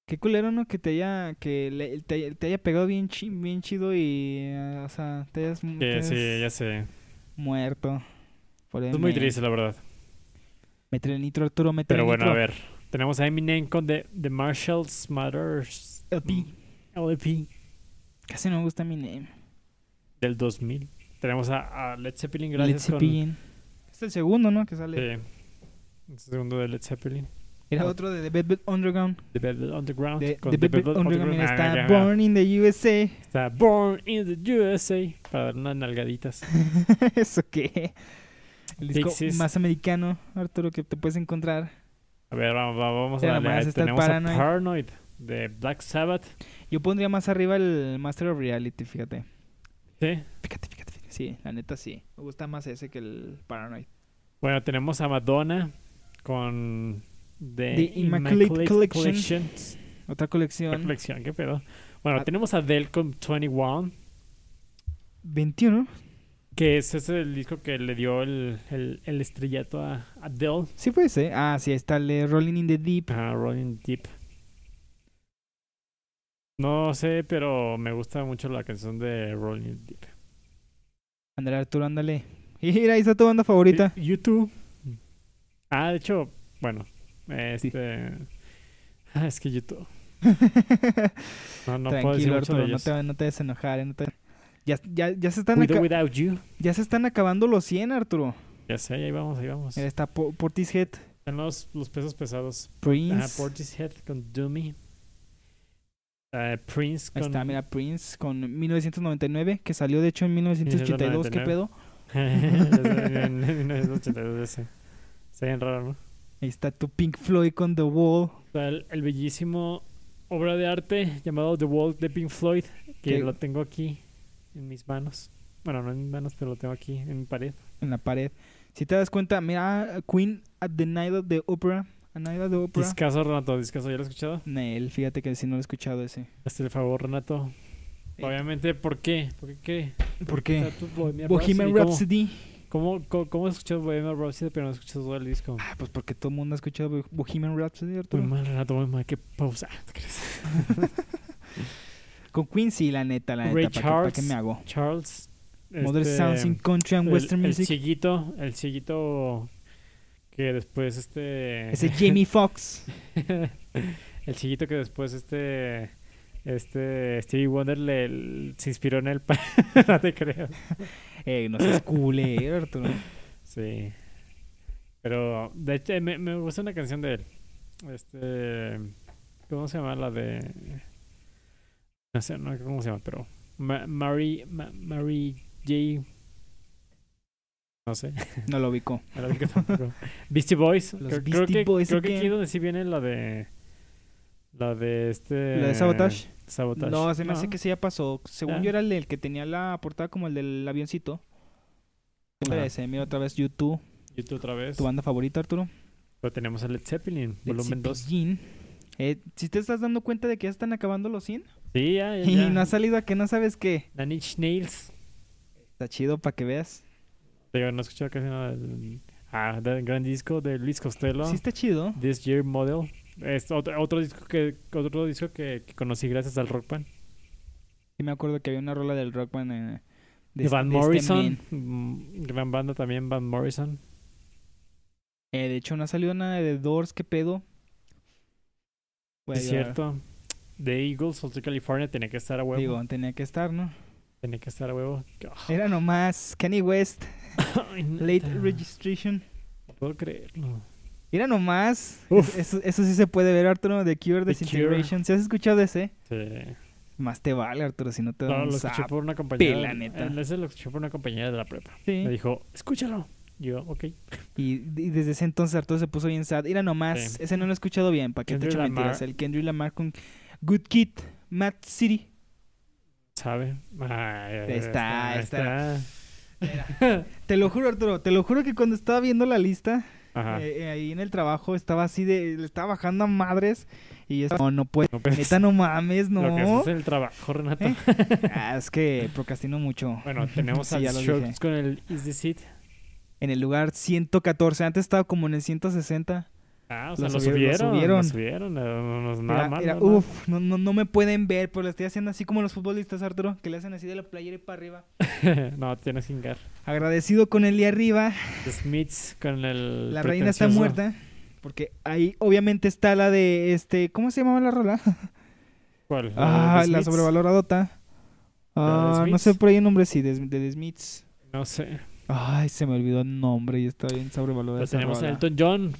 Speaker 2: Qué culero, ¿no? Que te haya, que le- te, te haya pegado bien, chi- bien chido y. eh, o sea, te hayas, te
Speaker 1: Que sí,
Speaker 2: hayas
Speaker 1: ya sé.
Speaker 2: muerto. Por ahí
Speaker 1: Es muy
Speaker 2: me-
Speaker 1: triste, la verdad.
Speaker 2: Métele nitro, Arturo, métele
Speaker 1: Pero bueno,
Speaker 2: nitro.
Speaker 1: a ver. Tenemos a Eminem con The, The Marshalls Matters
Speaker 2: LP.
Speaker 1: LP
Speaker 2: Casi no me gusta mi name.
Speaker 1: del 2000. Tenemos a, a Led Zeppelin, gracias
Speaker 2: Led
Speaker 1: con-
Speaker 2: Zeppelin. Este Es el segundo, ¿no? Que sale.
Speaker 1: Sí. El segundo de Led Zeppelin.
Speaker 2: Era otro de The Velvet Underground.
Speaker 1: The Velvet Underground.
Speaker 2: De,
Speaker 1: con
Speaker 2: The
Speaker 1: The
Speaker 2: Velvet Underground
Speaker 1: Ah,
Speaker 2: está
Speaker 1: ya, ya.
Speaker 2: Born in the USA.
Speaker 1: Está Born in the USA. Para dar unas nalgaditas.
Speaker 2: ¿Eso qué? El disco
Speaker 1: Pixies.
Speaker 2: más americano, Arturo, que te puedes encontrar.
Speaker 1: A ver, vamos, vamos, vamos a
Speaker 2: Pero
Speaker 1: darle.
Speaker 2: nomás
Speaker 1: Ahí
Speaker 2: está el
Speaker 1: Tenemos
Speaker 2: Paranoid.
Speaker 1: a Paranoid de Black Sabbath.
Speaker 2: Yo pondría más arriba el Master of Reality, fíjate.
Speaker 1: Sí.
Speaker 2: Fíjate, fíjate, fíjate. Sí, la neta sí. Me gusta más ese que el Paranoid.
Speaker 1: Bueno, tenemos a Madonna con The,
Speaker 2: The Immaculate Collection.
Speaker 1: Collections.
Speaker 2: Otra
Speaker 1: La
Speaker 2: colección.
Speaker 1: colección, qué pedo. Bueno,
Speaker 2: Ah.
Speaker 1: tenemos a Adele con 21,
Speaker 2: 21.
Speaker 1: que es ese el disco que le dio el, el, el estrellato a Adele,
Speaker 2: Sí puede ser. Ah, sí, está el de Rolling in the Deep.
Speaker 1: a Rolling Deep. No sé, pero me gusta mucho la canción de Rolling Deep.
Speaker 2: Ándale, Arturo, ándale. Mira, ahí está tu banda favorita.
Speaker 1: Eh, YouTube. Ah, de hecho, bueno, este... Ah, es que YouTube. No, no puedo decir mucho
Speaker 2: Tranquilo,
Speaker 1: de
Speaker 2: Arturo, no
Speaker 1: ellos.
Speaker 2: te, no te des enojar. eh, no te- Ya, ya, ya, se están
Speaker 1: With or
Speaker 2: aca-
Speaker 1: Without You.
Speaker 2: ya se están acabando los 100, Arturo.
Speaker 1: Ya sé, ahí vamos, ahí vamos.
Speaker 2: Mira, está Po- Portishead,
Speaker 1: Están los, los pesos pesados. Ajá,
Speaker 2: Prince.
Speaker 1: Portishead con Dummy. Eh, Prince
Speaker 2: Ahí
Speaker 1: con.
Speaker 2: está, mira, Prince con 1999, que salió de hecho en 1982, ¿qué pedo?
Speaker 1: En 1982 ese. Está bien raro, ¿no?
Speaker 2: Ahí está tu Pink Floyd con The Wall.
Speaker 1: Está el, el bellísimo obra de arte llamado The Wall de Pink Floyd, que
Speaker 2: ¿Qué?
Speaker 1: lo tengo aquí en mis manos. Bueno, no en mis manos, pero lo tengo aquí en mi pared.
Speaker 2: en la pared. Si te das cuenta, mira Queen at the Night of the Opera. A Night of the Opera.
Speaker 1: Discaso, Renato, discaso, ¿ya lo he escuchado?
Speaker 2: Nel, fíjate que si no lo he escuchado ese.
Speaker 1: Hazte el favor, Renato.
Speaker 2: Eh,
Speaker 1: Obviamente, ¿por qué? ¿Por qué qué?
Speaker 2: ¿Por
Speaker 1: O
Speaker 2: qué?
Speaker 1: sea, tú, Bohemian
Speaker 2: Bohemian
Speaker 1: Rhapsody, ¿cómo?
Speaker 2: Rhapsody.
Speaker 1: ¿Cómo, cómo, cómo escuchas Bohemian Rhapsody pero no escuchas todo el disco?
Speaker 2: Ah, pues porque todo el mundo ha escuchado Bo- Bohemian Rhapsody,
Speaker 1: Muy
Speaker 2: Arturo.
Speaker 1: mal, Renato, muy mal. Qué pausa. ¿Te crees?
Speaker 2: Con Queen sí, la neta, la
Speaker 1: Ray
Speaker 2: neta. ¿Para qué, pa' qué
Speaker 1: Charles.
Speaker 2: me hago?
Speaker 1: Charles.
Speaker 2: Modern
Speaker 1: este,
Speaker 2: Sounds in Country and
Speaker 1: el-
Speaker 2: Western Music.
Speaker 1: El chiquito, el chiquito que después este...
Speaker 2: Ese Jamie Foxx.
Speaker 1: el chiquito que después este... Este Stevie Wonder le, se inspiró en él pa- no te creo.
Speaker 2: Eh, no seas culero, Arturo.
Speaker 1: Sí. Pero de hecho me, me gusta una canción de él. Este ¿cómo se llama la de no sé, no sé cómo se llama, pero Ma- Mary Ma- Mary J no sé,
Speaker 2: No lo ubicó.
Speaker 1: no la ubico tampoco. Beastie Boys,
Speaker 2: Los
Speaker 1: creo, creo
Speaker 2: Beastie
Speaker 1: que
Speaker 2: Boys
Speaker 1: creo que
Speaker 2: again.
Speaker 1: aquí es donde sí viene la de la de este
Speaker 2: ¿La de Sabotage?
Speaker 1: Sabotage. Ah.
Speaker 2: No, se me hace que sí ya pasó. Según
Speaker 1: Ya.
Speaker 2: yo era el, del que tenía la portada como el del avioncito. Mira
Speaker 1: Ajá.
Speaker 2: ese, mira otra vez YouTube,
Speaker 1: YouTube otra vez.
Speaker 2: tu banda favorita, Arturo.
Speaker 1: Pero tenemos a Led Zeppelin,
Speaker 2: Led
Speaker 1: volumen 2.
Speaker 2: Zeppelin. Eh, si te estás dando cuenta de que ya están acabando los 100
Speaker 1: Sí, ya, ya.
Speaker 2: y
Speaker 1: ya.
Speaker 2: no ha salido a que no sabes qué.
Speaker 1: The Nine Nails.
Speaker 2: Está chido para que veas.
Speaker 1: Digo, no he escuchado casi nada del, ah, del gran disco de Luis Costello,
Speaker 2: Sí está chido.
Speaker 1: This Year Model. Es otro, otro disco que otro disco que, que conocí gracias al Rock Band.
Speaker 2: Sí me acuerdo que había una rola del rock band eh,
Speaker 1: De Van
Speaker 2: este
Speaker 1: Morrison,
Speaker 2: men.
Speaker 1: mm, gran banda también Van Morrison.
Speaker 2: Eh, de hecho no ha salido nada de Doors, qué pedo. Güey,
Speaker 1: es
Speaker 2: yo-
Speaker 1: cierto. The Eagles, Hotel California, tenía que estar a huevo.
Speaker 2: Digo, tenía que estar, ¿no?
Speaker 1: tenía que estar a huevo.
Speaker 2: Era nomás Kanye West,
Speaker 1: Ay, neta,
Speaker 2: Late Registration.
Speaker 1: No puedo creerlo.
Speaker 2: Mira nomás.
Speaker 1: Uf.
Speaker 2: Eso, eso sí se puede ver, Arturo, de Cure
Speaker 1: The
Speaker 2: Disintegration. Si has escuchado de ese,
Speaker 1: Sí.
Speaker 2: más te vale, Arturo, si no te da
Speaker 1: No,
Speaker 2: un
Speaker 1: lo escuché
Speaker 2: zap.
Speaker 1: por una compañera.
Speaker 2: la neta.
Speaker 1: el- Ese lo escuché por una compañera de la prepa.
Speaker 2: Sí.
Speaker 1: Me dijo, escúchalo. Yo, ok.
Speaker 2: Y, y desde ese entonces Arturo se puso bien sad. Mira nomás,
Speaker 1: Sí.
Speaker 2: ese no lo he escuchado bien, para que te
Speaker 1: Kendrick
Speaker 2: eche mentiras.
Speaker 1: Lamar.
Speaker 2: El Kendrick Lamar con Good Kid, Mad City.
Speaker 1: sabe. Ah, Ay, ahí
Speaker 2: Está,
Speaker 1: ahí
Speaker 2: está. Te lo juro, Arturo, te lo juro que cuando estaba viendo la lista,
Speaker 1: Ajá.
Speaker 2: eh, eh, ahí en el trabajo, estaba así de, le estaba bajando a madres y yo, no, no puedes,
Speaker 1: No, pues,
Speaker 2: neta, no mames,
Speaker 1: Lo que haces
Speaker 2: no.
Speaker 1: es el trabajo, Renato.
Speaker 2: ¿Eh? Ah, es que procrastino mucho.
Speaker 1: Bueno, tenemos
Speaker 2: Sí,
Speaker 1: al
Speaker 2: ya lo
Speaker 1: Strokes
Speaker 2: dije.
Speaker 1: con el Is This It.
Speaker 2: En el lugar 114, antes estaba como en el 160.
Speaker 1: Ah, o sea,
Speaker 2: Lo
Speaker 1: lo
Speaker 2: subieron, lo
Speaker 1: subieron. Lo subieron.
Speaker 2: subieron.
Speaker 1: no, no, no es nada
Speaker 2: Era-
Speaker 1: malo.
Speaker 2: era,
Speaker 1: ¿no?
Speaker 2: Uf, no, no, no me pueden ver, pero le estoy haciendo así como los futbolistas, Arturo, que le hacen así de la playera y para arriba.
Speaker 1: no, tienes que hincar.
Speaker 2: Agradecido con el y arriba,
Speaker 1: The Smiths con el.
Speaker 2: la reina está
Speaker 1: pretencioso.
Speaker 2: muerta. Porque ahí obviamente está la de este. ¿Cómo se llamaba la rola?
Speaker 1: ¿Cuál?
Speaker 2: Ah,
Speaker 1: de The
Speaker 2: la
Speaker 1: Smiths?
Speaker 2: sobrevaloradota.
Speaker 1: ¿La de
Speaker 2: Ah,
Speaker 1: The
Speaker 2: no sé
Speaker 1: Smiths?
Speaker 2: por ahí el nombre, sí, de, de The Smiths.
Speaker 1: No sé.
Speaker 2: Ay, se me olvidó el nombre y está bien sobrevalorada.
Speaker 1: Lo
Speaker 2: esa
Speaker 1: tenemos a
Speaker 2: rola.
Speaker 1: Elton John.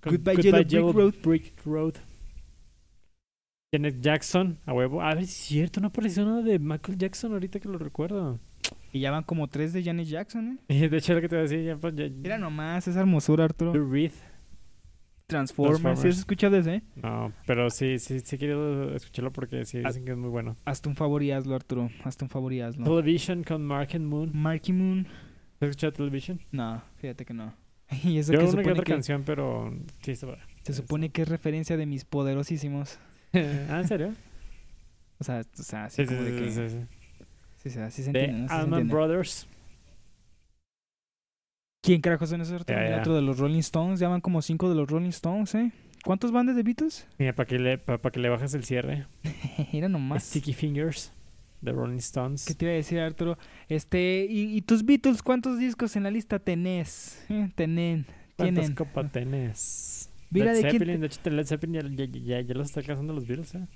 Speaker 1: con
Speaker 2: Goodbye, Yellow Brick Road.
Speaker 1: Brick Road. Janet Jackson, a huevo. A ver, es cierto, no apareció nada de Michael Jackson ahorita que lo recuerdo.
Speaker 2: Y ya van como tres de Janet Jackson, ¿eh?
Speaker 1: Y de hecho, lo que te decía, ya. pues, ya
Speaker 2: Mira nomás esa hermosura, Arturo.
Speaker 1: Lou Reed.
Speaker 2: Transformers.
Speaker 1: Transformers.
Speaker 2: ¿Sí has escuchado ese? eh?
Speaker 1: No, pero sí, sí, sí he querido escucharlo porque sí
Speaker 2: Ah.
Speaker 1: dicen que es muy bueno.
Speaker 2: Hazte un favor y hazlo, Arturo. Hazte un favor y hazlo.
Speaker 1: Television con Mark and Moon.
Speaker 2: Marky Moon.
Speaker 1: ¿Has escuchado Television?
Speaker 2: No, fíjate que no. Y eso
Speaker 1: Yo una
Speaker 2: que
Speaker 1: que
Speaker 2: supone
Speaker 1: otra
Speaker 2: que,
Speaker 1: canción, pero sí está buena.
Speaker 2: se supone que es referencia de mis poderosísimos.
Speaker 1: ah, ¿en serio?
Speaker 2: O sea, o sea así
Speaker 1: Sí, sí,
Speaker 2: como de que...
Speaker 1: sí. sí,
Speaker 2: Sí,
Speaker 1: sí.
Speaker 2: o sea, sí se
Speaker 1: De
Speaker 2: entiende, ¿no? Sí se
Speaker 1: Allman
Speaker 2: entiende.
Speaker 1: Brothers.
Speaker 2: ¿Quién carajo son esos Arturo?
Speaker 1: Ya,
Speaker 2: Mira,
Speaker 1: ya.
Speaker 2: Otro de los Rolling Stones. Ya van como cinco de los Rolling Stones, ¿eh? ¿Cuántos van de Beatles?
Speaker 1: Mira, para que, le, pa- pa' que le bajes el cierre.
Speaker 2: Era nomás.
Speaker 1: Sticky Fingers de Rolling Stones.
Speaker 2: ¿Qué te iba a decir, Arturo? Este, ¿y, y tus Beatles cuántos discos en la lista tenés? Eh, Tenen.
Speaker 1: ¿Cuántas
Speaker 2: Tienen.
Speaker 1: copas tenés?
Speaker 2: Mira
Speaker 1: Led
Speaker 2: de quién.
Speaker 1: Zeppelin,
Speaker 2: te-
Speaker 1: de hecho, Led Zeppelin ya, ya, ya, ya los está alcanzando los Beatles, ¿eh?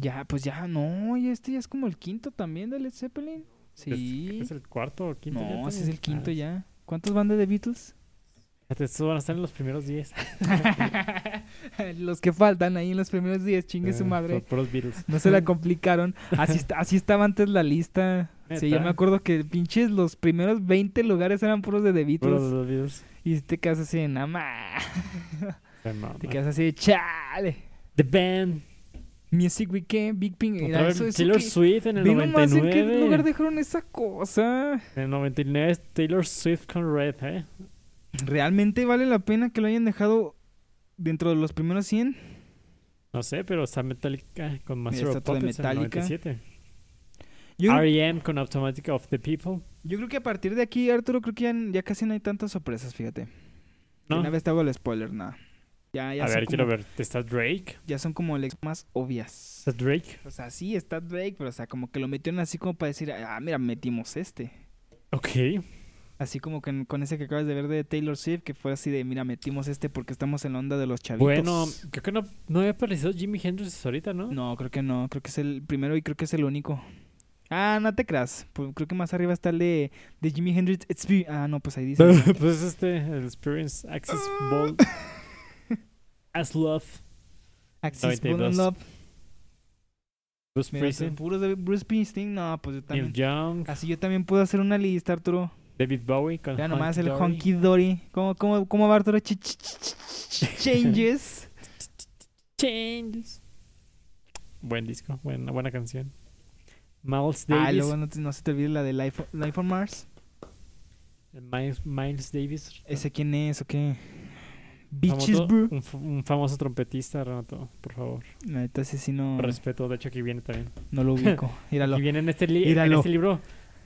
Speaker 2: Ya, pues ya, no. Y este ya es como el quinto también de Led Zeppelin. Sí.
Speaker 1: ¿Es, es el cuarto o quinto? ya
Speaker 2: no, ese es
Speaker 1: también?
Speaker 2: el quinto
Speaker 1: Ah,
Speaker 2: ya. ¿Cuántos van de The Beatles?
Speaker 1: fíjate, Estos van a estar en los primeros 10.
Speaker 2: los que faltan ahí en los primeros días, chingue su
Speaker 1: Ah,
Speaker 2: madre.
Speaker 1: por- Puros Beatles.
Speaker 2: No se la complicaron. Así, est- así estaba antes la lista. Sí, yo
Speaker 1: ¿Neta?
Speaker 2: me acuerdo que pinches los primeros 20 lugares eran puros de The
Speaker 1: Puros
Speaker 2: Beatles.
Speaker 1: los Beatles.
Speaker 2: Y te quedas así de nada más.
Speaker 1: Se mama.
Speaker 2: Te quedas así de chale.
Speaker 1: The Band.
Speaker 2: Music Weekend, Big Pink.
Speaker 1: Otra
Speaker 2: Era
Speaker 1: vez
Speaker 2: eso, eso
Speaker 1: Taylor
Speaker 2: que-
Speaker 1: Swift en el
Speaker 2: Ve nomás en
Speaker 1: 99.
Speaker 2: qué lugar dejaron esa cosa.
Speaker 1: En el 99 es Taylor Swift con Red, ¿eh?
Speaker 2: ¿Realmente vale la pena que lo hayan dejado dentro de los primeros 100?
Speaker 1: No sé, pero está Metallica con
Speaker 2: Mira,
Speaker 1: Master
Speaker 2: está
Speaker 1: of
Speaker 2: todo de
Speaker 1: Puppets en el
Speaker 2: Metallica.
Speaker 1: 97.
Speaker 2: Yo,
Speaker 1: R.E.M. E con Automatic of the People.
Speaker 2: yo creo que a partir de aquí, Arturo, creo que ya, ya casi no hay tantas sorpresas, fíjate. De
Speaker 1: ¿No?
Speaker 2: Una vez te hago el spoiler, nada. Ya, ya
Speaker 1: A
Speaker 2: son
Speaker 1: ver,
Speaker 2: como-
Speaker 1: quiero ver. ¿Está Drake?
Speaker 2: Ya son como las más obvias.
Speaker 1: ¿Está Drake?
Speaker 2: O sea, sí, está Drake, pero o sea, como que lo metieron así como para decir, ah, mira, metimos este.
Speaker 1: Ok.
Speaker 2: Así como que con ese que acabas de ver de Taylor Swift, que fue así de, mira, metimos este porque estamos en la onda de los chavitos.
Speaker 1: Bueno, creo que no, no había aparecido Jimi Hendrix ahorita, ¿no?
Speaker 2: No, creo que no. Creo que es el primero y creo que es el único. Ah, no te creas. Pues, creo que más arriba está el de, de Jimi Hendrix. Expe- Ah, no, pues ahí dice.
Speaker 1: pues este, el Experience Access Ball. As Love.
Speaker 2: Axis Bone
Speaker 1: 92.
Speaker 2: and Love.
Speaker 1: Bruce
Speaker 2: Mira, son
Speaker 1: Springsteen.
Speaker 2: puros de Bruce Springsteen. No, pues yo
Speaker 1: Neil
Speaker 2: también.
Speaker 1: Young.
Speaker 2: Así yo también puedo hacer una lista, Arturo.
Speaker 1: David Bowie con
Speaker 2: Mira nomás
Speaker 1: Hunky
Speaker 2: el
Speaker 1: Dory.
Speaker 2: Honky Dory. ¿Cómo, cómo, cómo va, Arturo? Ch- ch- ch- ch- Changes.
Speaker 1: Changes. Buen disco, buena, buena canción. Miles
Speaker 2: ah,
Speaker 1: Davis.
Speaker 2: luego no, te- no se te olvide la de Life, Life on Mars.
Speaker 1: Miles, Miles Davis.
Speaker 2: ¿Ese quién es o qué? Bitches,
Speaker 1: famoso-
Speaker 2: bro.
Speaker 1: un, f- un famoso trompetista, Renato, por favor.
Speaker 2: Entonces sí no,
Speaker 1: Por respeto, de hecho aquí viene también.
Speaker 2: no Mm. lo ubico. Míralo.
Speaker 1: Aquí viene en este, li- en
Speaker 2: Míralo.
Speaker 1: este libro.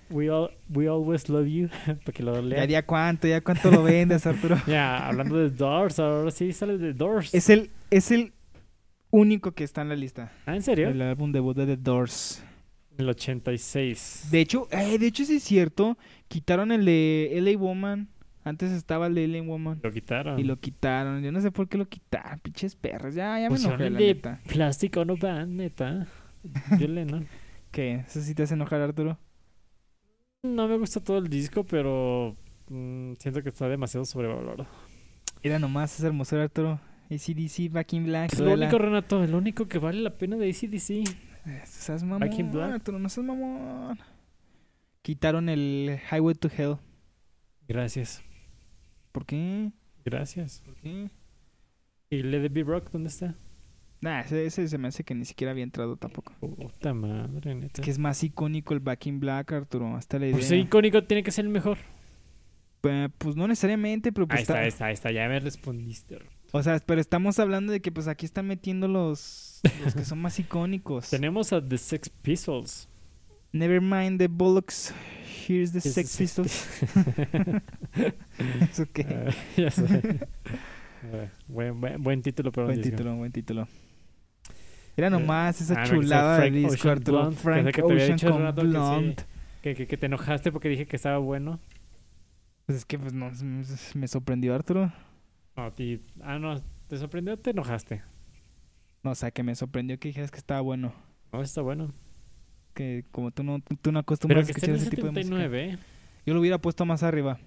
Speaker 1: We, all, we Always Love You, para que lo
Speaker 2: Ya,
Speaker 1: lea. Ya,
Speaker 2: ya cuánto, ya cuánto lo vendes, Arturo.
Speaker 1: hablando de Doors, ahora sí sale de Doors.
Speaker 2: Es el, es el único que está en la lista.
Speaker 1: Ah, ¿En serio?
Speaker 2: El álbum debut de The Doors.
Speaker 1: El 86.
Speaker 2: De hecho, eh, de hecho sí es cierto. Quitaron el de LA Woman. Antes estaba el de LA Woman.
Speaker 1: Lo quitaron.
Speaker 2: Y lo quitaron. Yo no sé por qué lo quitaron. Pinches perros. Ya, ya me
Speaker 1: Pusieron
Speaker 2: enojé,
Speaker 1: el
Speaker 2: la
Speaker 1: de
Speaker 2: neta.
Speaker 1: Plastic Ono Band, neta. Yo Lennon.
Speaker 2: ¿Qué? ¿Eso sí te hace enojar, Arturo?
Speaker 1: No me gusta todo el disco, pero mm, siento que está demasiado sobrevalorado.
Speaker 2: Era nomás esa hermosura, Arturo. ACDC, Back in Black.
Speaker 1: Es lo único, Renato, el único que vale la pena de ACDC.
Speaker 2: Eh, seas mamón,
Speaker 1: Back in Black.
Speaker 2: Arturo. No seas mamón. Quitaron el Highway to Hell.
Speaker 1: Gracias,
Speaker 2: ¿Por qué?
Speaker 1: gracias.
Speaker 2: ¿Por qué?
Speaker 1: ¿Y Let It Be Rock dónde está?
Speaker 2: Nah, ese, ese se me hace que ni siquiera había entrado tampoco.
Speaker 1: Puta madre,
Speaker 2: Es
Speaker 1: neta.
Speaker 2: que eh. es más icónico el Back in Black, Arturo. Hasta la idea.
Speaker 1: Pues sí, icónico tiene que ser el mejor.
Speaker 2: Eh, pues no necesariamente, pero pues
Speaker 1: ahí está,
Speaker 2: está-
Speaker 1: ahí está, ahí está. Ya me respondiste. bro.
Speaker 2: O sea, pero estamos hablando de que pues aquí están metiendo los, los que son más icónicos.
Speaker 1: Tenemos a The Sex Pistols.
Speaker 2: Never mind the bollocks. Here's the
Speaker 1: Here's
Speaker 2: Sex
Speaker 1: the Sex
Speaker 2: Pistols. Eso qué.
Speaker 1: Ah, ya sé. Ah, buen, buen, buen título para un
Speaker 2: buen
Speaker 1: disco.
Speaker 2: título, buen título. Era
Speaker 1: Eh,
Speaker 2: nomás
Speaker 1: ah,
Speaker 2: esa
Speaker 1: no, que sea
Speaker 2: chulada de
Speaker 1: Frank
Speaker 2: disco,
Speaker 1: Ocean
Speaker 2: Arturo.
Speaker 1: Blunt, que
Speaker 2: Frank
Speaker 1: sé que te había
Speaker 2: Ocean
Speaker 1: dicho hace
Speaker 2: con
Speaker 1: rato que sí.
Speaker 2: Blunt.
Speaker 1: Que, que, que te enojaste porque dije que estaba bueno.
Speaker 2: Pues es que pues no, me sorprendió Arturo.
Speaker 1: No, ti- ah, no, ¿te sorprendió o te enojaste?
Speaker 2: No, o sea, que me sorprendió que dijeras que estaba bueno.
Speaker 1: No, está bueno.
Speaker 2: Que como tú no, tú
Speaker 1: Pero
Speaker 2: no acostumbras
Speaker 1: que
Speaker 2: a
Speaker 1: esté en el
Speaker 2: escuchar ese tipo de música.
Speaker 1: 79, ¿eh?
Speaker 2: Yo lo hubiera puesto más arriba.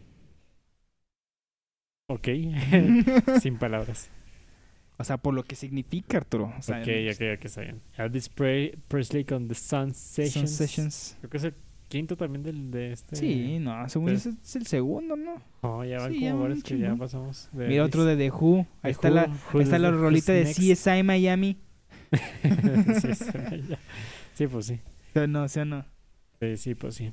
Speaker 1: Ok. ¿eh? Sin palabras.
Speaker 2: o sea, por lo que significa, Arturo. O sea,
Speaker 1: ok, ok, ok, está bien. Elvis Pre- Presley con The Sun
Speaker 2: Son
Speaker 1: Sessions.
Speaker 2: sessions.
Speaker 1: Creo que es el quinto también del, de este.
Speaker 2: Sí, no, según
Speaker 1: Pero-
Speaker 2: yo ese es el segundo, ¿no?
Speaker 1: No, ya van
Speaker 2: Sí, ya
Speaker 1: como
Speaker 2: van
Speaker 1: varios
Speaker 2: un
Speaker 1: que ya
Speaker 2: chingo.
Speaker 1: pasamos. de
Speaker 2: Mira otro
Speaker 1: Elvis.
Speaker 2: de The Who. Ahí
Speaker 1: The
Speaker 2: está
Speaker 1: Who,
Speaker 2: la,
Speaker 1: Who
Speaker 2: ahí está
Speaker 1: is
Speaker 2: la
Speaker 1: the-
Speaker 2: rolita de
Speaker 1: who's next.
Speaker 2: CSI Miami.
Speaker 1: sí, sí, ya. sí, pues sí.
Speaker 2: ¿Sí o no? ¿Sí o no?
Speaker 1: Sí, sí, pues sí.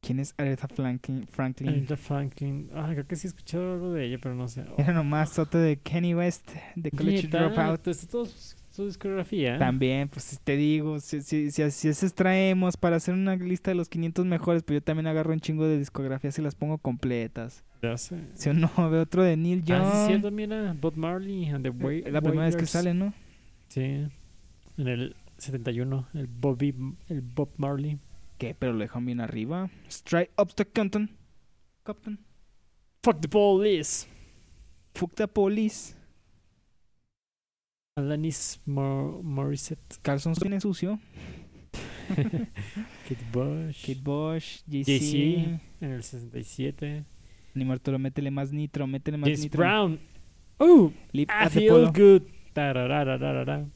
Speaker 2: ¿Quién es Aretha Franklin? Franklin?
Speaker 1: Aretha Franklin. Ah, creo que sí he escuchado algo de ella, pero no sé.
Speaker 2: Era nomás soto de Kenny West, de College
Speaker 1: Neta,
Speaker 2: Dropout.
Speaker 1: pues, todo su su discografía.
Speaker 2: También, pues te digo, si, si, si, así es, extraemos para hacer una lista de los 500 mejores, pues yo también agarro un chingo de discografías y las pongo completas.
Speaker 1: Ya sé.
Speaker 2: Si o no, veo otro de Neil Young.
Speaker 1: Ah, sí, es cierto, mira. Bob Marley and the Way.
Speaker 2: es Eh, la primera vez que sale, ¿no?
Speaker 1: Sí. En el 71, el, Bobby, el Bob Marley.
Speaker 2: ¿Qué? Pero lo dejan bien arriba. Strike up to Compton. Compton.
Speaker 1: Fuck the police.
Speaker 2: Fuck the police.
Speaker 1: Alanis Mor- Morissette.
Speaker 2: Carlson tiene sucio.
Speaker 1: Kid Bush.
Speaker 2: Kid Bush, JC.
Speaker 1: JC. En el 67.
Speaker 2: Ni Arturo, métele más nitro, métele más
Speaker 1: James
Speaker 2: nitro.
Speaker 1: Brown. Uh,
Speaker 2: Lip
Speaker 1: I
Speaker 2: at the
Speaker 1: feel
Speaker 2: Polo.
Speaker 1: good. Tararararara.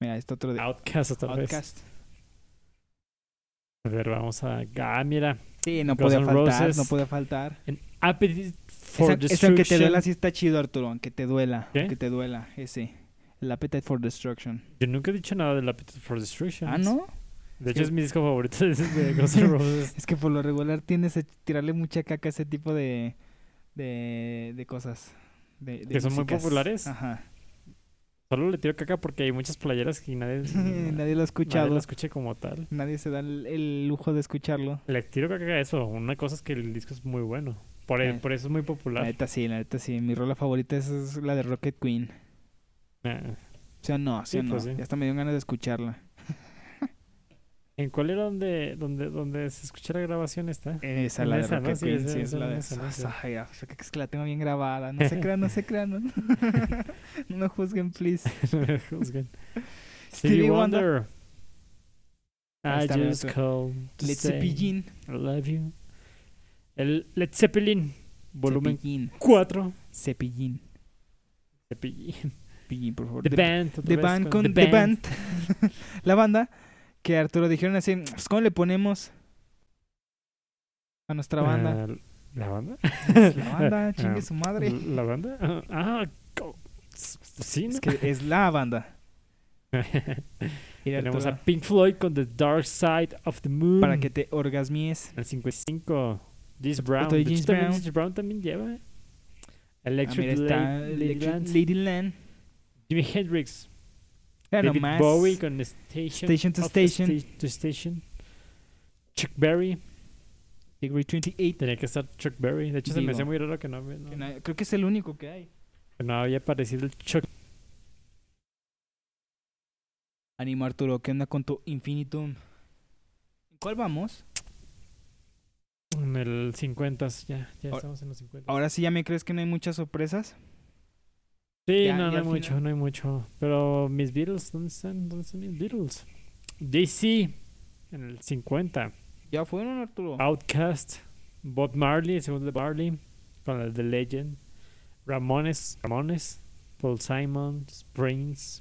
Speaker 2: Mira, este otro de
Speaker 1: Outcast Ah, pues otra vez.
Speaker 2: Outcast.
Speaker 1: A ver, vamos a... Ah, mira.
Speaker 2: Sí, no
Speaker 1: Guns
Speaker 2: podía
Speaker 1: N'
Speaker 2: faltar,
Speaker 1: Roses.
Speaker 2: no podía faltar.
Speaker 1: An appetite for
Speaker 2: Esa, esa aunque te
Speaker 1: destruction.
Speaker 2: duela sí está chido, Arturo, aunque te duela,
Speaker 1: ¿Qué?
Speaker 2: aunque te duela, ese. El Appetite for Destruction.
Speaker 1: Yo nunca he dicho nada del Appetite for Destruction.
Speaker 2: Ah, ¿no?
Speaker 1: De hecho, es mi disco favorito de- de Guns N' Roses.
Speaker 2: Es que por lo regular tiendes a tirarle mucha caca a ese tipo de, de, de cosas. de- de
Speaker 1: Que son muy
Speaker 2: músicas.
Speaker 1: populares.
Speaker 2: Ajá.
Speaker 1: Solo le tiro caca porque hay muchas playeras que nadie, nadie
Speaker 2: Nadie lo ha escuchado.
Speaker 1: lo
Speaker 2: Nadie,
Speaker 1: escuche como tal.
Speaker 2: se da el, el lujo de escucharlo.
Speaker 1: Le tiro caca a eso. Una cosa es que el disco es muy bueno. Por, el-
Speaker 2: Eh.
Speaker 1: por eso es muy
Speaker 2: La
Speaker 1: popular.
Speaker 2: neta sí, la neta sí. Mi rola favorita es, es la de Rocket Queen.
Speaker 1: Ah.
Speaker 2: O sea, no, sí,
Speaker 1: Sí,
Speaker 2: o no.
Speaker 1: pues sí.
Speaker 2: Ya hasta me dio ganas de escucharla.
Speaker 1: ¿En cuál era donde, donde, donde se escucha la grabación esta?
Speaker 2: Esa,
Speaker 1: En
Speaker 2: la de
Speaker 1: esa, ¿no?
Speaker 2: Rocket
Speaker 1: Sí,
Speaker 2: Queen,
Speaker 1: esa-
Speaker 2: sí, es
Speaker 1: esa-
Speaker 2: la de
Speaker 1: esa, ¿no?
Speaker 2: esa- ay, o sea, que es que la tengo bien grabada. No se crean, no se crean. No, no me juzguen, please.
Speaker 1: No me juzguen.
Speaker 2: Stevie Wonder, Ahí
Speaker 1: I
Speaker 2: está, mira,
Speaker 1: just
Speaker 2: tú.
Speaker 1: call to
Speaker 2: Led
Speaker 1: say
Speaker 2: Zeppelin.
Speaker 1: I love you. El Led Zeppelin, volumen
Speaker 2: Cepillín.
Speaker 1: 4.
Speaker 2: Cepillín.
Speaker 1: Cepillín.
Speaker 2: Cepillín, por favor.
Speaker 1: The
Speaker 2: The-
Speaker 1: Band. otra
Speaker 2: The
Speaker 1: vez
Speaker 2: Band con
Speaker 1: The
Speaker 2: The Band. La banda que Arturo dijeron así, "Pues, ¿cómo le ponemos a nuestra banda?
Speaker 1: Ah, ¿La banda?
Speaker 2: Pues, La banda, chingue
Speaker 1: ah,
Speaker 2: su madre.
Speaker 1: ¿La banda? Ah, Ah, co- s- sí,
Speaker 2: Es
Speaker 1: ¿no?
Speaker 2: que es la banda. Y
Speaker 1: Tenemos
Speaker 2: Arturo,
Speaker 1: a Pink Floyd con The Dark Side of the Moon.
Speaker 2: para que te orgasmies.
Speaker 1: El 55. James Brown.
Speaker 2: Otro
Speaker 1: De
Speaker 2: de
Speaker 1: hecho,
Speaker 2: James
Speaker 1: también
Speaker 2: Brown.
Speaker 1: James Brown también lleva. ¿eh?
Speaker 2: Ah, mira,
Speaker 1: Electric
Speaker 2: está
Speaker 1: Lady-
Speaker 2: Electric
Speaker 1: Ladyland.
Speaker 2: Ladyland.
Speaker 1: Jimi Hendrix.
Speaker 2: Era
Speaker 1: David
Speaker 2: nomás.
Speaker 1: Bowie con Station.
Speaker 2: Station to
Speaker 1: of
Speaker 2: Station.
Speaker 1: Sta- to Station. Chuck Berry.
Speaker 2: Degree 28.
Speaker 1: Tenía que estar Chuck Berry. De hecho, se me
Speaker 2: Digo.
Speaker 1: hacía muy raro que no, no-
Speaker 2: Que no- Creo que es el único que hay.
Speaker 1: que no había aparecido el Chuck.
Speaker 2: Animo Arturo, ¿qué onda con tu Infinitum? ¿En ¿Cuál vamos?
Speaker 1: En el 50. Ya, ya
Speaker 2: Ahora-
Speaker 1: estamos en los 50.
Speaker 2: Ahora sí ya me crees que no hay muchas sorpresas.
Speaker 1: Sí,
Speaker 2: Ya-
Speaker 1: no,
Speaker 2: ya
Speaker 1: no hay
Speaker 2: al final.
Speaker 1: mucho, no hay mucho. Pero mis Beatles, ¿dónde están? ¿Dónde están mis Beatles? DC en el 50.
Speaker 2: Ya fueron Arturo.
Speaker 1: Outcast, Bob Marley, el segundo de Marley, con el The Legend. Ramones, Ramones, Paul Simon, Prince,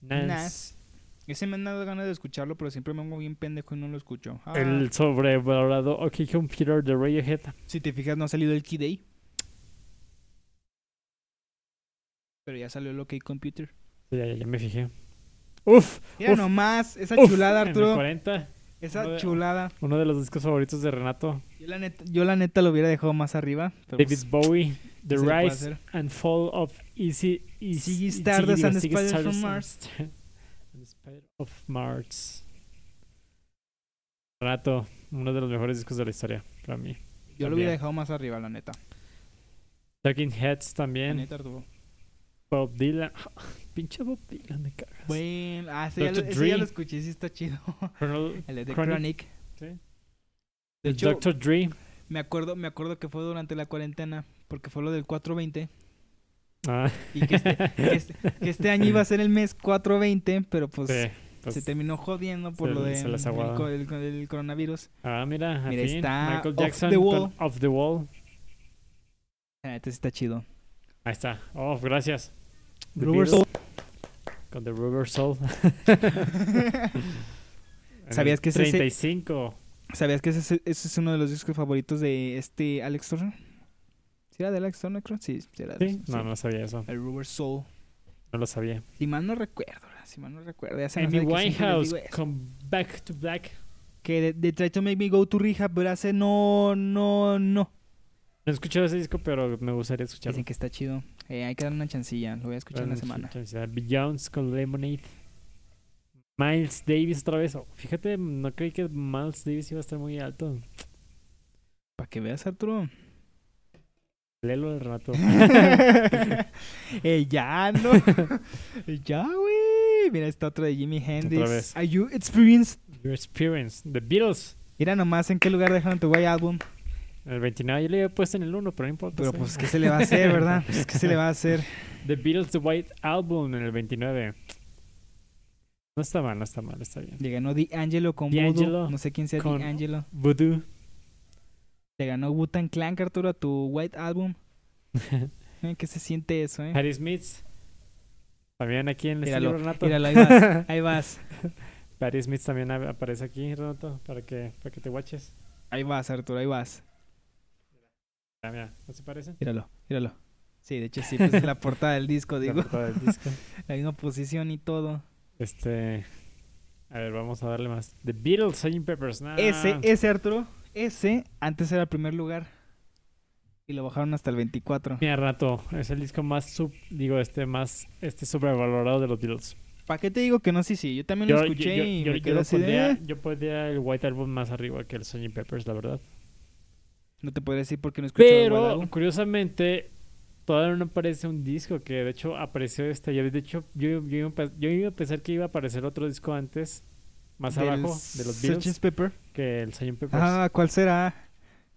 Speaker 1: Nance.
Speaker 2: Nas. Ese me han dado ganas de escucharlo, pero siempre me pongo bien pendejo y no lo escucho. Ah,
Speaker 1: El sobrevalorado OK Computer de Radiohead.
Speaker 2: Si te fijas, no ha salido el Key Day. Pero ya salió el OK Computer.
Speaker 1: Sí, ya, ya, ya me fijé. Uf,
Speaker 2: Mira
Speaker 1: Uf.
Speaker 2: nomás, esa
Speaker 1: uf,
Speaker 2: chulada,
Speaker 1: en el
Speaker 2: Arturo.
Speaker 1: 40,
Speaker 2: Esa
Speaker 1: Uno de-
Speaker 2: chulada.
Speaker 1: uno de los discos favoritos de Renato,
Speaker 2: Yo la, neta, yo la neta lo hubiera dejado más arriba. pero
Speaker 1: David
Speaker 2: pues,
Speaker 1: Bowie, The
Speaker 2: se le puede
Speaker 1: Rise
Speaker 2: hacer.
Speaker 1: and Fall of Easy
Speaker 2: Ziggy Stardust and the Spiders from Mars.
Speaker 1: And the Spider of Mars. Renato, uno de los mejores discos de la historia para mí.
Speaker 2: yo lo hubiera
Speaker 1: también.
Speaker 2: dejado más arriba, la neta.
Speaker 1: Talking Heads
Speaker 2: La
Speaker 1: también.
Speaker 2: neta, Arturo.
Speaker 1: Bob Dylan. Pinche Bob Dylan, me cagas.
Speaker 2: Bueno, ah, ese ya,
Speaker 1: Dr.
Speaker 2: lo, ese ya
Speaker 1: Dre.
Speaker 2: lo escuché, sí está chido.
Speaker 1: Colonel-
Speaker 2: El de The
Speaker 1: Chronic.
Speaker 2: Chronic.
Speaker 1: Sí.
Speaker 2: De hecho,
Speaker 1: Dr. Dre.
Speaker 2: me acuerdo, me acuerdo que fue durante la cuarentena, porque fue lo del 420.
Speaker 1: Ah,
Speaker 2: Y que este, que este- que este año iba a ser el mes 420, pero pues
Speaker 1: sí, pues,
Speaker 2: se terminó jodiendo por
Speaker 1: se-
Speaker 2: lo de
Speaker 1: se las aguada.
Speaker 2: el co- el, co- el coronavirus.
Speaker 1: ah, mira, al
Speaker 2: Mira,
Speaker 1: fin,
Speaker 2: está
Speaker 1: Michael
Speaker 2: Off
Speaker 1: Jackson
Speaker 2: the
Speaker 1: con
Speaker 2: Wall.
Speaker 1: Off the Wall.
Speaker 2: La neta sí está chido.
Speaker 1: Ahí está. Oh, gracias. The
Speaker 2: Rubber
Speaker 1: Beatles
Speaker 2: Soul.
Speaker 1: Con The Rubber Soul. En el
Speaker 2: ¿Sabías que es ese-
Speaker 1: 35.
Speaker 2: ¿Sabías que ese, es- ese es uno de los discos favoritos de este Alex Turner? ¿Sí era de Alex Turner, creo? Sí, sí era de
Speaker 1: ¿Sí? No, no sabía eso.
Speaker 2: El Rubber Soul.
Speaker 1: No lo sabía.
Speaker 2: Si mal no recuerdo, la- si mal no recuerdo. Ya se me
Speaker 1: Amy
Speaker 2: hace que siempre les
Speaker 1: Winehouse
Speaker 2: digo eso.
Speaker 1: con Back to Black.
Speaker 2: Que de, de Try to Make Me Go to Rehab, pero hace no, no, no.
Speaker 1: No he escuchado ese disco, pero me gustaría escucharlo.
Speaker 2: Dicen que está chido. Eh, hay que dar una chancilla. Lo voy a escuchar en la
Speaker 1: Bueno,
Speaker 2: semana.
Speaker 1: sí, sí, Beyoncé con Lemonade. Miles Davis otra vez. Oh, fíjate, no creí que Miles Davis iba a estar muy alto.
Speaker 2: Para que veas, Arturo.
Speaker 1: Lelo el rato.
Speaker 2: Eh, ya, no. ya, güey. Mira, está otro de Jimi Hendrix.
Speaker 1: vez.
Speaker 2: Are you experienced?
Speaker 1: Your Experience. The Beatles.
Speaker 2: Mira nomás en qué lugar dejaron tu white album.
Speaker 1: En el 29 yo le había puesto en el 1, pero no importa.
Speaker 2: Pero
Speaker 1: sí.
Speaker 2: pues, ¿qué se le va a hacer, verdad? Pues, ¿qué se le va a hacer?
Speaker 1: The Beatles The White Album en el 29. No está mal, no está mal, está bien.
Speaker 2: Le ganó D'Angelo con
Speaker 1: D'Angelo
Speaker 2: Voodoo. No sé quién sea
Speaker 1: con-
Speaker 2: D'Angelo.
Speaker 1: Voodoo.
Speaker 2: Le ganó Butan Clank, Arturo, a tu white album. Eh, ¿Qué se siente eso, eh?
Speaker 1: Harry Smith. También aquí en el
Speaker 2: Míralo,
Speaker 1: estilo Renato.
Speaker 2: míralo, ahí vas. Ahí vas.
Speaker 1: Harry Smith también a- aparece aquí, Renato, para que, para que te watches.
Speaker 2: Ahí vas, Arturo, ahí vas.
Speaker 1: Mira, Ah, mira, ¿no se parecen?
Speaker 2: Míralo, míralo. Sí, de hecho sí, pues es la portada del disco,
Speaker 1: La
Speaker 2: digo.
Speaker 1: portada del disco.
Speaker 2: La misma posición y todo.
Speaker 1: Este. A ver, vamos a darle más. The Beatles, Sgt. Peppers. nah.
Speaker 2: Ese, ese, Arturo, ese antes era el primer lugar. Y lo bajaron hasta el 24.
Speaker 1: Mira, Renato, es el disco más sub, digo, este más este sobrevalorado de los Beatles.
Speaker 2: ¿Para qué te digo que no? Sí, sí, yo también lo escuché y
Speaker 1: yo-
Speaker 2: me
Speaker 1: yo
Speaker 2: quedé
Speaker 1: lo
Speaker 2: así de,
Speaker 1: pondría-
Speaker 2: "Eh".
Speaker 1: yo pondría el White Album más arriba que el Sgt. Peppers, la verdad.
Speaker 2: No te podría decir porque no escuché el
Speaker 1: Pero,
Speaker 2: álbum.
Speaker 1: curiosamente, todavía no aparece un disco que de hecho apareció este ayer. De hecho, yo, yo, iba a pe- yo iba a pensar que iba a aparecer otro disco antes, más
Speaker 2: Del
Speaker 1: abajo, de los
Speaker 2: Sgt.
Speaker 1: Beatles,
Speaker 2: Pepper.
Speaker 1: que el Sgt. Peppers.
Speaker 2: Ah, ¿cuál será?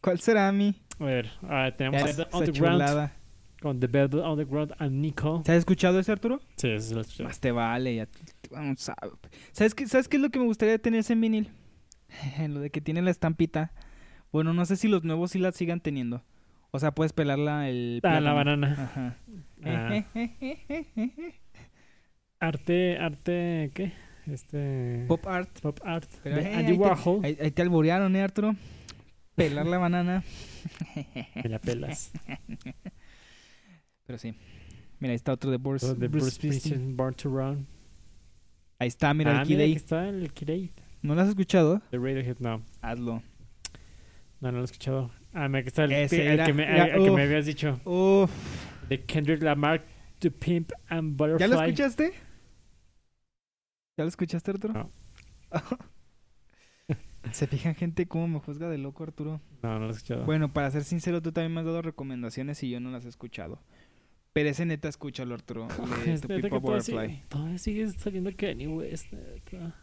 Speaker 2: ¿Cuál será, mi?
Speaker 1: A ver, ah, tenemos
Speaker 2: Esa-
Speaker 1: The
Speaker 2: esa
Speaker 1: Underground
Speaker 2: chulada.
Speaker 1: con The Velvet Underground and Nico.
Speaker 2: ¿Te has escuchado ese, Arturo?
Speaker 1: Sí, esa es la chulada.
Speaker 2: Más te vale, ya t- t- bueno, sabe. ¿Sabes qué, ¿Sabes qué es lo que me gustaría tenerse en vinil? lo de que tiene la estampita. Bueno, no sé si los nuevos sí la sigan teniendo. O sea, puedes pelarla el...
Speaker 1: Ah, la
Speaker 2: plátano.
Speaker 1: banana.
Speaker 2: Ajá.
Speaker 1: Ah.
Speaker 2: Eh,
Speaker 1: Arte, arte, ¿qué? Este.
Speaker 2: Pop art.
Speaker 1: pop art.
Speaker 2: Pero,
Speaker 1: de
Speaker 2: eh,
Speaker 1: Andy
Speaker 2: ahí te-
Speaker 1: Warhol.
Speaker 2: Ahí, ahí te alborearon, ¿eh, Arturo? Pelar la banana.
Speaker 1: Me
Speaker 2: eh,
Speaker 1: la pelas.
Speaker 2: Pero sí. Mira, ahí está otro de Boris.
Speaker 1: De
Speaker 2: Bruce
Speaker 1: Bruce
Speaker 2: Springsteen.
Speaker 1: Springsteen, Born to Run.
Speaker 2: Ahí está, mira,
Speaker 1: ah,
Speaker 2: el Kid
Speaker 1: mira,
Speaker 2: Day.
Speaker 1: aquí está el Kid Aid.
Speaker 2: ¿No lo has escuchado?
Speaker 1: The Radiohead, no.
Speaker 2: Hazlo.
Speaker 1: No, no lo he escuchado. Ah, me está el,
Speaker 2: Ese
Speaker 1: el
Speaker 2: era-
Speaker 1: que, me,
Speaker 2: era-
Speaker 1: el que
Speaker 2: uf.
Speaker 1: me habías dicho.
Speaker 2: Uf.
Speaker 1: De Kendrick Lamar, To Pimp and Butterfly.
Speaker 2: ¿Ya lo escuchaste? ¿Ya lo escuchaste, Arturo?
Speaker 1: No.
Speaker 2: Se fijan, gente, cómo me juzga de loco, Arturo.
Speaker 1: No, no lo he escuchado.
Speaker 2: Bueno, para ser sincero, tú también me has dado recomendaciones y yo no las he escuchado. Pero ese neta, escúchalo, Arturo. el de
Speaker 1: Es
Speaker 2: To
Speaker 1: neta
Speaker 2: Pimp
Speaker 1: que
Speaker 2: a
Speaker 1: todavía
Speaker 2: Butterfly.
Speaker 1: sigue, todavía sigue saliendo Kanye West. neta.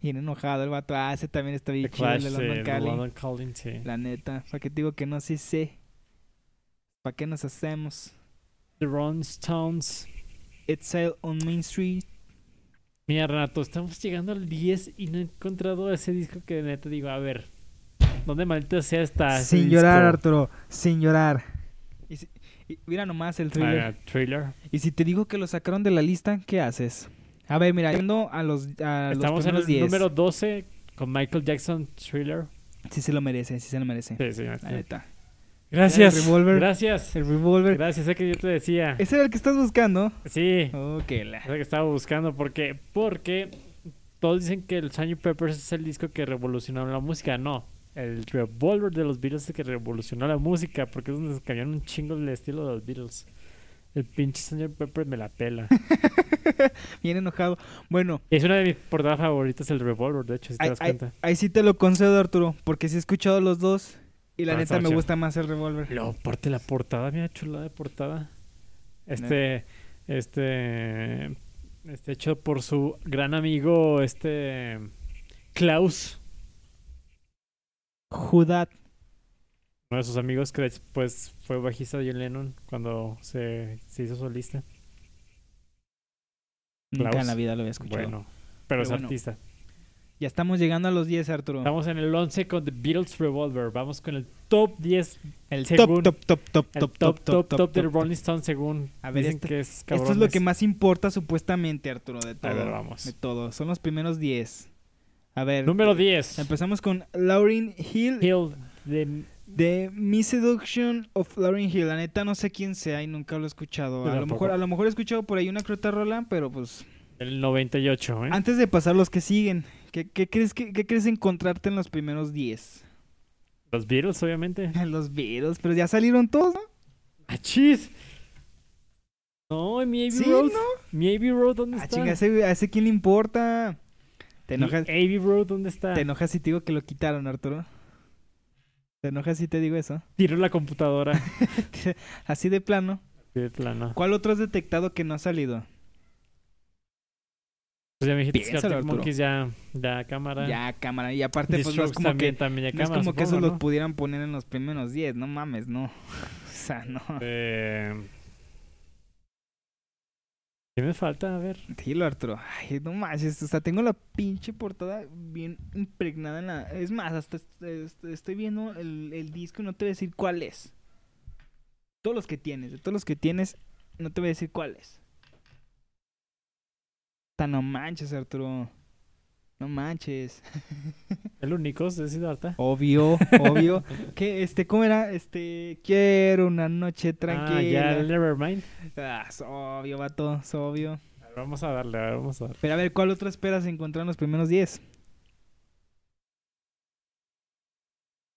Speaker 2: Bien enojado el vato. Ah, ese también está bien
Speaker 1: The
Speaker 2: chido, el
Speaker 1: Clash,
Speaker 2: de
Speaker 1: sí,
Speaker 2: London
Speaker 1: el
Speaker 2: Calling.
Speaker 1: London Calling, sí.
Speaker 2: La neta. ¿Para qué te digo que no? Sí sé. ¿Para qué nos hacemos?
Speaker 1: The Rolling Stones.
Speaker 2: It's Sale on Main Street.
Speaker 1: Mira, Renato, estamos llegando al 10 y no he encontrado ese disco que de neta digo, a ver, ¿dónde maldita sea está? Ah, ese
Speaker 2: sin llorar,
Speaker 1: disco?
Speaker 2: Arturo. Sin llorar. Y si- y mira nomás el thriller.
Speaker 1: Ah, thriller.
Speaker 2: Y si te digo que lo sacaron de la lista, ¿qué haces? A ver, mira, yendo a los, a los
Speaker 1: Estamos en el
Speaker 2: primeros 10.
Speaker 1: número 12 con Michael Jackson, Thriller.
Speaker 2: Sí se lo merece, sí se lo merece.
Speaker 1: Sí, sí,
Speaker 2: La
Speaker 1: sí.
Speaker 2: neta.
Speaker 1: Gracias.
Speaker 2: El Revolver.
Speaker 1: Gracias.
Speaker 2: El Revolver.
Speaker 1: Gracias, sé que yo te decía.
Speaker 2: ¿Ese era el que estás buscando?
Speaker 1: Sí,
Speaker 2: Ok, la.
Speaker 1: es el que estaba buscando porque porque todos dicen que el Sgt. Peppers es el disco que revolucionó la música, no. El Revolver de los Beatles es el que revolucionó la música porque es donde se cambiaron un chingo el estilo de los Beatles. El pinche Sgt. Peppers me la pela.
Speaker 2: Bien enojado. Bueno,
Speaker 1: es una de mis portadas favoritas el Revolver, de hecho, si te
Speaker 2: ahí,
Speaker 1: das
Speaker 2: ahí-
Speaker 1: cuenta.
Speaker 2: ahí sí te lo concedo, Arturo, porque sí he escuchado los dos y la
Speaker 1: Ah,
Speaker 2: neta
Speaker 1: está
Speaker 2: me
Speaker 1: chido.
Speaker 2: gusta más el Revolver.
Speaker 1: Luego, aparte la portada, mira, chulada de portada. Este, este, este hecho por su gran amigo, este, Klaus,
Speaker 2: Judad.
Speaker 1: uno de sus amigos que después fue bajista de John Lennon cuando se, se hizo solista.
Speaker 2: Nunca
Speaker 1: Klaus.
Speaker 2: en la vida lo había escuchado.
Speaker 1: Bueno, pero,
Speaker 2: Pero
Speaker 1: es
Speaker 2: bueno.
Speaker 1: artista.
Speaker 2: Ya estamos llegando a los 10, Arturo.
Speaker 1: Estamos en el 11 con The Beatles Revolver. Vamos con el top 10,
Speaker 2: El
Speaker 1: según-
Speaker 2: top, top, top, top,
Speaker 1: el
Speaker 2: top, top, top, top,
Speaker 1: del
Speaker 2: top.
Speaker 1: Rolling Stone según
Speaker 2: A ver,
Speaker 1: dicen
Speaker 2: este-
Speaker 1: que es
Speaker 2: Esto es lo que
Speaker 1: cabrones.
Speaker 2: más importa supuestamente, Arturo, de todo.
Speaker 1: A ver,
Speaker 2: De
Speaker 1: vamos.
Speaker 2: todo. Son los primeros 10. A ver.
Speaker 1: Número 10.
Speaker 2: Empezamos con Lauryn Hill
Speaker 1: Hill de
Speaker 2: de Mi Seduction of Lauryn Hill. La neta no sé quién sea y nunca lo he escuchado.
Speaker 1: Yo
Speaker 2: A lo
Speaker 1: tampoco.
Speaker 2: mejor, a lo mejor he escuchado por ahí una crota rola, pero pues.
Speaker 1: del 98, ¿eh?
Speaker 2: Antes de pasar los que siguen, ¿qué, qué crees que qué crees encontrarte en los primeros 10?
Speaker 1: Los Beatles, obviamente.
Speaker 2: los Beatles, pero ya salieron todos, ¿no?
Speaker 1: ¡Achis! No, mi Abbey
Speaker 2: Ah, Sí,
Speaker 1: Road.
Speaker 2: ¿no?
Speaker 1: Mi Abbey Road, ¿dónde
Speaker 2: Ah,
Speaker 1: está?
Speaker 2: chinga, ese- ¿a ese quién le importa? Te
Speaker 1: Mi
Speaker 2: enojas.
Speaker 1: Abbey Road, ¿dónde está?
Speaker 2: ¿Te enojas si te digo que lo quitaron, Arturo? ¿Te enojas si te digo eso?
Speaker 1: Tiró la computadora.
Speaker 2: Así de plano.
Speaker 1: de plano.
Speaker 2: ¿Cuál otro has detectado que no ha salido?
Speaker 1: Pues ya me dijiste que Arctic
Speaker 2: Piénsalo, Arturo.
Speaker 1: Monkeys ya, ya cámara.
Speaker 2: Ya, cámara. Y
Speaker 1: The
Speaker 2: aparte, pues no es
Speaker 1: Strokes
Speaker 2: como
Speaker 1: también,
Speaker 2: que,
Speaker 1: también ya
Speaker 2: no es
Speaker 1: cámara,
Speaker 2: como que esos
Speaker 1: supongo,
Speaker 2: los pudieran poner en los primeros 10. No mames, no. O sea, no.
Speaker 1: ¿no? Eh, ¿Qué me falta? A ver.
Speaker 2: Dilo, Arturo. Ay, no manches. O sea, tengo la pinche portada bien impregnada en la. Es más, hasta est- est- estoy viendo el, el disco y no te voy a decir cuál es. Todos los que tienes, de todos los que tienes, no te voy a decir cuál es. O sea, no manches, Arturo. No manches.
Speaker 1: El único es Ah, Siddhartha.
Speaker 2: Obvio, obvio. que este, ¿cómo era? Este, quiero una noche
Speaker 1: Ah, ya, el
Speaker 2: tranquila.
Speaker 1: Nevermind.
Speaker 2: Ah, es obvio, vato, es obvio.
Speaker 1: A ver, Vamos a darle, a ver, vamos a darle.
Speaker 2: Pero a ver, ¿cuál otro esperas encontrar en los primeros 10?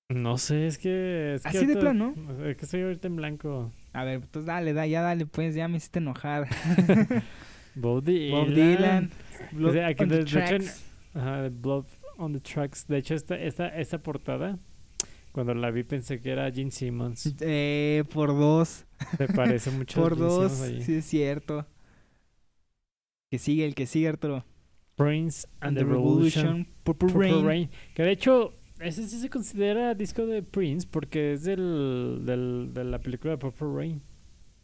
Speaker 1: No sé, es que. Es que
Speaker 2: Así de
Speaker 1: ahorita-
Speaker 2: plano.
Speaker 1: Es que estoy ahorita en blanco.
Speaker 2: A ver, pues dale, da, ya dale, pues ya me hiciste enojar.
Speaker 1: Bob Dylan.
Speaker 2: Bob Dylan. Blood
Speaker 1: sea, que
Speaker 2: on the
Speaker 1: de- de hecho en-
Speaker 2: Tracks.
Speaker 1: Ajá, de Blood on the Tracks. De hecho, esta, esta, esta portada, cuando la vi pensé que era Gene Simmons.
Speaker 2: Eh, por dos,
Speaker 1: Se parece mucho
Speaker 2: por
Speaker 1: a Gene
Speaker 2: dos,
Speaker 1: Simmons ahí.
Speaker 2: sí es cierto. Que sigue, el que sigue, Arturo.
Speaker 1: Prince and the, Revolution.
Speaker 2: Purple,
Speaker 1: Purple
Speaker 2: Rain.
Speaker 1: Rain. Que de hecho, ese sí se considera disco de Prince porque es del, del- de la película de Purple Rain.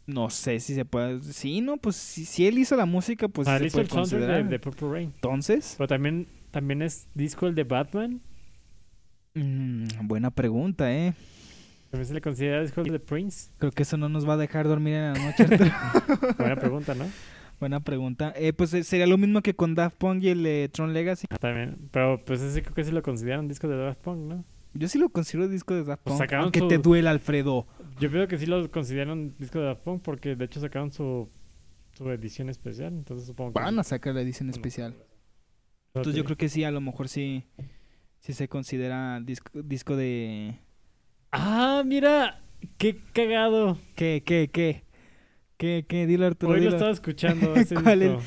Speaker 2: No sé si se puede. Sí, no, pues si, si él hizo la música, pues
Speaker 1: Ah,
Speaker 2: sí
Speaker 1: él hizo
Speaker 2: se puede
Speaker 1: el soundtrack de-
Speaker 2: considerar.
Speaker 1: de, Purple Rain.
Speaker 2: Entonces,
Speaker 1: Pero también, también es disco el de Batman.
Speaker 2: mm, buena pregunta, ¿eh?
Speaker 1: También se le considera disco de Prince.
Speaker 2: Creo que eso no nos va a dejar dormir en la noche, Arturo.
Speaker 1: Buena pregunta, ¿no?
Speaker 2: buena pregunta. Eh, pues eh, sería lo mismo que con Daft Punk y el eh, Tron Legacy.
Speaker 1: Ah, También. Pero pues ese creo que sí lo consideran disco de Daft Punk, ¿no?
Speaker 2: Yo sí lo considero disco de Daft
Speaker 1: Pues
Speaker 2: Punk.
Speaker 1: sacaron
Speaker 2: aunque
Speaker 1: su-
Speaker 2: te duela, Alfredo.
Speaker 1: Yo creo que sí lo consideran disco de Daft Punk porque de hecho sacaron su, su edición especial, entonces supongo que...
Speaker 2: Van a sacar la edición especial. Entonces yo creo que sí, a lo mejor sí, sí se considera disco, disco de...
Speaker 1: ¡Ah, mira! ¡Qué cagado!
Speaker 2: ¿Qué, qué, qué? ¿Qué, qué? Dilo, Arturo,
Speaker 1: Hoy lo
Speaker 2: dilo.
Speaker 1: estaba escuchando. ese
Speaker 2: ¿Cuál
Speaker 1: disco.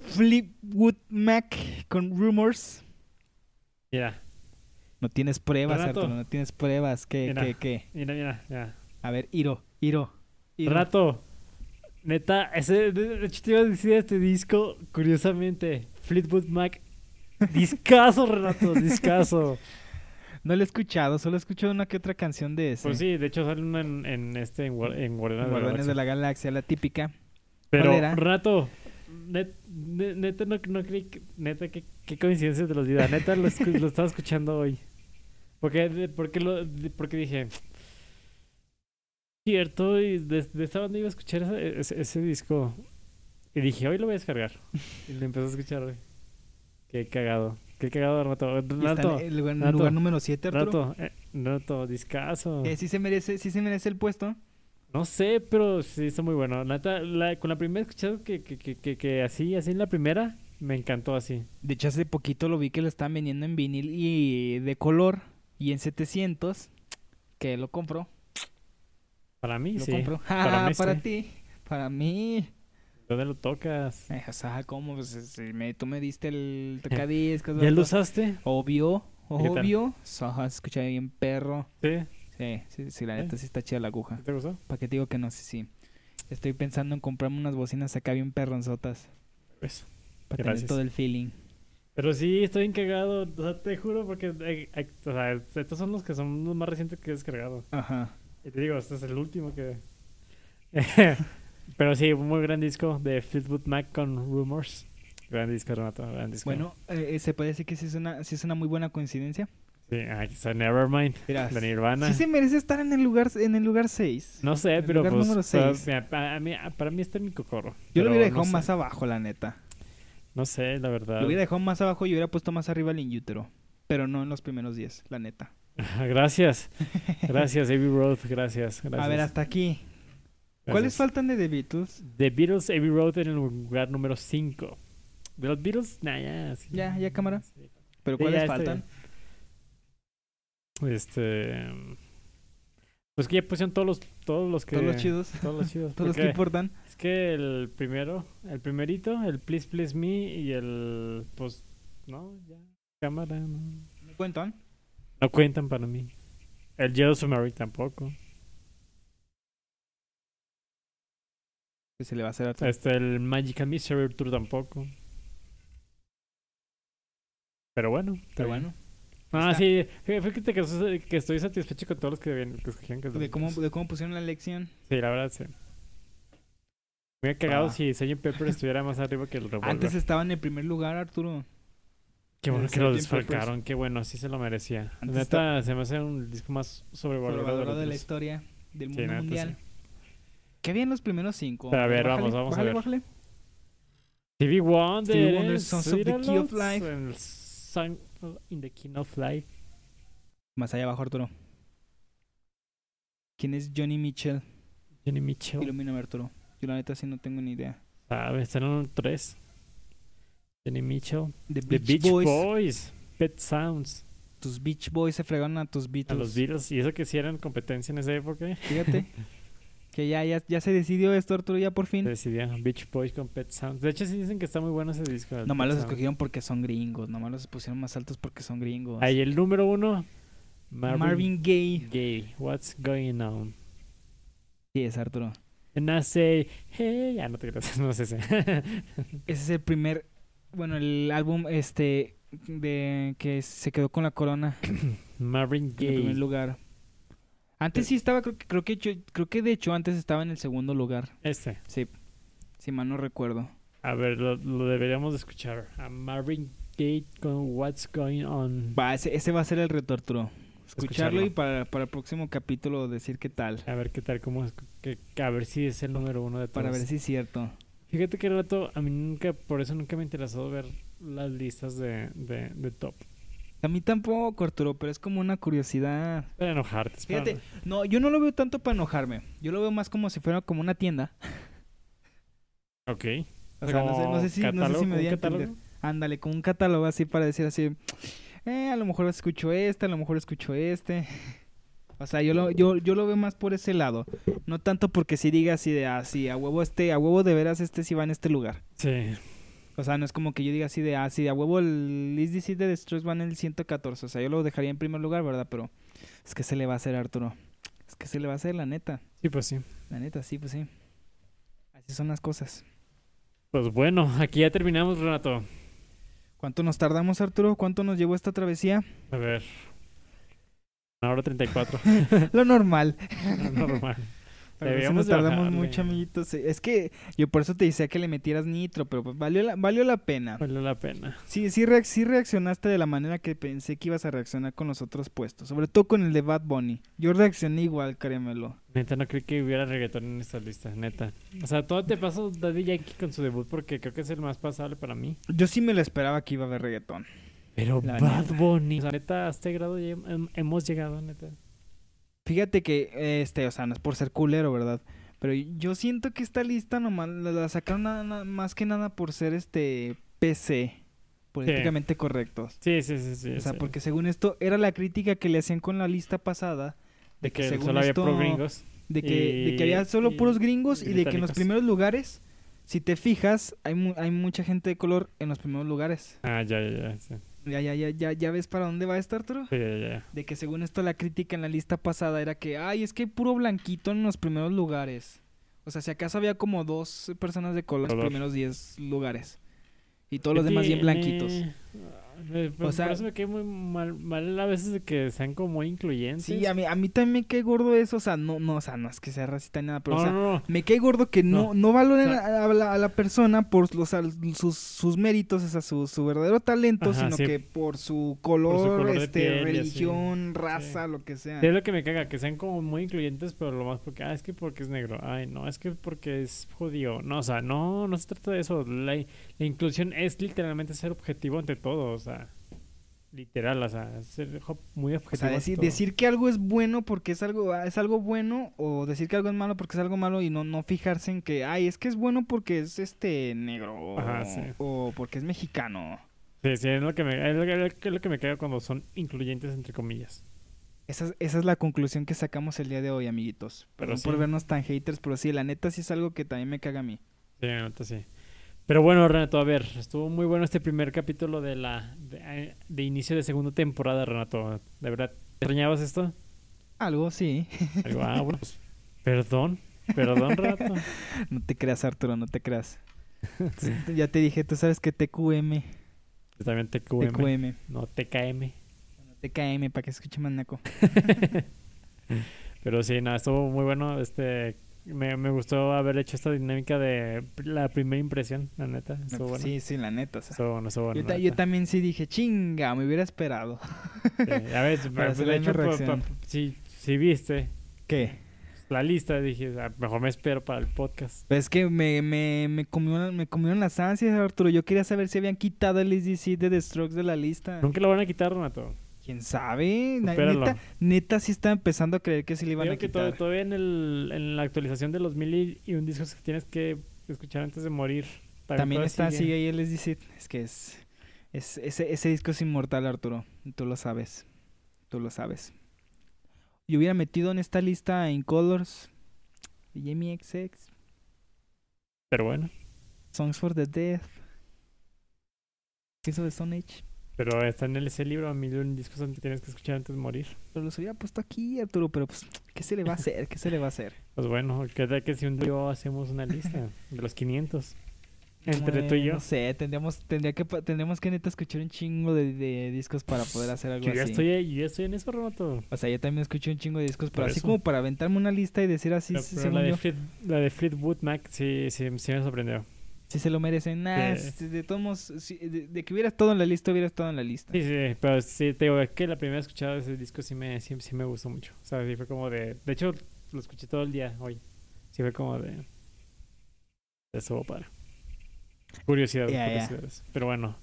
Speaker 2: Flipwood Mac con Rumors.
Speaker 1: Mira,
Speaker 2: No tienes pruebas,
Speaker 1: Rato.
Speaker 2: Arturo, no tienes pruebas. ¿Qué,
Speaker 1: Mira.
Speaker 2: qué, qué?
Speaker 1: mira, mira, mira.
Speaker 2: A ver, Iro, Iro, Iro.
Speaker 1: Rato. Neta, ese, de de hecho te iba a decir este disco, curiosamente, Fleetwood Mac. Discaso, Renato, discaso.
Speaker 2: No lo he escuchado, solo he escuchado una que otra canción de ese.
Speaker 1: Pues sí, de hecho sale una en, en este, en, Guar- en Guardianes de la
Speaker 2: Guardianes de
Speaker 1: Galaxia.
Speaker 2: la Galaxia, la típica. ¿Cuál
Speaker 1: Pero,
Speaker 2: era?
Speaker 1: rato, net- ne- neta, no, no creí que- neta, qué, qué coincidencia de los vida. Neta, lo, escu- lo estaba escuchando hoy. Porque, de- porque, lo, de- porque dije, cierto, y de, de esta banda iba a escuchar esa- ese, ese disco. Y dije, hoy lo voy a descargar. Y lo empecé a escuchar hoy. Qué cagado. Qué cagado, Renato.
Speaker 2: Y está
Speaker 1: Renato,
Speaker 2: en el lugar,
Speaker 1: Renato,
Speaker 2: lugar número 7, Arturo.
Speaker 1: Renato, eh, Renato, discaso.
Speaker 2: Eh, sí, se merece, sí se merece el puesto.
Speaker 1: No sé, pero sí está muy bueno. La neta, la- con la primera escuchado que, que, que, que, que así, así en la primera, me encantó así.
Speaker 2: De hecho, hace poquito lo vi que lo estaban vendiendo en vinil y de color y en 700, que lo compró.
Speaker 1: Para mí,
Speaker 2: Lo
Speaker 1: sí.
Speaker 2: compró.
Speaker 1: para
Speaker 2: Ah,
Speaker 1: mí
Speaker 2: para
Speaker 1: sí.
Speaker 2: ti. Para mí.
Speaker 1: ¿Dónde lo tocas?
Speaker 2: Eh, o sea, ¿cómo? Pues, si me, tú me diste el tocadiscos.
Speaker 1: ¿Ya lo
Speaker 2: vato.
Speaker 1: usaste?
Speaker 2: Obvio,
Speaker 1: ¿Y qué tal?
Speaker 2: obvio. Soja, se escucha bien perro.
Speaker 1: Sí.
Speaker 2: Sí, sí, sí, la
Speaker 1: ¿Eh?
Speaker 2: neta sí está chida la aguja.
Speaker 1: ¿Te gustó?
Speaker 2: ¿Para qué te digo que no? Sí, sí. Estoy pensando en comprarme unas bocinas acá bien perronzotas.
Speaker 1: Pues.
Speaker 2: Para tener
Speaker 1: Gracias.
Speaker 2: todo el feeling.
Speaker 1: Pero sí, estoy bien cagado. O sea, te juro, porque eh, eh, o sea, estos son los que son los más recientes que he descargado.
Speaker 2: Ajá.
Speaker 1: Y te digo, este es el último que. Pero sí, un muy gran disco de Fleetwood Mac con Rumors. Gran disco, Renato, gran disco.
Speaker 2: Bueno, eh, eh, se puede decir que sí es una, sí es una muy buena coincidencia.
Speaker 1: Sí, aquí está Nevermind,
Speaker 2: Mira,
Speaker 1: de Nirvana.
Speaker 2: sí se merece estar en el lugar en el lugar 6.
Speaker 1: No sé,
Speaker 2: El
Speaker 1: pero
Speaker 2: lugar
Speaker 1: pues.
Speaker 2: número
Speaker 1: pero,
Speaker 2: seis.
Speaker 1: mira, pa- a mí- a- para mí está mi cocorro.
Speaker 2: Yo
Speaker 1: pero
Speaker 2: lo hubiera dejado
Speaker 1: no sé,
Speaker 2: más abajo, la neta.
Speaker 1: No sé, la verdad.
Speaker 2: Lo hubiera dejado más abajo y hubiera puesto más arriba el Inútero. Pero no en los primeros 10, la neta.
Speaker 1: gracias. Gracias, Abbey Road. Gracias. gracias
Speaker 2: A ver, hasta aquí. ¿Cuáles
Speaker 1: gracias.
Speaker 2: faltan de The Beatles?
Speaker 1: The Beatles, Abbey Road en el lugar número 5. De los Beatles, nah, ya. sí.
Speaker 2: Ya, ya, cámara.
Speaker 1: Sí.
Speaker 2: ¿Pero
Speaker 1: Sí,
Speaker 2: cuáles
Speaker 1: ya está
Speaker 2: faltan?
Speaker 1: bien. Este. mm, Pues que ya pusieron todos los, todos los que.
Speaker 2: Todos los chidos.
Speaker 1: Todos los chidos.
Speaker 2: Todos los que
Speaker 1: porque
Speaker 2: importan.
Speaker 1: Es que el primero, el primerito, el Please Please Me y el. Pues. No, ya. Cámara, no.
Speaker 2: ¿Me cuentan?
Speaker 1: No cuentan para mí. El Yellow Submarine tampoco.
Speaker 2: Que se le va a hacer a
Speaker 1: Este, el Magical Mystery Tour tampoco. Pero bueno. está
Speaker 2: Pero
Speaker 1: bien.
Speaker 2: bueno.
Speaker 1: Ah,
Speaker 2: Está.
Speaker 1: sí, fí- fíjate que, estoy- que estoy satisfecho con todos los que, ven- que escogieron. que-
Speaker 2: De cómo, de cómo pusieron la elección.
Speaker 1: Sí, la verdad, sí. Me hubiera cagado
Speaker 2: Ah.
Speaker 1: si Sgt. Pepper estuviera más arriba que el revólver.
Speaker 2: Antes estaba en el primer lugar, Arturo.
Speaker 1: qué bueno
Speaker 2: el
Speaker 1: que lo
Speaker 2: Sgt. Pepper's.
Speaker 1: desfalcaron, qué bueno, sí se lo merecía.
Speaker 2: pues, Antes
Speaker 1: La Neta, se me hace un disco más sobrevalorado.
Speaker 2: Salvador de la
Speaker 1: los-
Speaker 2: historia del
Speaker 1: Sí,
Speaker 2: mundo
Speaker 1: la neta,
Speaker 2: mundial.
Speaker 1: sí.
Speaker 2: ¿Qué habían los primeros cinco?
Speaker 1: A ver,
Speaker 2: Bájale,
Speaker 1: vamos, vamos a
Speaker 2: bájale,
Speaker 1: ver.
Speaker 2: bájale.
Speaker 1: Stevie Wonder,
Speaker 2: Stevie Wonder,
Speaker 1: eh,
Speaker 2: Sons of the
Speaker 1: Sweet
Speaker 2: Key of
Speaker 1: Lords,
Speaker 2: Life.
Speaker 1: el Song of- in the King of Life.
Speaker 2: Más allá abajo, Arturo. ¿Quién es Johnny Mitchell?
Speaker 1: Johnny Mitchell.
Speaker 2: Ilumíname, Arturo. Yo la neta sí no tengo ni idea.
Speaker 1: Sabe, están en un 3. Johnny Mitchell.
Speaker 2: The
Speaker 1: The
Speaker 2: Beach,
Speaker 1: Beach
Speaker 2: Boys.
Speaker 1: Boys. Pet Sounds.
Speaker 2: Tus Beach Boys se fregaron a tus
Speaker 1: A
Speaker 2: Beatles.
Speaker 1: los Beatles. Y eso que sí eran competencia en esa época. ¿eh?
Speaker 2: Fíjate. que ya, ya, ya se decidió esto, Arturo, ya por
Speaker 1: Se
Speaker 2: fin.
Speaker 1: decidía Beach Boys con Pet Sounds. De hecho, sí dicen que está muy bueno ese disco. el
Speaker 2: Nomás
Speaker 1: Pet
Speaker 2: los
Speaker 1: Sounds.
Speaker 2: escogieron porque son gringos. Nomás los pusieron más altos porque son gringos.
Speaker 1: Ahí el número uno. Marvin,
Speaker 2: Marvin Gaye.
Speaker 1: Gaye. What's going on?
Speaker 2: Sí, es Arturo.
Speaker 1: And I say, hey. Ya no te creas, no sé. ese.
Speaker 2: Ese es el primer, bueno, el álbum este de que se quedó con la corona
Speaker 1: Marvin
Speaker 2: en el primer
Speaker 1: Gaye.
Speaker 2: lugar. Antes sí estaba, creo que, creo que yo- creo que de hecho antes estaba en el segundo lugar,
Speaker 1: Este.
Speaker 2: si mal no recuerdo.
Speaker 1: A ver, lo, lo deberíamos de escuchar. A Marvin Gaye con What's going on.
Speaker 2: Va, ese, ese va a ser el reto, Arturo. Escucharlo,
Speaker 1: Escucharlo.
Speaker 2: y para, para el próximo capítulo decir qué tal.
Speaker 1: A ver qué tal, cómo. es- que- que- a ver si es el número uno de todos.
Speaker 2: Para ver si es cierto.
Speaker 1: Fíjate que rato, a mí nunca, por eso nunca me interesó ver las listas de, de, de top.
Speaker 2: A mí tampoco, Arturo, pero es como una curiosidad.
Speaker 1: Para enojarte. es para-
Speaker 2: Fíjate, no, yo no lo veo tanto para enojarme. Yo lo veo más como si fuera como una tienda.
Speaker 1: Ok.
Speaker 2: O sea, no sé, no sé si, no sé si
Speaker 1: ¿un
Speaker 2: me voy a entender.
Speaker 1: catálogo?
Speaker 2: Ándale, con un catálogo así para decir así, eh, a lo mejor escucho este, a lo mejor escucho este. O sea, yo lo, yo, yo lo veo más por ese lado. No tanto porque si diga así de, ah, sí, a huevo este, a huevo de veras este si va en este lugar.
Speaker 1: Sí.
Speaker 2: O sea, no es como que yo diga así de, ah, sí, a huevo el Is This It de Destroys va en el 114. O sea, yo lo dejaría en primer lugar, ¿verdad? Pero es que se le va a hacer, Arturo. Es que se le va a hacer, la neta.
Speaker 1: Sí, pues sí.
Speaker 2: La neta, sí, pues sí. Así son las cosas.
Speaker 1: Pues bueno, aquí ya terminamos, Renato.
Speaker 2: ¿Cuánto nos tardamos, Arturo? ¿Cuánto nos llevó esta travesía?
Speaker 1: A ver. Una hora treinta y cuatro.
Speaker 2: Lo normal.
Speaker 1: Normal.
Speaker 2: Pero sí
Speaker 1: Debíamos
Speaker 2: nos tardamos
Speaker 1: bajarle.
Speaker 2: mucho, amiguitos. Sí, Es que yo por eso te decía que le metieras nitro, pero pues valió la, valió la pena.
Speaker 1: Vale la pena.
Speaker 2: Sí, sí, reac- sí reaccionaste de la manera que pensé que ibas a reaccionar con los otros puestos, sobre todo con el de Bad Bunny. Yo reaccioné igual, créemelo.
Speaker 1: Neta, no creí que hubiera reggaetón en estas listas, neta. O sea, todo te paso Daddy Yankee con su debut porque creo que es el más pasable para mí.
Speaker 2: Yo sí me lo esperaba que iba a haber reggaetón.
Speaker 1: Pero
Speaker 2: La
Speaker 1: Bad Bunny. O sea, neta, a este grado ya hem- hemos llegado, neta.
Speaker 2: Fíjate que, eh, este, o sea, no es por ser culero, ¿verdad? Pero yo siento que esta lista nomás la, la sacaron nada- nada- más que nada por ser, este, PC, políticamente correctos.
Speaker 1: Sí, sí, sí, sí.
Speaker 2: O sea,
Speaker 1: sí.
Speaker 2: porque según esto era la crítica que le hacían con la lista pasada
Speaker 1: de que,
Speaker 2: según
Speaker 1: solo había
Speaker 2: esto-
Speaker 1: pro gringos.
Speaker 2: de que, de que
Speaker 1: Y-
Speaker 2: había solo
Speaker 1: y-
Speaker 2: puros gringos
Speaker 1: y
Speaker 2: y, de que en los
Speaker 1: británicos.
Speaker 2: primeros lugares, si te fijas, hay, mu- hay mucha gente de color en los primeros lugares.
Speaker 1: Ah, ya, ya, ya. Sí,
Speaker 2: Ya, ya, ya, ya, ya ves para dónde va esto, Arturo.
Speaker 1: Sí, ya, ya.
Speaker 2: De que según esto la crítica en la lista pasada era que, ay, es que hay puro blanquito en los primeros lugares. O sea, si acaso había como dos personas de color en los
Speaker 1: Color.
Speaker 2: primeros 10 lugares. Y todos los demás bien blanquitos.
Speaker 1: o
Speaker 2: sea-
Speaker 1: sea, por eso me cae muy mal, mal a veces de que sean como muy incluyentes.
Speaker 2: Sí, a mí, a mí también me cae gordo eso. O sea, no, no, o sea, no es que sea racista ni nada, pero
Speaker 1: no,
Speaker 2: o sea,
Speaker 1: no, no.
Speaker 2: me cae gordo que no, no, valoren
Speaker 1: o
Speaker 2: a, a la, a la persona por los, al- sus, sus méritos, o sea, su, su verdadero talento,
Speaker 1: Ajá,
Speaker 2: sino
Speaker 1: sí.
Speaker 2: que por su color,
Speaker 1: color de
Speaker 2: este,
Speaker 1: piel y así.
Speaker 2: religión, raza, lo que sea.
Speaker 1: Es lo que me caga, que sean como muy incluyentes, pero lo más porque, ah, es que porque es negro, ay, no, es que porque es judío, no, o sea, no, no se trata de eso, la, la inclusión es literalmente ser objetivo ante todo, o sea, literal, o sea, ser jo- muy
Speaker 2: O
Speaker 1: objetivo.
Speaker 2: sea,
Speaker 1: ante
Speaker 2: decir,
Speaker 1: todo.
Speaker 2: decir que algo es bueno porque es algo, ah, es algo bueno o decir que algo es malo porque es algo malo y no, no fijarse en que, ay, es que es bueno porque es este negro o-
Speaker 1: Ajá, sí.
Speaker 2: o porque es mexicano.
Speaker 1: Sí, sí, es lo que me, es lo, que- es lo que me caga cuando son incluyentes, entre comillas.
Speaker 2: Esa es, esa es la conclusión que sacamos el día de hoy, amiguitos.
Speaker 1: Pero
Speaker 2: Perdón
Speaker 1: sí.
Speaker 2: por vernos tan haters, pero sí, la neta sí es algo que también me caga a mí.
Speaker 1: Sí, la neta, sí. Pero bueno, Renato, a ver, estuvo muy bueno este primer capítulo de la de, eh, de inicio de segunda temporada, Renato. ¿De verdad te extrañabas esto?
Speaker 2: Algo, sí.
Speaker 1: Algo, ah, bueno, pues, perdón, perdón, Renato.
Speaker 2: No te creas, Arturo, no te creas. Tú- ya te dije, tú sabes que TQM,
Speaker 1: Yo también TQM.
Speaker 2: TQM,
Speaker 1: No, TKM.
Speaker 2: TKM, para que escuche más naco.
Speaker 1: Pero sí, nada, estuvo muy bueno. Este, me, me gustó haber hecho esta dinámica de la primera impresión, la neta. Estuvo bueno.
Speaker 2: Sí, sí, la neta. o sea.
Speaker 1: Estuvo bueno, estuvo bueno.
Speaker 2: yo, ta-
Speaker 1: la
Speaker 2: yo
Speaker 1: neta.
Speaker 2: también sí dije, chinga, me hubiera esperado.
Speaker 1: Sí, a ver, pero,
Speaker 2: Para
Speaker 1: pues,
Speaker 2: hacer
Speaker 1: de
Speaker 2: la
Speaker 1: hecho,
Speaker 2: misma
Speaker 1: pa- pa-
Speaker 2: reacción.
Speaker 1: si, si viste
Speaker 2: ¿Qué?
Speaker 1: la lista, dije, "Ah, mejor me espero para el podcast.
Speaker 2: Pues es que me, me, me, comieron, me comieron las ansias, Arturo. Yo quería saber si habían quitado el SDC de The Strokes de la lista.
Speaker 1: Nunca lo van a quitar, Renato.
Speaker 2: ¿Quién sabe? Na-
Speaker 1: Supéralo.
Speaker 2: Neta, neta sí estaba empezando a creer que sí le iban
Speaker 1: Creo
Speaker 2: a
Speaker 1: que
Speaker 2: quitar.
Speaker 1: to- todavía en, el, en la actualización de los mil y, y un discos que tienes que escuchar antes de morir.
Speaker 2: También
Speaker 1: todavía
Speaker 2: está,
Speaker 1: sigue.
Speaker 2: sigue ahí el SDC. Es que es, es- ese, ese disco es inmortal, Arturo. Tú lo sabes. Tú lo sabes. Yo hubiera metido en esta lista In Colors, Jamie XX,
Speaker 1: Pero bueno,
Speaker 2: Songs for the Death, Piso de Stone Age.
Speaker 1: pero está en ese libro, mil y un discos que tienes que escuchar antes de morir.
Speaker 2: Pero los hubiera puesto aquí, Arturo, pero pues, ¿qué se le va a hacer? ¿Qué se le va a hacer?
Speaker 1: Pues bueno, ¿qué tal que si un día yo hacemos una lista de los 500? Entre tú y yo.
Speaker 2: No sé, tendríamos, tendría que, pa- tendríamos que neta escuchar un chingo de, de discos para poder hacer algo
Speaker 1: Yo ya,
Speaker 2: así.
Speaker 1: estoy, yo ya estoy en eso, Renato.
Speaker 2: O sea, yo también escuché un chingo de discos, pero
Speaker 1: Por
Speaker 2: así
Speaker 1: eso.
Speaker 2: como para aventarme una lista y decir así,
Speaker 1: Pero-
Speaker 2: sí,
Speaker 1: pero
Speaker 2: según
Speaker 1: la, de
Speaker 2: yo,
Speaker 1: Fleet- la de Fleetwood Mac sí, sí, sí me sorprendió.
Speaker 2: si se lo merecen. Nah,
Speaker 1: Sí.
Speaker 2: si- de todos modos, si- de, de que hubieras todo en la lista, hubieras todo en la lista.
Speaker 1: Sí, sí, pero sí, te digo, es que la primera escuchada de ese disco sí me, sí, sí me gustó mucho. O sea, sí fue como de... De hecho, lo escuché todo el día hoy. Sí fue como de... Eso para... Curiosidades,
Speaker 2: Ya, ya.
Speaker 1: curiosidades. Pero bueno,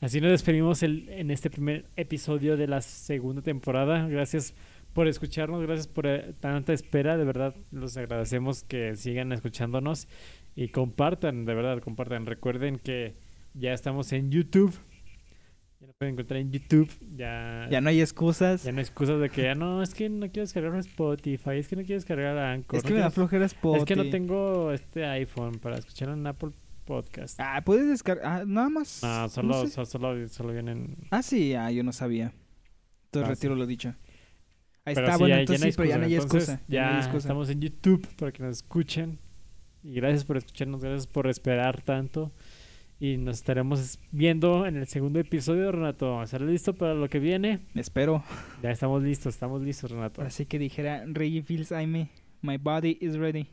Speaker 1: así nos despedimos el- en este primer episodio de la segunda temporada. Gracias por escucharnos, gracias por eh, tanta espera. De verdad, los agradecemos que sigan escuchándonos y compartan, de verdad, compartan. Recuerden que ya estamos en YouTube. Ya nos pueden encontrar en YouTube. Ya,
Speaker 2: Ya no hay excusas.
Speaker 1: ya no hay excusas de que ya no, es que no quiero descargar Spotify, es que no quiero descargar Anchor.
Speaker 2: es que
Speaker 1: no
Speaker 2: me da
Speaker 1: quiero-
Speaker 2: flojera Spotify.
Speaker 1: es que no tengo este iPhone para escuchar en Apple Podcast.
Speaker 2: Ah, puedes descargar. Ah, nada más.
Speaker 1: No, solo,
Speaker 2: sé.
Speaker 1: solo, solo, solo vienen.
Speaker 2: Ah, sí, ah, yo no sabía. Entonces
Speaker 1: Ah,
Speaker 2: retiro lo dicho. Ahí
Speaker 1: Pero
Speaker 2: está,
Speaker 1: sí,
Speaker 2: bueno,
Speaker 1: ya- ya
Speaker 2: entonces sí, pero ya no hay
Speaker 1: Entonces,
Speaker 2: excusa. Ya, no hay
Speaker 1: ya
Speaker 2: excusa.
Speaker 1: estamos en YouTube para que nos escuchen. Y gracias por escucharnos, gracias por esperar tanto. Y nos estaremos viendo en el segundo episodio, Renato. ¿Estarás listo para lo que viene?
Speaker 2: Espero.
Speaker 1: Ya estamos listos, estamos listos, Renato.
Speaker 2: Así que dijera Reggie Fields, Aime, my body is ready.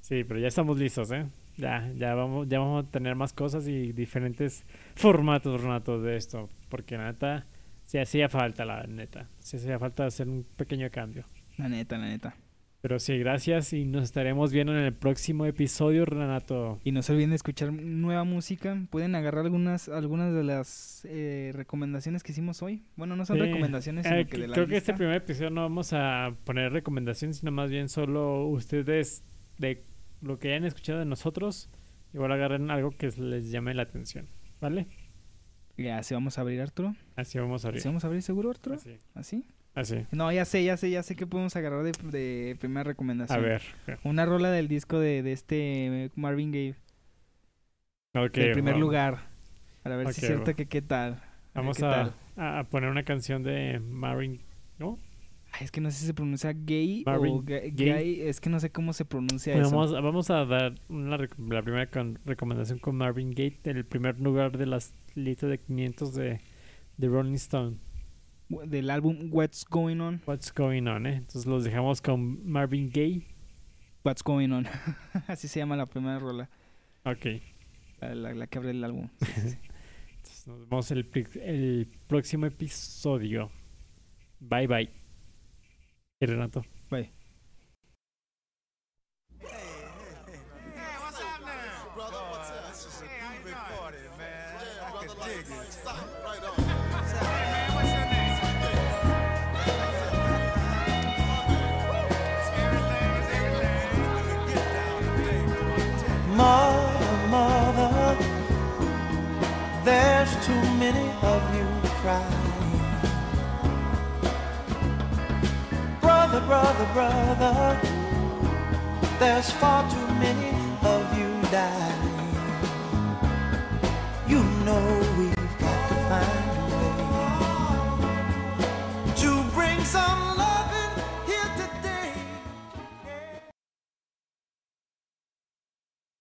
Speaker 1: Sí, pero ya estamos listos, ¿eh? Ya, ya vamos, ya vamos a tener más cosas y diferentes formatos, Renato, de esto. Porque la neta, sí hacía falta, la neta. Sí hacía falta hacer un pequeño cambio.
Speaker 2: La neta, la neta.
Speaker 1: Pero sí, gracias y nos estaremos viendo en el próximo episodio, Renato.
Speaker 2: Y no se olviden de escuchar nueva música. Pueden agarrar algunas, algunas de las eh, recomendaciones que hicimos hoy. Bueno, no son
Speaker 1: Sí.
Speaker 2: recomendaciones,
Speaker 1: Eh,
Speaker 2: sino que
Speaker 1: creo
Speaker 2: de la
Speaker 1: que este
Speaker 2: lista.
Speaker 1: primer episodio no vamos a poner recomendaciones, sino más bien solo ustedes de lo que hayan escuchado de nosotros, igual agarren algo que les llame la atención, ¿vale?
Speaker 2: Ya, así vamos a abrir, Arturo.
Speaker 1: Así vamos a abrir.
Speaker 2: ¿Así vamos a abrir seguro, Arturo?
Speaker 1: Así,
Speaker 2: ¿Así?
Speaker 1: así.
Speaker 2: No, ya sé, ya sé, ya sé que podemos agarrar de, de primera
Speaker 1: A
Speaker 2: recomendación.
Speaker 1: ver.
Speaker 2: Una rola del disco de, de este eh, Marvin Gaye.
Speaker 1: Ok,
Speaker 2: en primer
Speaker 1: va-
Speaker 2: lugar. Para ver si
Speaker 1: Ok,
Speaker 2: es cierto
Speaker 1: va.
Speaker 2: que qué tal. ver
Speaker 1: Vamos
Speaker 2: qué
Speaker 1: a,
Speaker 2: tal.
Speaker 1: a- a poner una canción de Marvin
Speaker 2: Ay, es que no sé si se pronuncia gay o
Speaker 1: Marvin
Speaker 2: ga- gay.
Speaker 1: Gaye.
Speaker 2: Es que no sé cómo se pronuncia
Speaker 1: Vamos, vamos a dar una rec- la primera con- recomendación con Marvin Gaye, el primer lugar de las listas de 500 de, de Rolling Stone.
Speaker 2: eso. Del álbum What's Going On.
Speaker 1: What's going on, eh? Entonces los dejamos con Marvin Gaye.
Speaker 2: What's Going On. Así se llama la primera rola.
Speaker 1: Ok.
Speaker 2: La, la- la que abre el álbum.
Speaker 1: Entonces nos vemos el, pri- el próximo episodio. Bye bye. Y Renato.
Speaker 3: Brother, what's up? This is a big party, man. I can dig it.
Speaker 4: Mother, mother, there's too many of you crying. Brother, brother, brother, there's far too many of you dying. You know